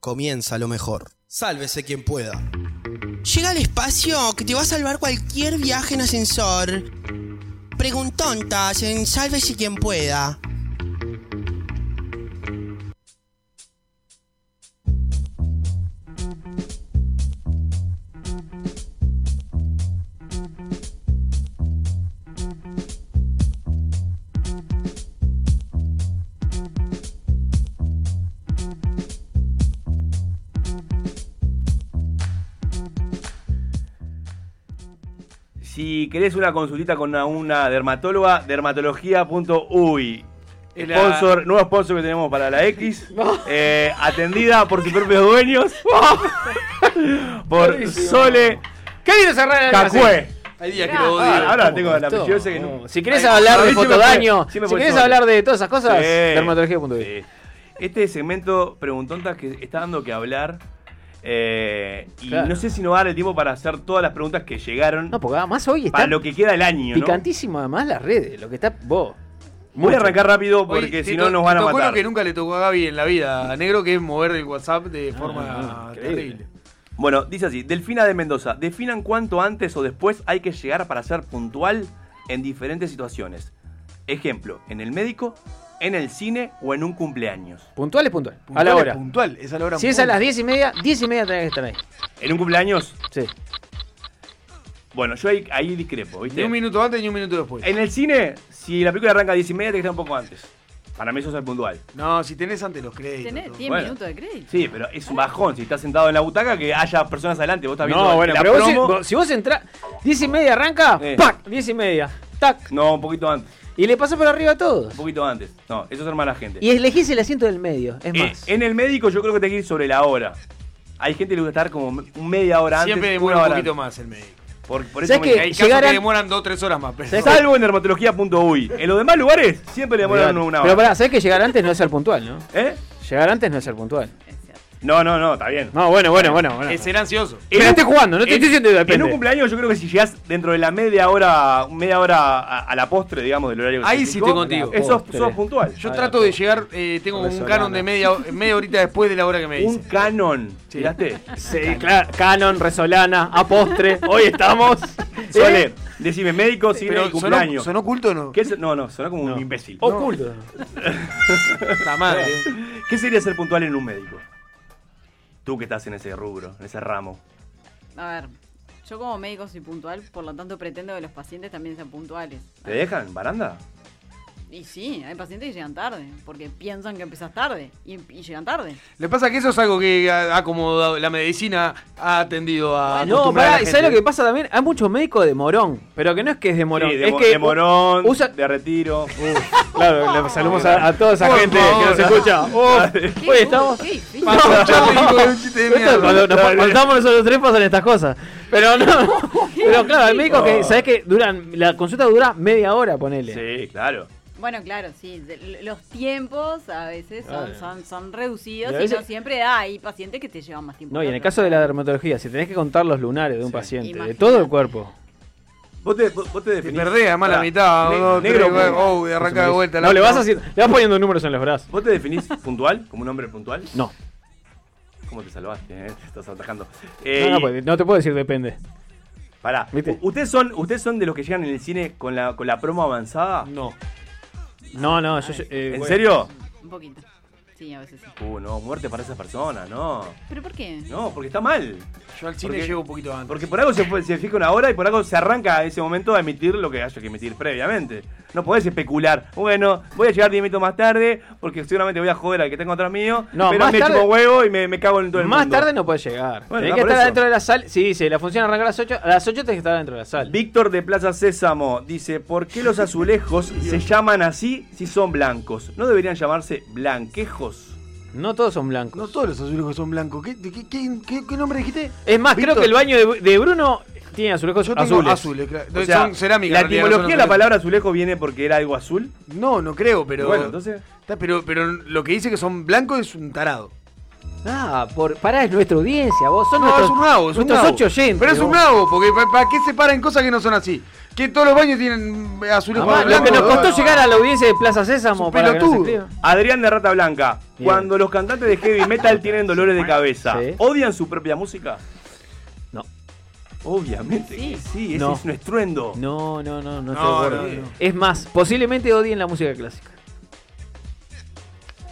[SPEAKER 8] comienza lo mejor. Sálvese quien pueda.
[SPEAKER 18] Llega al espacio que te va a salvar cualquier viaje en ascensor. Preguntontas en Sálvese quien pueda.
[SPEAKER 6] Si querés una consultita con una, una dermatóloga, dermatología.uy.
[SPEAKER 4] Es la-
[SPEAKER 6] Sponsor, nuevo sponsor que tenemos para la X. Eh, atendida por sus propios dueños. por
[SPEAKER 4] Buenísimo.
[SPEAKER 6] Sole.
[SPEAKER 5] ¿Qué vino cerrar
[SPEAKER 6] el almacén? Cacue.
[SPEAKER 4] Hay
[SPEAKER 6] días
[SPEAKER 4] que lo odio.
[SPEAKER 6] Ah, ahora
[SPEAKER 4] ¿Cómo
[SPEAKER 6] tengo la
[SPEAKER 4] costó?
[SPEAKER 6] preciosa que no.
[SPEAKER 5] Si querés hablar de fotodaño, si querés hablar de todas esas cosas,
[SPEAKER 6] dermatología.es. Este segmento Preguntontas que está dando que hablar. eh, y
[SPEAKER 5] Claro.
[SPEAKER 6] no sé si nos va a dar el tiempo para hacer todas las preguntas que llegaron.
[SPEAKER 5] No, porque además hoy está
[SPEAKER 6] para lo que queda del año, ¿no?
[SPEAKER 5] picantísimo además las redes, lo que está vos.
[SPEAKER 6] Voy a arrancar rápido
[SPEAKER 4] Oye,
[SPEAKER 6] porque
[SPEAKER 4] te
[SPEAKER 6] si no
[SPEAKER 4] to-
[SPEAKER 6] nos van
[SPEAKER 4] te
[SPEAKER 6] a
[SPEAKER 4] tocó lo
[SPEAKER 6] matar.
[SPEAKER 4] que nunca le tocó a Gaby en la vida, a negro, que es mover el WhatsApp de
[SPEAKER 6] Ah,
[SPEAKER 4] forma terrible.
[SPEAKER 6] Bueno, dice así, Delfina de Mendoza, definan cuánto antes o después hay que llegar para ser puntual en diferentes situaciones. Ejemplo, en el médico, en el cine o en un cumpleaños.
[SPEAKER 5] Puntual es puntual. a
[SPEAKER 6] Puntual
[SPEAKER 5] la
[SPEAKER 6] es
[SPEAKER 5] hora.
[SPEAKER 4] puntual, es a la hora
[SPEAKER 5] Si es a
[SPEAKER 6] puntual.
[SPEAKER 5] las 10 y media, 10 y media tenés que estar ahí.
[SPEAKER 6] ¿En un cumpleaños?
[SPEAKER 5] Sí.
[SPEAKER 6] Bueno, yo ahí, ahí discrepo, ¿viste?
[SPEAKER 4] Ni un minuto antes ni un minuto después.
[SPEAKER 6] En el cine, si la película arranca a 10 y media, te que estar un poco antes. Para mí eso es el puntual.
[SPEAKER 4] No, si tenés antes los créditos.
[SPEAKER 7] Tenés
[SPEAKER 4] todo.
[SPEAKER 7] 10 minutos de crédito.
[SPEAKER 6] Sí, pero es un bajón si estás sentado en la butaca que haya personas adelante. Vos estás viendo
[SPEAKER 5] No, bueno,
[SPEAKER 6] la
[SPEAKER 5] pero vos si,
[SPEAKER 6] promo.
[SPEAKER 5] vos- si vos entrás, 10 y media arranca, ¡pac! 10 y media, ¡tac!
[SPEAKER 6] No, un poquito antes.
[SPEAKER 5] Y le pasó por arriba a todos.
[SPEAKER 6] Un poquito antes. No, eso es armar a la gente.
[SPEAKER 5] Y elegís el asiento del medio, es
[SPEAKER 6] Eh,
[SPEAKER 5] más.
[SPEAKER 6] en el médico yo creo que te que ir sobre la hora. Hay gente que le gusta estar como me- media hora antes.
[SPEAKER 4] Siempre
[SPEAKER 6] una
[SPEAKER 4] demora un
[SPEAKER 6] hora
[SPEAKER 4] poquito
[SPEAKER 6] antes.
[SPEAKER 4] más el médico.
[SPEAKER 6] Por, por eso
[SPEAKER 4] ¿Sabes
[SPEAKER 6] como
[SPEAKER 4] que
[SPEAKER 6] que
[SPEAKER 4] hay casos
[SPEAKER 6] llegar
[SPEAKER 4] que
[SPEAKER 6] a-
[SPEAKER 4] demoran dos o tres horas más? pero-
[SPEAKER 6] Salvo en dermatología.uy. En los demás lugares siempre le demoran Eh, una
[SPEAKER 5] Pero
[SPEAKER 6] hora.
[SPEAKER 5] pará, sabés que llegar antes no es ser puntual, ¿no?
[SPEAKER 6] ¿Eh?
[SPEAKER 5] Llegar antes no es ser puntual.
[SPEAKER 6] No, no, no, está bien.
[SPEAKER 5] No, bueno, bueno, bueno. bueno.
[SPEAKER 4] Es ser ansioso.
[SPEAKER 5] Pero la estoy jugando, no te
[SPEAKER 6] en-
[SPEAKER 5] estoy diciendo de
[SPEAKER 6] En
[SPEAKER 5] repente.
[SPEAKER 6] un cumpleaños yo creo que si llegás dentro de la media hora, media hora a, a la postre, digamos, del horario que
[SPEAKER 4] Ahí
[SPEAKER 6] se
[SPEAKER 4] sí
[SPEAKER 6] fijó,
[SPEAKER 4] estoy contigo.
[SPEAKER 6] Eso sos puntual.
[SPEAKER 4] Yo trato de llegar, eh, tengo un canon de media, media horita después de la hora que me dicen.
[SPEAKER 6] Un canon. ¿Tiraste?
[SPEAKER 5] Sí, claro. Canon, Resolana, a postre. Hoy estamos.
[SPEAKER 6] Sole, decime, médico, si
[SPEAKER 4] Pero
[SPEAKER 6] el
[SPEAKER 4] sonó-
[SPEAKER 6] cumpleaños.
[SPEAKER 4] ¿sonó culto o no?
[SPEAKER 6] ¿Qué es- No, no, sonó como un imbécil.
[SPEAKER 5] Oculto. ¿eh?
[SPEAKER 4] Está madre.
[SPEAKER 6] ¿Qué sería ser puntual en un médico? Tú que estás en ese rubro, en ese ramo.
[SPEAKER 7] A ver, yo como médico soy puntual, por lo tanto pretendo que los pacientes también sean puntuales.
[SPEAKER 6] ¿Te dejan? ¿Baranda?
[SPEAKER 7] Y sí, hay pacientes que llegan tarde, porque piensan que empezás tarde y, y llegan tarde.
[SPEAKER 4] Le pasa que eso es algo que ha acomodado, la medicina ha atendido a.
[SPEAKER 5] No,
[SPEAKER 4] acostumbrar a la
[SPEAKER 5] pará, ¿y ¿sabes
[SPEAKER 4] gente.
[SPEAKER 5] lo que pasa también? Hay muchos médicos de morón, pero que no es que es de morón.
[SPEAKER 6] Sí, de,
[SPEAKER 5] es
[SPEAKER 6] mo-
[SPEAKER 5] que
[SPEAKER 6] de morón, de retiro.
[SPEAKER 5] Claro, le saludamos a, a toda esa
[SPEAKER 6] Por
[SPEAKER 5] gente que nos
[SPEAKER 6] favor.
[SPEAKER 5] escucha. Oh, hoy estamos.
[SPEAKER 4] Paso, chao, hijo de un chiste de mierda.
[SPEAKER 5] Esto, cuando nos faltamos nosotros tres pasan estas cosas. Pero no. Pero claro, hay médicos que, ¿sabes que Duran, la consulta dura media hora, ponele.
[SPEAKER 6] Sí, claro.
[SPEAKER 7] Bueno, claro, sí, de- los tiempos a veces
[SPEAKER 6] Ah,
[SPEAKER 7] son,
[SPEAKER 5] Claro.
[SPEAKER 7] son, son reducidos
[SPEAKER 5] Y
[SPEAKER 7] y,
[SPEAKER 5] a veces-
[SPEAKER 7] no siempre hay pacientes que te llevan más tiempo.
[SPEAKER 5] No, y en el
[SPEAKER 7] que otros.
[SPEAKER 5] caso de la dermatología, si tenés que contar los lunares de un paciente, de
[SPEAKER 7] Imagínate.
[SPEAKER 5] todo el cuerpo.
[SPEAKER 6] Vos te, vos vos te definís.
[SPEAKER 4] perdés, además, la
[SPEAKER 6] Pará,
[SPEAKER 4] mitad,
[SPEAKER 6] ne-
[SPEAKER 4] dos,
[SPEAKER 6] negro,
[SPEAKER 4] tres,
[SPEAKER 6] puro.
[SPEAKER 4] oh, y arranca de vuelta la-
[SPEAKER 5] No, le vas, haciendo- le vas poniendo números en los brazos.
[SPEAKER 6] ¿Vos te definís puntual? ¿Como un hombre puntual?
[SPEAKER 5] No.
[SPEAKER 6] ¿Cómo te salvaste? eh? Te estás atajando. Eh,
[SPEAKER 5] No, no, pues, no te puedo decir depende.
[SPEAKER 6] Pará.
[SPEAKER 5] ¿Viste?
[SPEAKER 6] U- ¿Ustedes son, ¿Ustedes son de los que llegan en el cine con la, con la promo avanzada?
[SPEAKER 5] No. No, no, yo. eh,
[SPEAKER 6] ¿En
[SPEAKER 5] bueno.
[SPEAKER 6] serio?
[SPEAKER 7] Un poquito. Sí, a veces sí.
[SPEAKER 6] Uh, no, muerte para esas personas, no.
[SPEAKER 7] ¿Pero por qué?
[SPEAKER 6] No, porque está mal.
[SPEAKER 4] Yo al cine
[SPEAKER 6] Porque-
[SPEAKER 4] llego un poquito antes.
[SPEAKER 6] Porque por algo se, fue- se fija una hora y por algo se arranca a ese momento a emitir lo que haya que emitir previamente. No podés especular. Bueno, voy a llegar 10 minutos más tarde porque seguramente voy a joder al que tengo atrás mío.
[SPEAKER 5] No,
[SPEAKER 6] pero
[SPEAKER 5] más
[SPEAKER 6] me
[SPEAKER 5] tarde-
[SPEAKER 6] chupo huevo y me, me cago en todo el
[SPEAKER 5] Más
[SPEAKER 6] mundo.
[SPEAKER 5] tarde no puedes llegar.
[SPEAKER 6] Bueno,
[SPEAKER 5] tenés
[SPEAKER 6] no,
[SPEAKER 5] que
[SPEAKER 6] por
[SPEAKER 5] estar
[SPEAKER 6] eso.
[SPEAKER 5] dentro de la sala. Sí, sí, la función arranca a las 8. A las 8 tenés que estar dentro de la sala.
[SPEAKER 6] Víctor de Plaza Sésamo dice, ¿por qué los azulejos se llaman así si son blancos? ¿No deberían llamarse blanquejos?
[SPEAKER 5] No todos son blancos.
[SPEAKER 4] No todos los azulejos son blancos. ¿Qué, qué- qué- qué- qué nombre dijiste?
[SPEAKER 5] Es más,
[SPEAKER 4] Víctor.
[SPEAKER 5] creo que el baño de, de Bruno tiene azulejos
[SPEAKER 4] Yo tengo
[SPEAKER 5] azules.
[SPEAKER 4] azules, claro. Entonces son cerámica,
[SPEAKER 6] La
[SPEAKER 4] en realidad,
[SPEAKER 6] etimología
[SPEAKER 4] no
[SPEAKER 6] de
[SPEAKER 4] son
[SPEAKER 6] la
[SPEAKER 4] azules.
[SPEAKER 6] palabra azulejo viene porque era algo azul.
[SPEAKER 4] No, no creo, pero.
[SPEAKER 6] Bueno, entonces-
[SPEAKER 4] Está, pero, pero lo que dice que son blancos es un tarado.
[SPEAKER 5] Ah, por, pará, es nuestra audiencia, vos. Son
[SPEAKER 4] no,
[SPEAKER 5] nuestros,
[SPEAKER 4] es un nabo, es un
[SPEAKER 5] nuestros
[SPEAKER 4] nabo.
[SPEAKER 5] ocho oyentes,
[SPEAKER 4] Pero es un
[SPEAKER 5] vos.
[SPEAKER 4] nabo, porque ¿para qué se paran cosas que no son así? Que todos los baños tienen eh, azulejos
[SPEAKER 5] Además, Ah, lo
[SPEAKER 4] blancos.
[SPEAKER 5] que nos costó
[SPEAKER 4] No,
[SPEAKER 5] llegar a la audiencia de Plaza Sésamo para que nos
[SPEAKER 4] pelotudo.
[SPEAKER 5] escriban.
[SPEAKER 6] Adrián de Rata Blanca, cuando los cantantes de heavy metal tienen dolores de cabeza, ¿odian su propia música?
[SPEAKER 5] No.
[SPEAKER 6] Obviamente que sí, ese
[SPEAKER 5] No.
[SPEAKER 6] es un estruendo.
[SPEAKER 5] No, no, no, no, estoy
[SPEAKER 6] No,
[SPEAKER 5] de acuerdo.
[SPEAKER 6] no, no.
[SPEAKER 5] Es más, posiblemente odien la música clásica.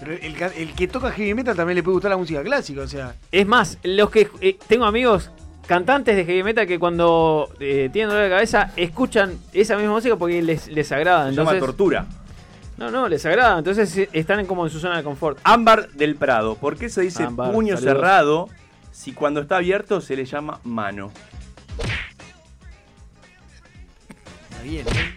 [SPEAKER 4] Pero el, ca- el que toca heavy metal también le puede gustar la música clásica, o sea.
[SPEAKER 5] Es más, los que eh, tengo amigos cantantes de heavy metal que cuando eh, tienen dolor de cabeza escuchan esa misma música porque les, les agrada.
[SPEAKER 6] Se llama
[SPEAKER 5] Entonces,
[SPEAKER 6] tortura.
[SPEAKER 5] No, no, les agrada. Entonces eh, están como en su zona de confort.
[SPEAKER 6] Ámbar del Prado, ¿por qué se dice
[SPEAKER 5] Ámbar,
[SPEAKER 6] puño
[SPEAKER 5] saludos.
[SPEAKER 6] cerrado si cuando está abierto se le llama mano?
[SPEAKER 4] Está bien, ¿eh?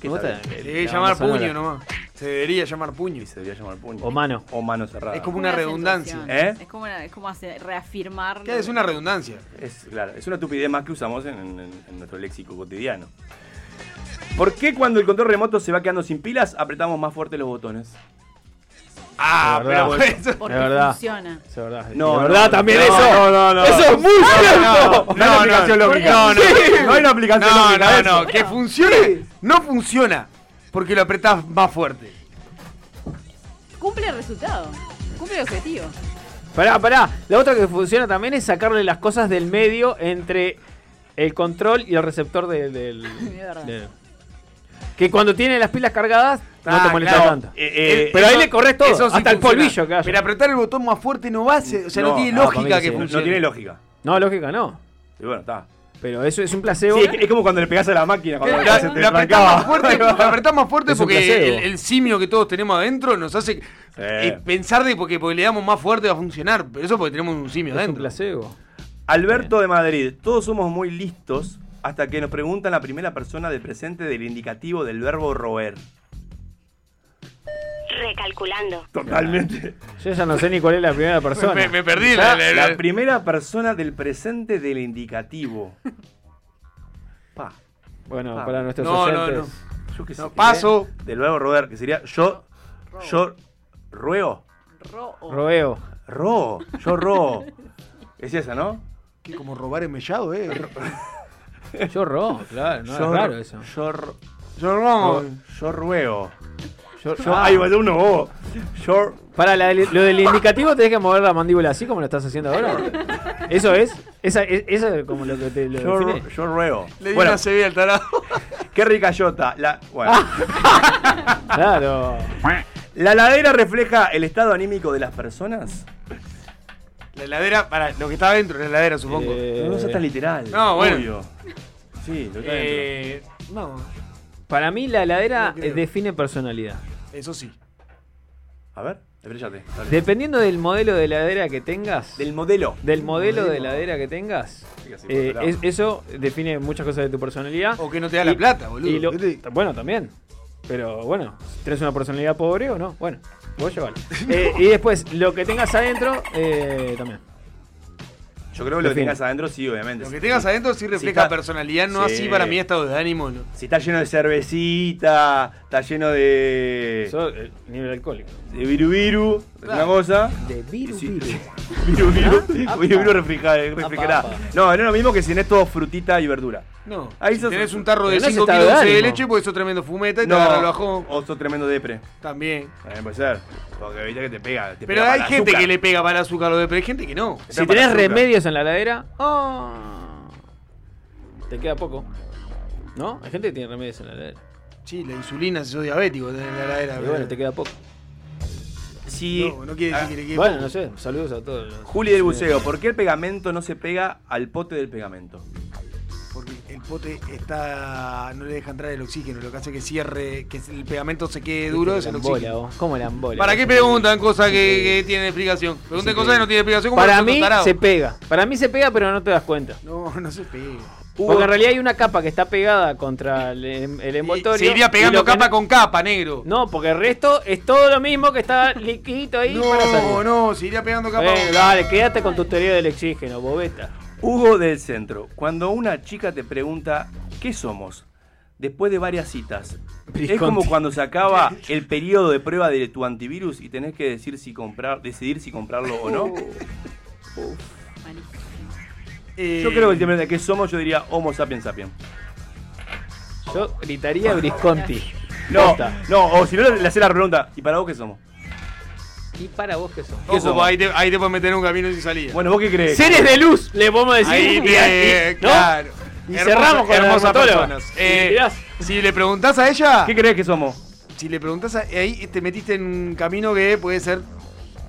[SPEAKER 6] ¿Qué
[SPEAKER 4] Me
[SPEAKER 6] está
[SPEAKER 4] gusta.
[SPEAKER 6] bien?
[SPEAKER 4] Se debe
[SPEAKER 6] La
[SPEAKER 4] llamar
[SPEAKER 6] banda sonora.
[SPEAKER 4] puño nomás. Se debería llamar puño.
[SPEAKER 6] Se debería llamar puño.
[SPEAKER 5] O mano.
[SPEAKER 6] O mano cerrada.
[SPEAKER 4] Es como una redundancia.
[SPEAKER 6] ¿Eh?
[SPEAKER 7] Es como, una- es como hace- reafirmar.
[SPEAKER 4] ¿Qué? Es una redundancia.
[SPEAKER 6] Es, claro, es una estupidez más que usamos en, en- en nuestro léxico cotidiano. ¿Por qué cuando el control remoto se va quedando sin pilas apretamos más fuerte los botones?
[SPEAKER 4] Ah,
[SPEAKER 6] Es verdad,
[SPEAKER 4] pero
[SPEAKER 6] eso-
[SPEAKER 7] Porque
[SPEAKER 6] es verdad.
[SPEAKER 7] funciona.
[SPEAKER 5] Es verdad.
[SPEAKER 6] No,
[SPEAKER 5] Es
[SPEAKER 6] no,
[SPEAKER 5] verdad
[SPEAKER 6] no,
[SPEAKER 5] también
[SPEAKER 6] no,
[SPEAKER 5] eso.
[SPEAKER 6] no, no, no.
[SPEAKER 5] Eso es muy
[SPEAKER 6] No,
[SPEAKER 5] cierto.
[SPEAKER 6] no, no, no, no,
[SPEAKER 4] No, no,
[SPEAKER 6] Sí. No hay una aplicación
[SPEAKER 4] No,
[SPEAKER 6] lógica de
[SPEAKER 4] no,
[SPEAKER 6] eso.
[SPEAKER 4] no. Que funcione, no funciona. Porque lo apretás más fuerte.
[SPEAKER 7] Cumple el resultado. Cumple el objetivo.
[SPEAKER 5] Pará, pará. La otra que funciona también es sacarle las cosas del medio entre el control y el receptor de- del. del- que cuando tiene las pilas cargadas, no te molesta tanto. Eh, Pero ahí le corres todo, hasta el polvillo que haya.
[SPEAKER 4] Pero apretar el botón más fuerte no va, a ser- o sea, no, tiene
[SPEAKER 6] para mí
[SPEAKER 4] lógica que
[SPEAKER 6] sí.
[SPEAKER 4] funcione.
[SPEAKER 6] No tiene lógica.
[SPEAKER 5] No, lógica no.
[SPEAKER 6] Y bueno, está.
[SPEAKER 5] Pero eso es un placebo.
[SPEAKER 6] Sí, es, es como cuando le pegás a la máquina. Cuando
[SPEAKER 4] La,
[SPEAKER 6] se te
[SPEAKER 4] la apretás
[SPEAKER 6] trancaba.
[SPEAKER 4] más fuerte, la apretás más fuerte
[SPEAKER 6] Es un
[SPEAKER 4] porque el,
[SPEAKER 6] placebo.
[SPEAKER 4] el simio que todos tenemos adentro nos hace eh, pensar de porque, porque le damos más fuerte va a funcionar. Pero eso porque tenemos un simio
[SPEAKER 6] Es un
[SPEAKER 4] adentro.
[SPEAKER 5] placebo.
[SPEAKER 6] Alberto de Madrid, todos somos muy listos hasta que nos preguntan la primera persona del presente del indicativo del verbo roer.
[SPEAKER 1] Re
[SPEAKER 19] recalculando.
[SPEAKER 6] Totalmente.
[SPEAKER 5] Yo ya no sé ni cuál es la primera persona.
[SPEAKER 6] la,
[SPEAKER 5] Ya,
[SPEAKER 6] la primera persona del presente del indicativo. Pa.
[SPEAKER 5] Bueno,
[SPEAKER 6] pa.
[SPEAKER 5] para nuestros
[SPEAKER 6] No, no,
[SPEAKER 5] oyentes.
[SPEAKER 6] no. Yo qué sé,
[SPEAKER 5] No,
[SPEAKER 6] ¿eh?
[SPEAKER 5] paso.
[SPEAKER 6] De luego, Robert, que sería yo. Yo ruego.
[SPEAKER 5] Roeo.
[SPEAKER 6] Ro. Yo ro. es esa, ¿no?
[SPEAKER 4] Que como robar en mellado, eh.
[SPEAKER 5] Yo ro, claro, no
[SPEAKER 6] Yo-
[SPEAKER 5] es raro eso.
[SPEAKER 6] Yo ro.
[SPEAKER 4] Yo ro.
[SPEAKER 6] Yo ruego.
[SPEAKER 5] Yo,
[SPEAKER 6] Yo- ay, vale, uno vos. Yo.
[SPEAKER 5] Para Ah. la del- lo del indicativo tenés que mover la mandíbula así como lo estás haciendo ahora. Eso es. Esa, es- eso es como lo que te lo
[SPEAKER 6] Yo,
[SPEAKER 5] define.
[SPEAKER 6] ro- yo ruego.
[SPEAKER 5] Le di una
[SPEAKER 6] al tarado. Qué rica yota. La, bueno.
[SPEAKER 5] claro.
[SPEAKER 6] ¿La ladera refleja el estado anímico de las personas?
[SPEAKER 4] La heladera, para lo que está dentro, la heladera, supongo.
[SPEAKER 6] Pero no sea tan literal.
[SPEAKER 4] No, bueno.
[SPEAKER 6] Eh, obvio. Sí, lo que hay
[SPEAKER 4] Eh, no,
[SPEAKER 5] Para mí la heladera
[SPEAKER 4] No creo.
[SPEAKER 5] define personalidad.
[SPEAKER 4] eso sí.
[SPEAKER 6] A ver, estrellate. dale.
[SPEAKER 5] Dependiendo del modelo de heladera que tengas.
[SPEAKER 6] Del modelo.
[SPEAKER 5] Del modelo,
[SPEAKER 6] Modelo.
[SPEAKER 5] de heladera que tengas.
[SPEAKER 6] así,
[SPEAKER 5] eh,
[SPEAKER 6] por otro
[SPEAKER 5] es- eso define muchas cosas de tu personalidad.
[SPEAKER 4] O que no te da la plata, boludo.
[SPEAKER 5] y lo- bueno, también. Pero bueno, ¿tenés una personalidad pobre o no? Bueno, vos llevalo. Eh, y después, lo que tengas adentro, eh, también.
[SPEAKER 6] Yo creo que lo que
[SPEAKER 5] Define.
[SPEAKER 6] tengas adentro, sí, obviamente.
[SPEAKER 4] Lo que tengas adentro sí refleja personalidad, no así para mí estado de ánimo.
[SPEAKER 6] Si está lleno de cervecita, está lleno de.
[SPEAKER 5] Eso, eh, nivel alcohólico.
[SPEAKER 6] De viru viru, es una
[SPEAKER 5] Claro.
[SPEAKER 6] cosa.
[SPEAKER 5] De viru
[SPEAKER 6] viru. Viru viru.
[SPEAKER 5] Ah,
[SPEAKER 6] Viru viru
[SPEAKER 5] apa.
[SPEAKER 6] refrigera- refrigerá.
[SPEAKER 4] apa.
[SPEAKER 6] eh, No, no es lo mismo que si tenés todo frutita y verdura.
[SPEAKER 4] No.
[SPEAKER 6] Ahí
[SPEAKER 4] si
[SPEAKER 6] sos-
[SPEAKER 4] tenés un tarro de
[SPEAKER 6] Pero no es
[SPEAKER 4] 5
[SPEAKER 6] estado de
[SPEAKER 4] kilos de,
[SPEAKER 6] ánimo.
[SPEAKER 4] leche porque sos tremendo fumeta y
[SPEAKER 6] No,
[SPEAKER 4] te agarra el bajón.
[SPEAKER 6] o sos tremendo depre.
[SPEAKER 4] También.
[SPEAKER 6] También puede ser. Porque viste que te pega. te
[SPEAKER 4] Pero
[SPEAKER 6] pega
[SPEAKER 4] hay
[SPEAKER 6] para el
[SPEAKER 4] gente
[SPEAKER 6] azúcar.
[SPEAKER 4] que le pega para el azúcar lo de, pero hay gente que no.
[SPEAKER 5] Si tenés remedios en la heladera, Ah. te queda poco. ¿No? Hay gente que tiene remedios en la heladera.
[SPEAKER 4] Sí, la insulina si sos diabético tenés en la heladera.
[SPEAKER 5] Y
[SPEAKER 4] pero-
[SPEAKER 5] bueno, te queda poco.
[SPEAKER 6] Si-
[SPEAKER 4] No, no quiere decir
[SPEAKER 6] Ah,
[SPEAKER 4] que le quede
[SPEAKER 5] Bueno,
[SPEAKER 4] poco.
[SPEAKER 5] no sé. Saludos a todos. los-
[SPEAKER 6] Juli del
[SPEAKER 5] Sí.
[SPEAKER 6] Buceo, ¿por qué el pegamento no se pega al pote del pegamento?
[SPEAKER 4] Porque el pote está. no le deja entrar el oxígeno, lo que hace que cierre, que el pegamento se quede duro es el
[SPEAKER 5] Lambola,
[SPEAKER 4] oxígeno.
[SPEAKER 5] vos, ¿Cómo la embola?
[SPEAKER 4] ¿Para qué preguntan cosas que, que tienen explicación? Pregunten
[SPEAKER 5] Sí,
[SPEAKER 4] cosas que no tienen explicación como
[SPEAKER 5] Para
[SPEAKER 4] los
[SPEAKER 5] mí
[SPEAKER 4] tarados.
[SPEAKER 5] se pega. Para mí se pega, pero no te das cuenta.
[SPEAKER 4] No, no se pega.
[SPEAKER 5] Porque en realidad hay una capa que está pegada contra el, em- el envoltorio.
[SPEAKER 4] Se iría Eh, pegando
[SPEAKER 5] y lo que
[SPEAKER 4] capa
[SPEAKER 5] no-
[SPEAKER 4] con capa, negro.
[SPEAKER 5] No, porque el resto es todo lo mismo que está liquidito ahí para
[SPEAKER 4] No,
[SPEAKER 5] salir.
[SPEAKER 4] no, se iría pegando capa
[SPEAKER 5] Bueno,
[SPEAKER 4] con
[SPEAKER 5] Eh, dale, quédate con tu teoría del oxígeno, bobeta.
[SPEAKER 6] Hugo del Centro, cuando una chica te pregunta ¿qué somos? Después de varias citas. Es
[SPEAKER 5] Brisconti.
[SPEAKER 6] como cuando se acaba el periodo de prueba de tu antivirus y tenés que decir si comprar, decidir si comprarlo o no.
[SPEAKER 4] Eh,
[SPEAKER 6] Yo creo que el tema de qué somos, yo diría Homo sapiens sapiens.
[SPEAKER 5] Yo gritaría Brisconti.
[SPEAKER 6] No,
[SPEAKER 5] Posta.
[SPEAKER 6] no, o si no le le hacés la pregunta, ¿y para vos qué somos?
[SPEAKER 5] ¿Y para vos qué son?
[SPEAKER 6] ¿Qué
[SPEAKER 4] Ojo,
[SPEAKER 6] somos?
[SPEAKER 4] ahí, te, ahí te puedes meter en un camino sin salida.
[SPEAKER 6] Bueno, ¿vos qué crees?
[SPEAKER 5] Seres de luz, le podemos decir.
[SPEAKER 4] Ahí
[SPEAKER 5] Y-
[SPEAKER 4] te-
[SPEAKER 5] y- ¿no?
[SPEAKER 4] claro.
[SPEAKER 5] Y cerramos con la
[SPEAKER 4] hermosas
[SPEAKER 5] dermatóloga.
[SPEAKER 4] personas.
[SPEAKER 5] Y
[SPEAKER 4] Eh,
[SPEAKER 5] mirás.
[SPEAKER 4] si le preguntás a ella.
[SPEAKER 6] ¿Qué crees que somos?
[SPEAKER 4] Si le preguntás a. Ahí te metiste en un camino que puede ser.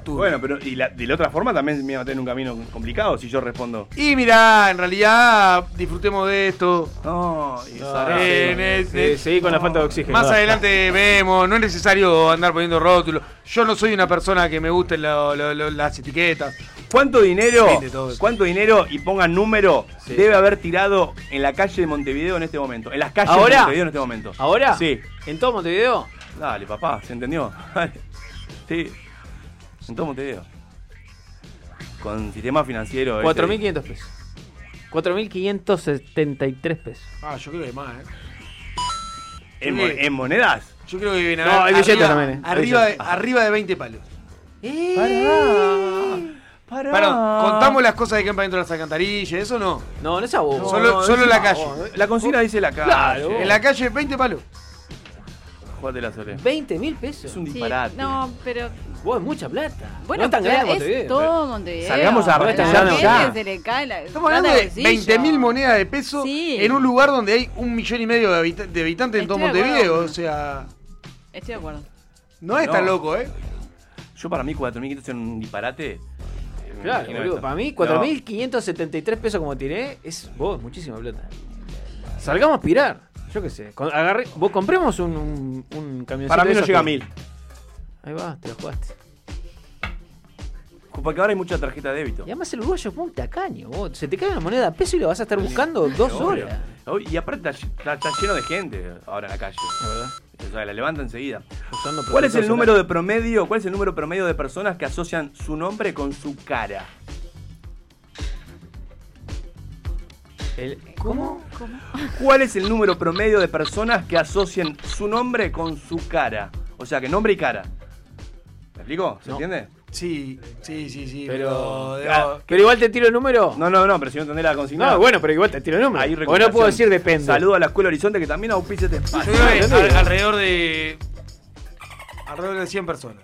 [SPEAKER 6] Bueno, pero y la- de la otra forma también me va a tener un camino complicado si yo respondo.
[SPEAKER 4] Y mirá, en realidad disfrutemos de esto.
[SPEAKER 6] No, y
[SPEAKER 4] en este-
[SPEAKER 5] Sí, seguí con la falta de oxígeno.
[SPEAKER 4] Más
[SPEAKER 5] dale.
[SPEAKER 4] adelante vemos, no es necesario andar poniendo rótulos. Yo no soy una persona que me gusten lo- lo- lo- las etiquetas.
[SPEAKER 6] ¿Cuánto dinero,
[SPEAKER 4] Fin de todo eso.
[SPEAKER 6] cuánto dinero y pongan número debe haber tirado en la calle de Montevideo en este momento? En las calles de
[SPEAKER 5] ¿Ahora?
[SPEAKER 6] Montevideo en este momento.
[SPEAKER 5] ¿Ahora?
[SPEAKER 6] Sí.
[SPEAKER 5] ¿En todo Montevideo?
[SPEAKER 6] Dale, papá, ¿se entendió? Dale. sí. En todo Montevideo. Con sistema financiero. este.
[SPEAKER 5] 4.500 pesos. 4.573 pesos.
[SPEAKER 4] Ah, yo creo que más, ¿eh?
[SPEAKER 6] ¿En, mon- en monedas?
[SPEAKER 4] Yo creo que viene
[SPEAKER 5] No, hay billetes
[SPEAKER 4] arriba,
[SPEAKER 5] también, eh. Hay
[SPEAKER 4] Arriba, de,
[SPEAKER 5] billetes.
[SPEAKER 4] arriba de 20 palos.
[SPEAKER 6] Pará.
[SPEAKER 4] Perdón, contamos las cosas que quedan para dentro de las alcantarillas, eso no.
[SPEAKER 5] No, no es a vos.
[SPEAKER 4] solo
[SPEAKER 6] no,
[SPEAKER 4] solo
[SPEAKER 6] es
[SPEAKER 4] la
[SPEAKER 6] una
[SPEAKER 4] calle.
[SPEAKER 6] boba. La consigna dice la calle.
[SPEAKER 5] Claro.
[SPEAKER 4] En la calle, 20 palos.
[SPEAKER 6] Jugate la solé.
[SPEAKER 5] 20 mil pesos. Es
[SPEAKER 6] un
[SPEAKER 7] Sí, no, pero
[SPEAKER 5] Vos, es mucha plata.
[SPEAKER 7] bueno,
[SPEAKER 5] no es tan
[SPEAKER 7] pero
[SPEAKER 5] grande
[SPEAKER 7] es
[SPEAKER 5] Montevideo.
[SPEAKER 7] todo Montevideo.
[SPEAKER 6] Salgamos a
[SPEAKER 7] la
[SPEAKER 6] restaurar
[SPEAKER 7] gente
[SPEAKER 6] ya.
[SPEAKER 7] se le cae la
[SPEAKER 4] Estamos hablando
[SPEAKER 7] plata
[SPEAKER 4] de
[SPEAKER 7] al bolsillo.
[SPEAKER 4] 20.000 monedas de peso
[SPEAKER 7] Sí.
[SPEAKER 4] en un lugar donde hay un millón y medio de, habita- de habitantes en todo
[SPEAKER 7] Estoy de acuerdo.
[SPEAKER 4] Montevideo. O sea,
[SPEAKER 7] Estoy de acuerdo.
[SPEAKER 4] no es tan
[SPEAKER 6] No.
[SPEAKER 4] loco, ¿eh?
[SPEAKER 6] Yo para mí 4.500 es un disparate. eh, me
[SPEAKER 5] Claro,
[SPEAKER 6] imagino
[SPEAKER 5] boludo.
[SPEAKER 6] esto.
[SPEAKER 5] Para mí,
[SPEAKER 6] No.
[SPEAKER 5] 4.573 pesos como tiré, es vos, muchísima plata. Salgamos a pirar. Yo qué sé. Con- agarré- vos compremos un, un, un camioncito.
[SPEAKER 6] Para mí
[SPEAKER 5] de
[SPEAKER 6] no
[SPEAKER 5] esos
[SPEAKER 6] llega a
[SPEAKER 5] que-
[SPEAKER 6] 1.000.
[SPEAKER 5] Ahí va, te lo jugaste.
[SPEAKER 6] Porque ahora hay mucha tarjeta de débito.
[SPEAKER 5] Y además el uruguayo es muy tacaño, vos. Se te cae una moneda a peso y la vas a estar buscando dos
[SPEAKER 6] Obvio.
[SPEAKER 5] horas.
[SPEAKER 6] Obvio, Y aparte está, está- está lleno de gente ahora en la calle. La verdad. O sea, la levanta enseguida. ¿Cuál es el
[SPEAKER 5] personal.
[SPEAKER 6] número de promedio? ¿Cuál es el número promedio de personas que asocian su nombre con su cara?
[SPEAKER 5] ¿Cómo?
[SPEAKER 7] ¿Cómo?
[SPEAKER 6] ¿Cuál es el número promedio de personas que asocian su nombre con su cara? O sea, que nombre y cara. ¿Me explico? ¿Se entiende?
[SPEAKER 4] Sí, sí, sí, sí.
[SPEAKER 6] Pero.
[SPEAKER 4] digo,
[SPEAKER 6] pero igual te tiro el número. No, no, no, pero si no entendés la consigna.
[SPEAKER 5] No, bueno, pero igual te tiro el número.
[SPEAKER 6] Ahí
[SPEAKER 5] Porque no puedo decir depende.
[SPEAKER 6] Saludo a la Escuela Horizonte que también auspicia este espacio.
[SPEAKER 4] Yo creo que al-
[SPEAKER 6] alrededor de.
[SPEAKER 4] Alrededor de 100 personas.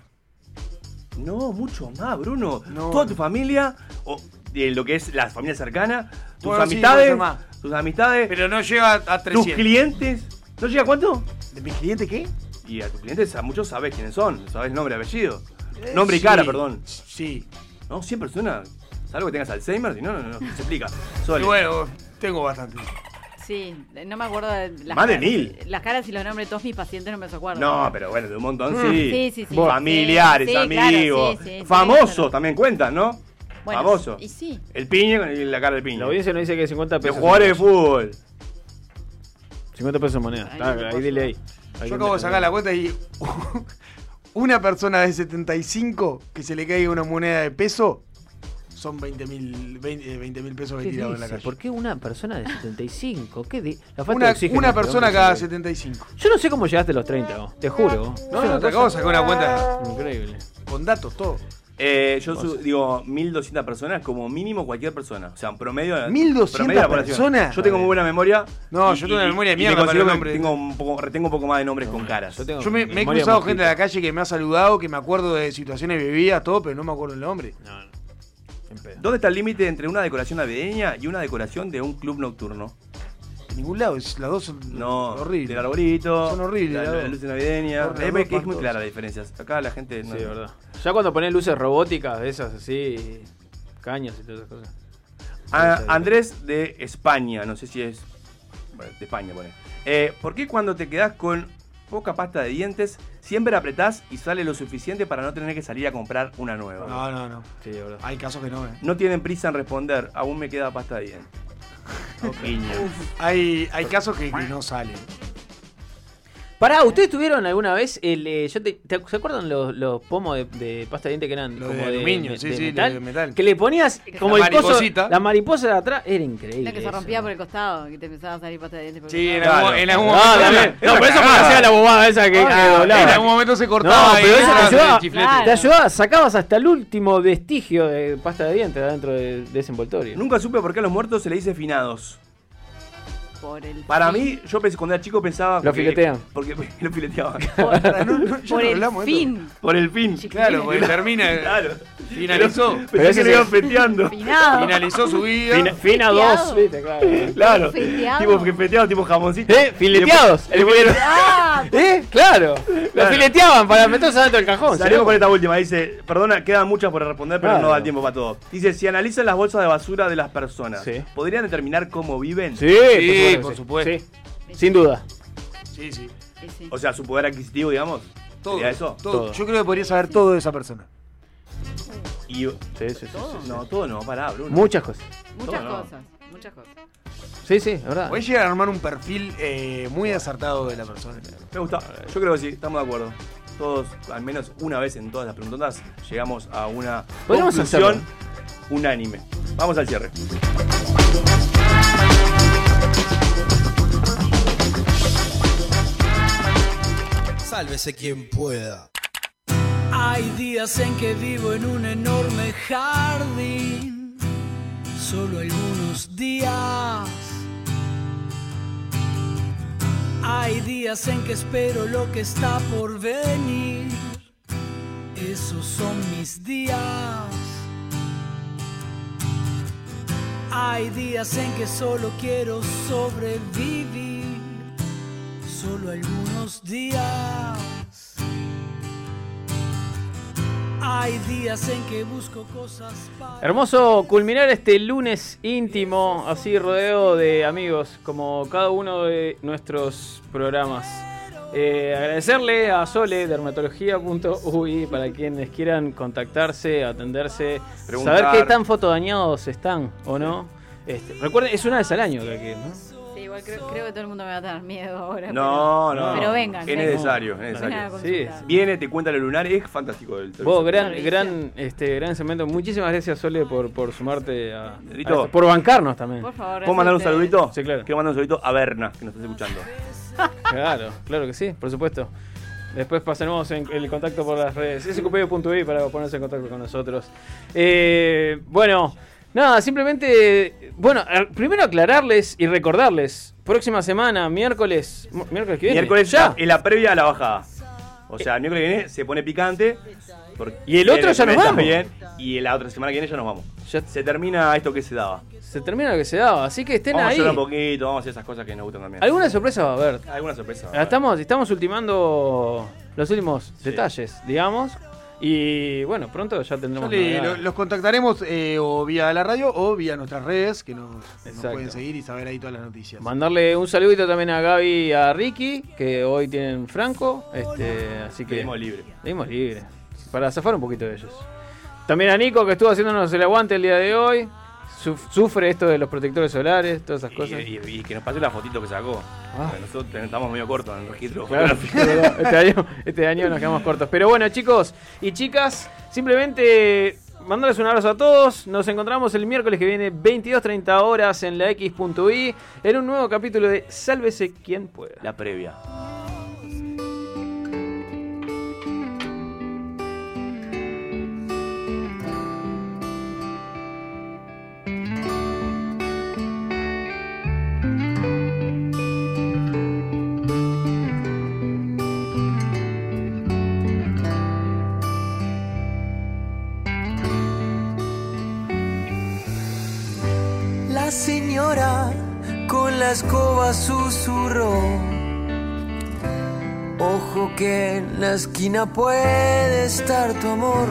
[SPEAKER 6] No, mucho más, Bruno. Toda tu familia, o eh, lo que es la familia cercana, tus
[SPEAKER 4] Bueno, sí,
[SPEAKER 6] amistades,
[SPEAKER 4] puede ser más.
[SPEAKER 6] tus amistades. Pero no llega a
[SPEAKER 4] 300.
[SPEAKER 6] Tus clientes. ¿No llega a cuánto? ¿De mis clientes qué? Y a tus clientes, a muchos sabes quiénes son, sabes nombre, apellido.
[SPEAKER 4] Eh,
[SPEAKER 6] nombre
[SPEAKER 4] sí,
[SPEAKER 6] y cara, perdón.
[SPEAKER 4] Sí.
[SPEAKER 6] No, 100 personas. Salvo que tengas Alzheimer, si no, no, no, no se explica.
[SPEAKER 4] Y bueno, tengo bastante.
[SPEAKER 7] Sí, no me acuerdo de las
[SPEAKER 6] Más de
[SPEAKER 7] caras-
[SPEAKER 6] mil.
[SPEAKER 7] Las caras y los nombres de todos mis pacientes no me los acuerdo.
[SPEAKER 6] No, pero bueno, de un montón
[SPEAKER 7] Mm.
[SPEAKER 6] sí.
[SPEAKER 7] Sí, sí, sí.
[SPEAKER 6] Familiares,
[SPEAKER 7] Sí, sí, claro,
[SPEAKER 6] amigos.
[SPEAKER 7] sí, sí, sí,
[SPEAKER 6] famosos también cuentan, ¿no?
[SPEAKER 7] Bueno,
[SPEAKER 6] Famosos.
[SPEAKER 7] Y sí.
[SPEAKER 6] El piñe con el- la cara del piñe. La
[SPEAKER 5] audiencia nos dice que 50
[SPEAKER 6] pesos. Los jugadores de fútbol.
[SPEAKER 5] 50 pesos en moneda.
[SPEAKER 4] Ahí
[SPEAKER 5] Está,
[SPEAKER 4] te
[SPEAKER 5] ahí
[SPEAKER 4] paso.
[SPEAKER 5] dile ahí.
[SPEAKER 4] Yo acabo de sacar la cuenta y una persona de 75 que se le caiga una moneda de peso son 20 mil 20, mil pesos que
[SPEAKER 5] ¿Qué
[SPEAKER 4] tirados en la
[SPEAKER 5] dice?
[SPEAKER 4] calle.
[SPEAKER 5] ¿Por qué una persona de 75? ¿Qué di- la falta de
[SPEAKER 4] Una,
[SPEAKER 5] oxígeno
[SPEAKER 4] una
[SPEAKER 5] este
[SPEAKER 4] persona
[SPEAKER 5] hombre,
[SPEAKER 4] cada
[SPEAKER 5] sí.
[SPEAKER 4] 75.
[SPEAKER 5] Yo no sé cómo llegaste a los 30, vos. te juro. vos.
[SPEAKER 4] Eh. No,
[SPEAKER 5] Es
[SPEAKER 4] no, te acabo de
[SPEAKER 5] cosa
[SPEAKER 4] sacar una cuenta
[SPEAKER 5] Increíble.
[SPEAKER 4] con datos, todo.
[SPEAKER 6] Eh, yo su- digo 1200 personas como mínimo cualquier persona. O sea, en promedio.
[SPEAKER 4] 1200
[SPEAKER 6] promedio de la población.
[SPEAKER 4] personas.
[SPEAKER 6] Yo tengo muy buena memoria.
[SPEAKER 4] No,
[SPEAKER 6] y-
[SPEAKER 4] yo tengo una
[SPEAKER 6] y-
[SPEAKER 4] memoria de
[SPEAKER 6] y
[SPEAKER 4] mierda
[SPEAKER 6] me considero
[SPEAKER 4] para
[SPEAKER 6] que
[SPEAKER 4] el
[SPEAKER 6] Tengo
[SPEAKER 4] nombre.
[SPEAKER 6] un poco, retengo un poco más de nombres con caras. Yo,
[SPEAKER 4] Yo me, me he cruzado gente de la calle que me ha saludado, que me acuerdo de situaciones vividas, todo, pero no me acuerdo el nombre.
[SPEAKER 6] ¿Dónde está el límite entre una decoración navideña y una decoración de un club nocturno?
[SPEAKER 4] En ningún lado, es- las dos son
[SPEAKER 6] No,
[SPEAKER 4] horribles.
[SPEAKER 6] del arbolito,
[SPEAKER 4] Son horribles.
[SPEAKER 6] la,
[SPEAKER 4] las
[SPEAKER 6] la
[SPEAKER 4] dos.
[SPEAKER 6] luz navideña.
[SPEAKER 4] Son
[SPEAKER 6] Eh, ve que es
[SPEAKER 4] las dos
[SPEAKER 6] muy
[SPEAKER 4] espantosas.
[SPEAKER 6] clara la diferencia. Acá la gente.
[SPEAKER 5] Sí, de verdad. Ya cuando pones luces robóticas de esas así, caños y todas esas cosas.
[SPEAKER 6] A- Ah, Andrés de España, no sé si es. bueno, De España, pone. Eh, ¿Por qué cuando te quedas con poca pasta de dientes, siempre apretás y sale lo suficiente para no tener que salir a comprar una nueva?
[SPEAKER 4] No, no, no.
[SPEAKER 5] Sí, de verdad.
[SPEAKER 4] Hay casos que no, eh.
[SPEAKER 6] No tienen prisa en responder, aún me queda pasta de dientes. Guiño.
[SPEAKER 4] Uf, hay, hay casos que, que no salen.
[SPEAKER 5] Pará, ¿ustedes tuvieron alguna vez el. eh, yo te- te- ¿Se acuerdan los, los pomos de, de pasta de diente que eran
[SPEAKER 4] Los
[SPEAKER 5] como
[SPEAKER 4] de aluminio,
[SPEAKER 5] me-
[SPEAKER 4] sí,
[SPEAKER 5] de
[SPEAKER 4] sí, los
[SPEAKER 5] metal?
[SPEAKER 4] de metal.
[SPEAKER 5] Que le ponías como
[SPEAKER 4] La
[SPEAKER 5] el coso.
[SPEAKER 4] mariposita.
[SPEAKER 5] La mariposa de atrás era increíble.
[SPEAKER 7] La que se
[SPEAKER 5] eso.
[SPEAKER 7] rompía por el costado, que te empezaba a salir pasta de dientes por el
[SPEAKER 4] Sí, en
[SPEAKER 7] costado.
[SPEAKER 4] algún, en algún
[SPEAKER 5] No,
[SPEAKER 4] momento.
[SPEAKER 5] también. No, pero eso
[SPEAKER 4] Cagada.
[SPEAKER 5] parecía la bobada esa que- que doblaba.
[SPEAKER 4] En algún momento se
[SPEAKER 5] No,
[SPEAKER 4] cortaba y
[SPEAKER 5] pero eso te
[SPEAKER 4] entraba
[SPEAKER 5] ayudaba,
[SPEAKER 4] el chiflete.
[SPEAKER 5] te ayudaba, sacabas hasta el último vestigio de pasta de dientes adentro de, de ese envoltorio.
[SPEAKER 6] Nunca supe por qué a los muertos se le dice finados.
[SPEAKER 7] Por el
[SPEAKER 6] Para
[SPEAKER 7] fin.
[SPEAKER 6] mí, yo pens- cuando era chico pensaba.
[SPEAKER 5] Lo filetean.
[SPEAKER 6] Porque lo fileteaban.
[SPEAKER 7] Por el fin.
[SPEAKER 6] Por el fin.
[SPEAKER 4] Claro, porque termina.
[SPEAKER 6] Claro.
[SPEAKER 4] Finalizó.
[SPEAKER 6] Pero, pensé que le iban feteando.
[SPEAKER 7] Finado.
[SPEAKER 4] Finalizó su vida.
[SPEAKER 6] Fina- fina
[SPEAKER 7] Feteado.
[SPEAKER 6] dos, viste, claro. Claro.
[SPEAKER 7] Feteado.
[SPEAKER 6] Tipo que feteado, tipo jamoncito.
[SPEAKER 5] ¿Eh? Fileteados.
[SPEAKER 6] Y después-
[SPEAKER 7] Ah,
[SPEAKER 5] ¿Eh? Claro. Lo
[SPEAKER 6] Claro.
[SPEAKER 5] fileteaban para meterse adentro del cajón.
[SPEAKER 6] Salimos con esta última. Dice, perdona, quedan muchas por responder, pero
[SPEAKER 5] Claro.
[SPEAKER 6] no da tiempo para todo. Dice, si analizan las bolsas de basura de las personas, ¿podrían determinar cómo viven?
[SPEAKER 5] Sí,
[SPEAKER 4] Sí, por supuesto.
[SPEAKER 5] Sí. Sin duda.
[SPEAKER 4] Sí, sí.
[SPEAKER 6] O sea, su poder adquisitivo, digamos.
[SPEAKER 4] Todo,
[SPEAKER 6] ¿Sería eso?
[SPEAKER 4] todo. Yo creo que podría saber todo de esa persona.
[SPEAKER 6] Y-
[SPEAKER 5] ¿Todo?
[SPEAKER 6] No, todo no, pará, Bruno.
[SPEAKER 5] Muchas cosas.
[SPEAKER 7] Muchas
[SPEAKER 4] Todo, no.
[SPEAKER 7] cosas, muchas cosas.
[SPEAKER 5] Sí, sí, es verdad.
[SPEAKER 4] Podés llegar a armar un perfil eh, muy acertado de la persona.
[SPEAKER 6] Me gusta. Yo creo que sí, estamos de acuerdo. Todos, al menos una vez en todas las preguntas, llegamos a una
[SPEAKER 5] Podríamos
[SPEAKER 6] conclusión unánime. Vamos al cierre.
[SPEAKER 8] Sálvese quien pueda.
[SPEAKER 2] Hay días en que vivo en un enorme jardín, solo algunos días. Hay días en que espero lo que está por venir, esos son mis días. Hay días en que solo quiero sobrevivir, solo algunos días. Hay días en que busco cosas para...
[SPEAKER 5] Hermoso culminar este lunes íntimo, así rodeo de amigos, como cada uno de nuestros programas. Eh, agradecerle a Sole, dermatología.ui, para quienes quieran contactarse, atenderse,
[SPEAKER 20] Preguntar.
[SPEAKER 5] saber qué tan fotodañados están o no. Este, recuerden, es una vez al año creo que, ¿no?
[SPEAKER 7] Sí, igual creo, creo que todo el mundo me va a dar miedo ahora.
[SPEAKER 6] No,
[SPEAKER 7] pero,
[SPEAKER 6] no.
[SPEAKER 7] Pero vengan.
[SPEAKER 6] Es
[SPEAKER 7] vengan.
[SPEAKER 6] necesario, es
[SPEAKER 7] Vengan a
[SPEAKER 6] necesario.
[SPEAKER 7] consultar.
[SPEAKER 6] Viene, te cuenta lo lunar, es fantástico. El
[SPEAKER 5] Vos, gran, gran, este, gran cemento. Muchísimas gracias, Sole, por, por sumarte a,
[SPEAKER 6] Negrito.
[SPEAKER 5] a esto, Por bancarnos también.
[SPEAKER 7] Por favor,
[SPEAKER 6] ¿Puedo mandar un
[SPEAKER 5] gracias a ustedes.
[SPEAKER 6] saludito? Sí, claro. Quiero mandar un saludito a Berna, que nos está escuchando.
[SPEAKER 5] Claro, claro que sí, por supuesto. Después pasaremos en el contacto por las redes sqpb.bi para ponerse en contacto con nosotros. Eh, bueno, nada, simplemente, bueno, a- primero aclararles y recordarles, próxima semana, miércoles, mu- miércoles que viene,
[SPEAKER 6] Miércoles
[SPEAKER 5] ya. Eh.
[SPEAKER 6] ya. Es la previa a la bajada. O sea, el miércoles que viene se pone picante. porque
[SPEAKER 5] Y el otro ya nos
[SPEAKER 6] está
[SPEAKER 5] vamos.
[SPEAKER 6] bien, y la otra semana que viene ya nos vamos. Se termina esto que se daba.
[SPEAKER 5] Se termina lo que se daba, así que estén
[SPEAKER 6] vamos a
[SPEAKER 5] ahí.
[SPEAKER 6] llorar un poquito, vamos a hacer esas cosas que nos gustan también.
[SPEAKER 5] Alguna sorpresa va a haber.
[SPEAKER 6] Alguna sorpresa. va a
[SPEAKER 5] Ahora
[SPEAKER 6] haber.
[SPEAKER 5] Estamos, estamos ultimando los últimos detalles, digamos. Y bueno, pronto ya tendremos.
[SPEAKER 4] Le-
[SPEAKER 5] novedades.
[SPEAKER 4] lo- los contactaremos eh, o vía la radio o vía nuestras redes que nos, nos pueden seguir y saber ahí todas las noticias.
[SPEAKER 5] Mandarle un saludito también a Gaby y a Ricky, que hoy tienen Franco. Este, así que.
[SPEAKER 6] Pedimos libre.
[SPEAKER 5] Pedimos libre. Para zafar un poquito de ellos. También a Nico, que estuvo haciéndonos el aguante el día de hoy. Suf- Sufre esto de los protectores solares, todas esas cosas.
[SPEAKER 6] Y, y- y que nos pase la fotito que sacó.
[SPEAKER 5] Ah.
[SPEAKER 6] Porque Nosotros estamos medio cortos en el registro.
[SPEAKER 5] Claro,
[SPEAKER 6] fotográfico.
[SPEAKER 5] es verdad. este, año, este año nos quedamos cortos. Pero bueno, chicos y chicas, simplemente mandarles un abrazo a todos. Nos encontramos el miércoles que viene, 22.30 horas, en la X.i, en un nuevo capítulo de Sálvese quien pueda.
[SPEAKER 6] La previa.
[SPEAKER 15] La señora con la escoba susurró. Ojo que en la esquina puede estar tu amor.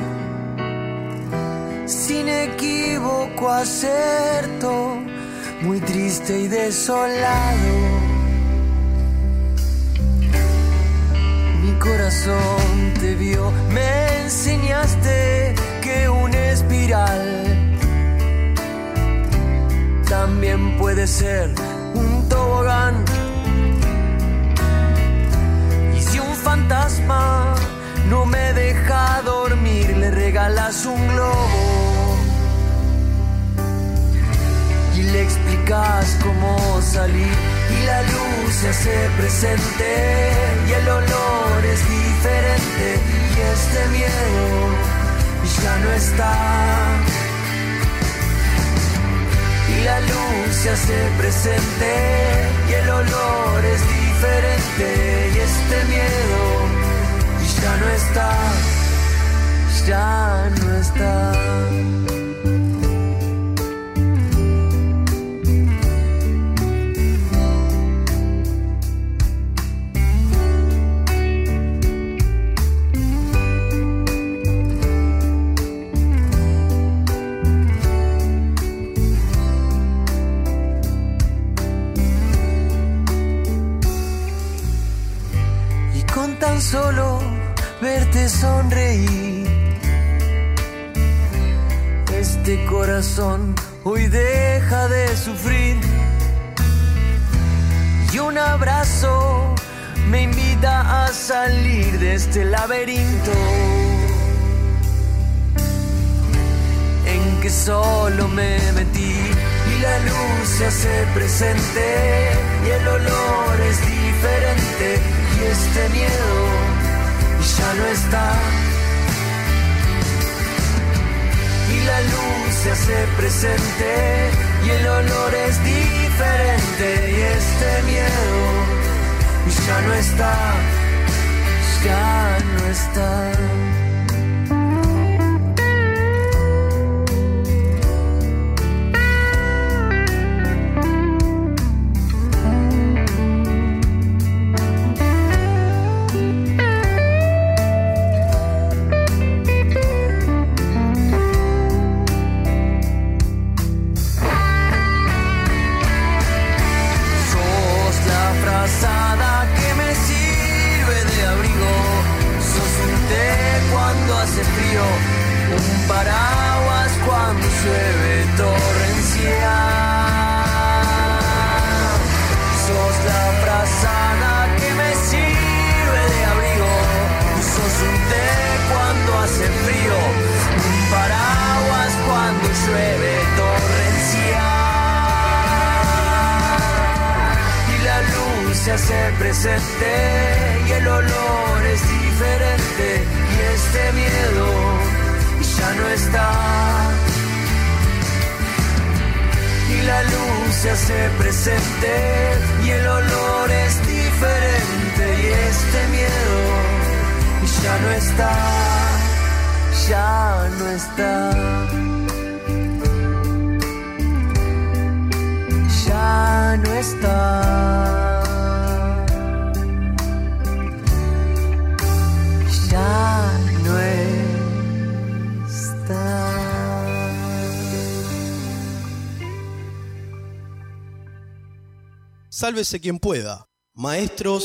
[SPEAKER 15] Sin equivoco acierto, muy triste y desolado. Mi corazón te vio, me enseñaste que una espiral también puede ser un tobogán. Y si un fantasma no me deja dormir, le regalas un globo. Y le explicas cómo salir. Y la luz se hace presente. Y el olor es diferente. Y este miedo ya no está y la luz se hace presente y el olor es diferente y este miedo ya no está, ya no está. y con tan solo verte sonreír. Este corazón hoy deja de sufrir y un abrazo me invita a salir de este laberinto en que solo me metí y la luz se hace presente y el olor es diferente y este miedo ya no está y la luz se hace presente y el olor es diferente y este miedo ya no está ya no está Sos la frazada que me sirve paraguas cuando llueve torrencial. Sos la frazada que me sirve de abrigo. Sos un té cuando hace frío. Un paraguas cuando llueve torrencial. Y la luz se hace presente y el olor es diferente. Y este miedo ya no está. Y la luz se hace presente y el olor es diferente y este miedo ya no está, ya no está. Ya no está. Ya no es.
[SPEAKER 8] Sálvese quien pueda. Maestros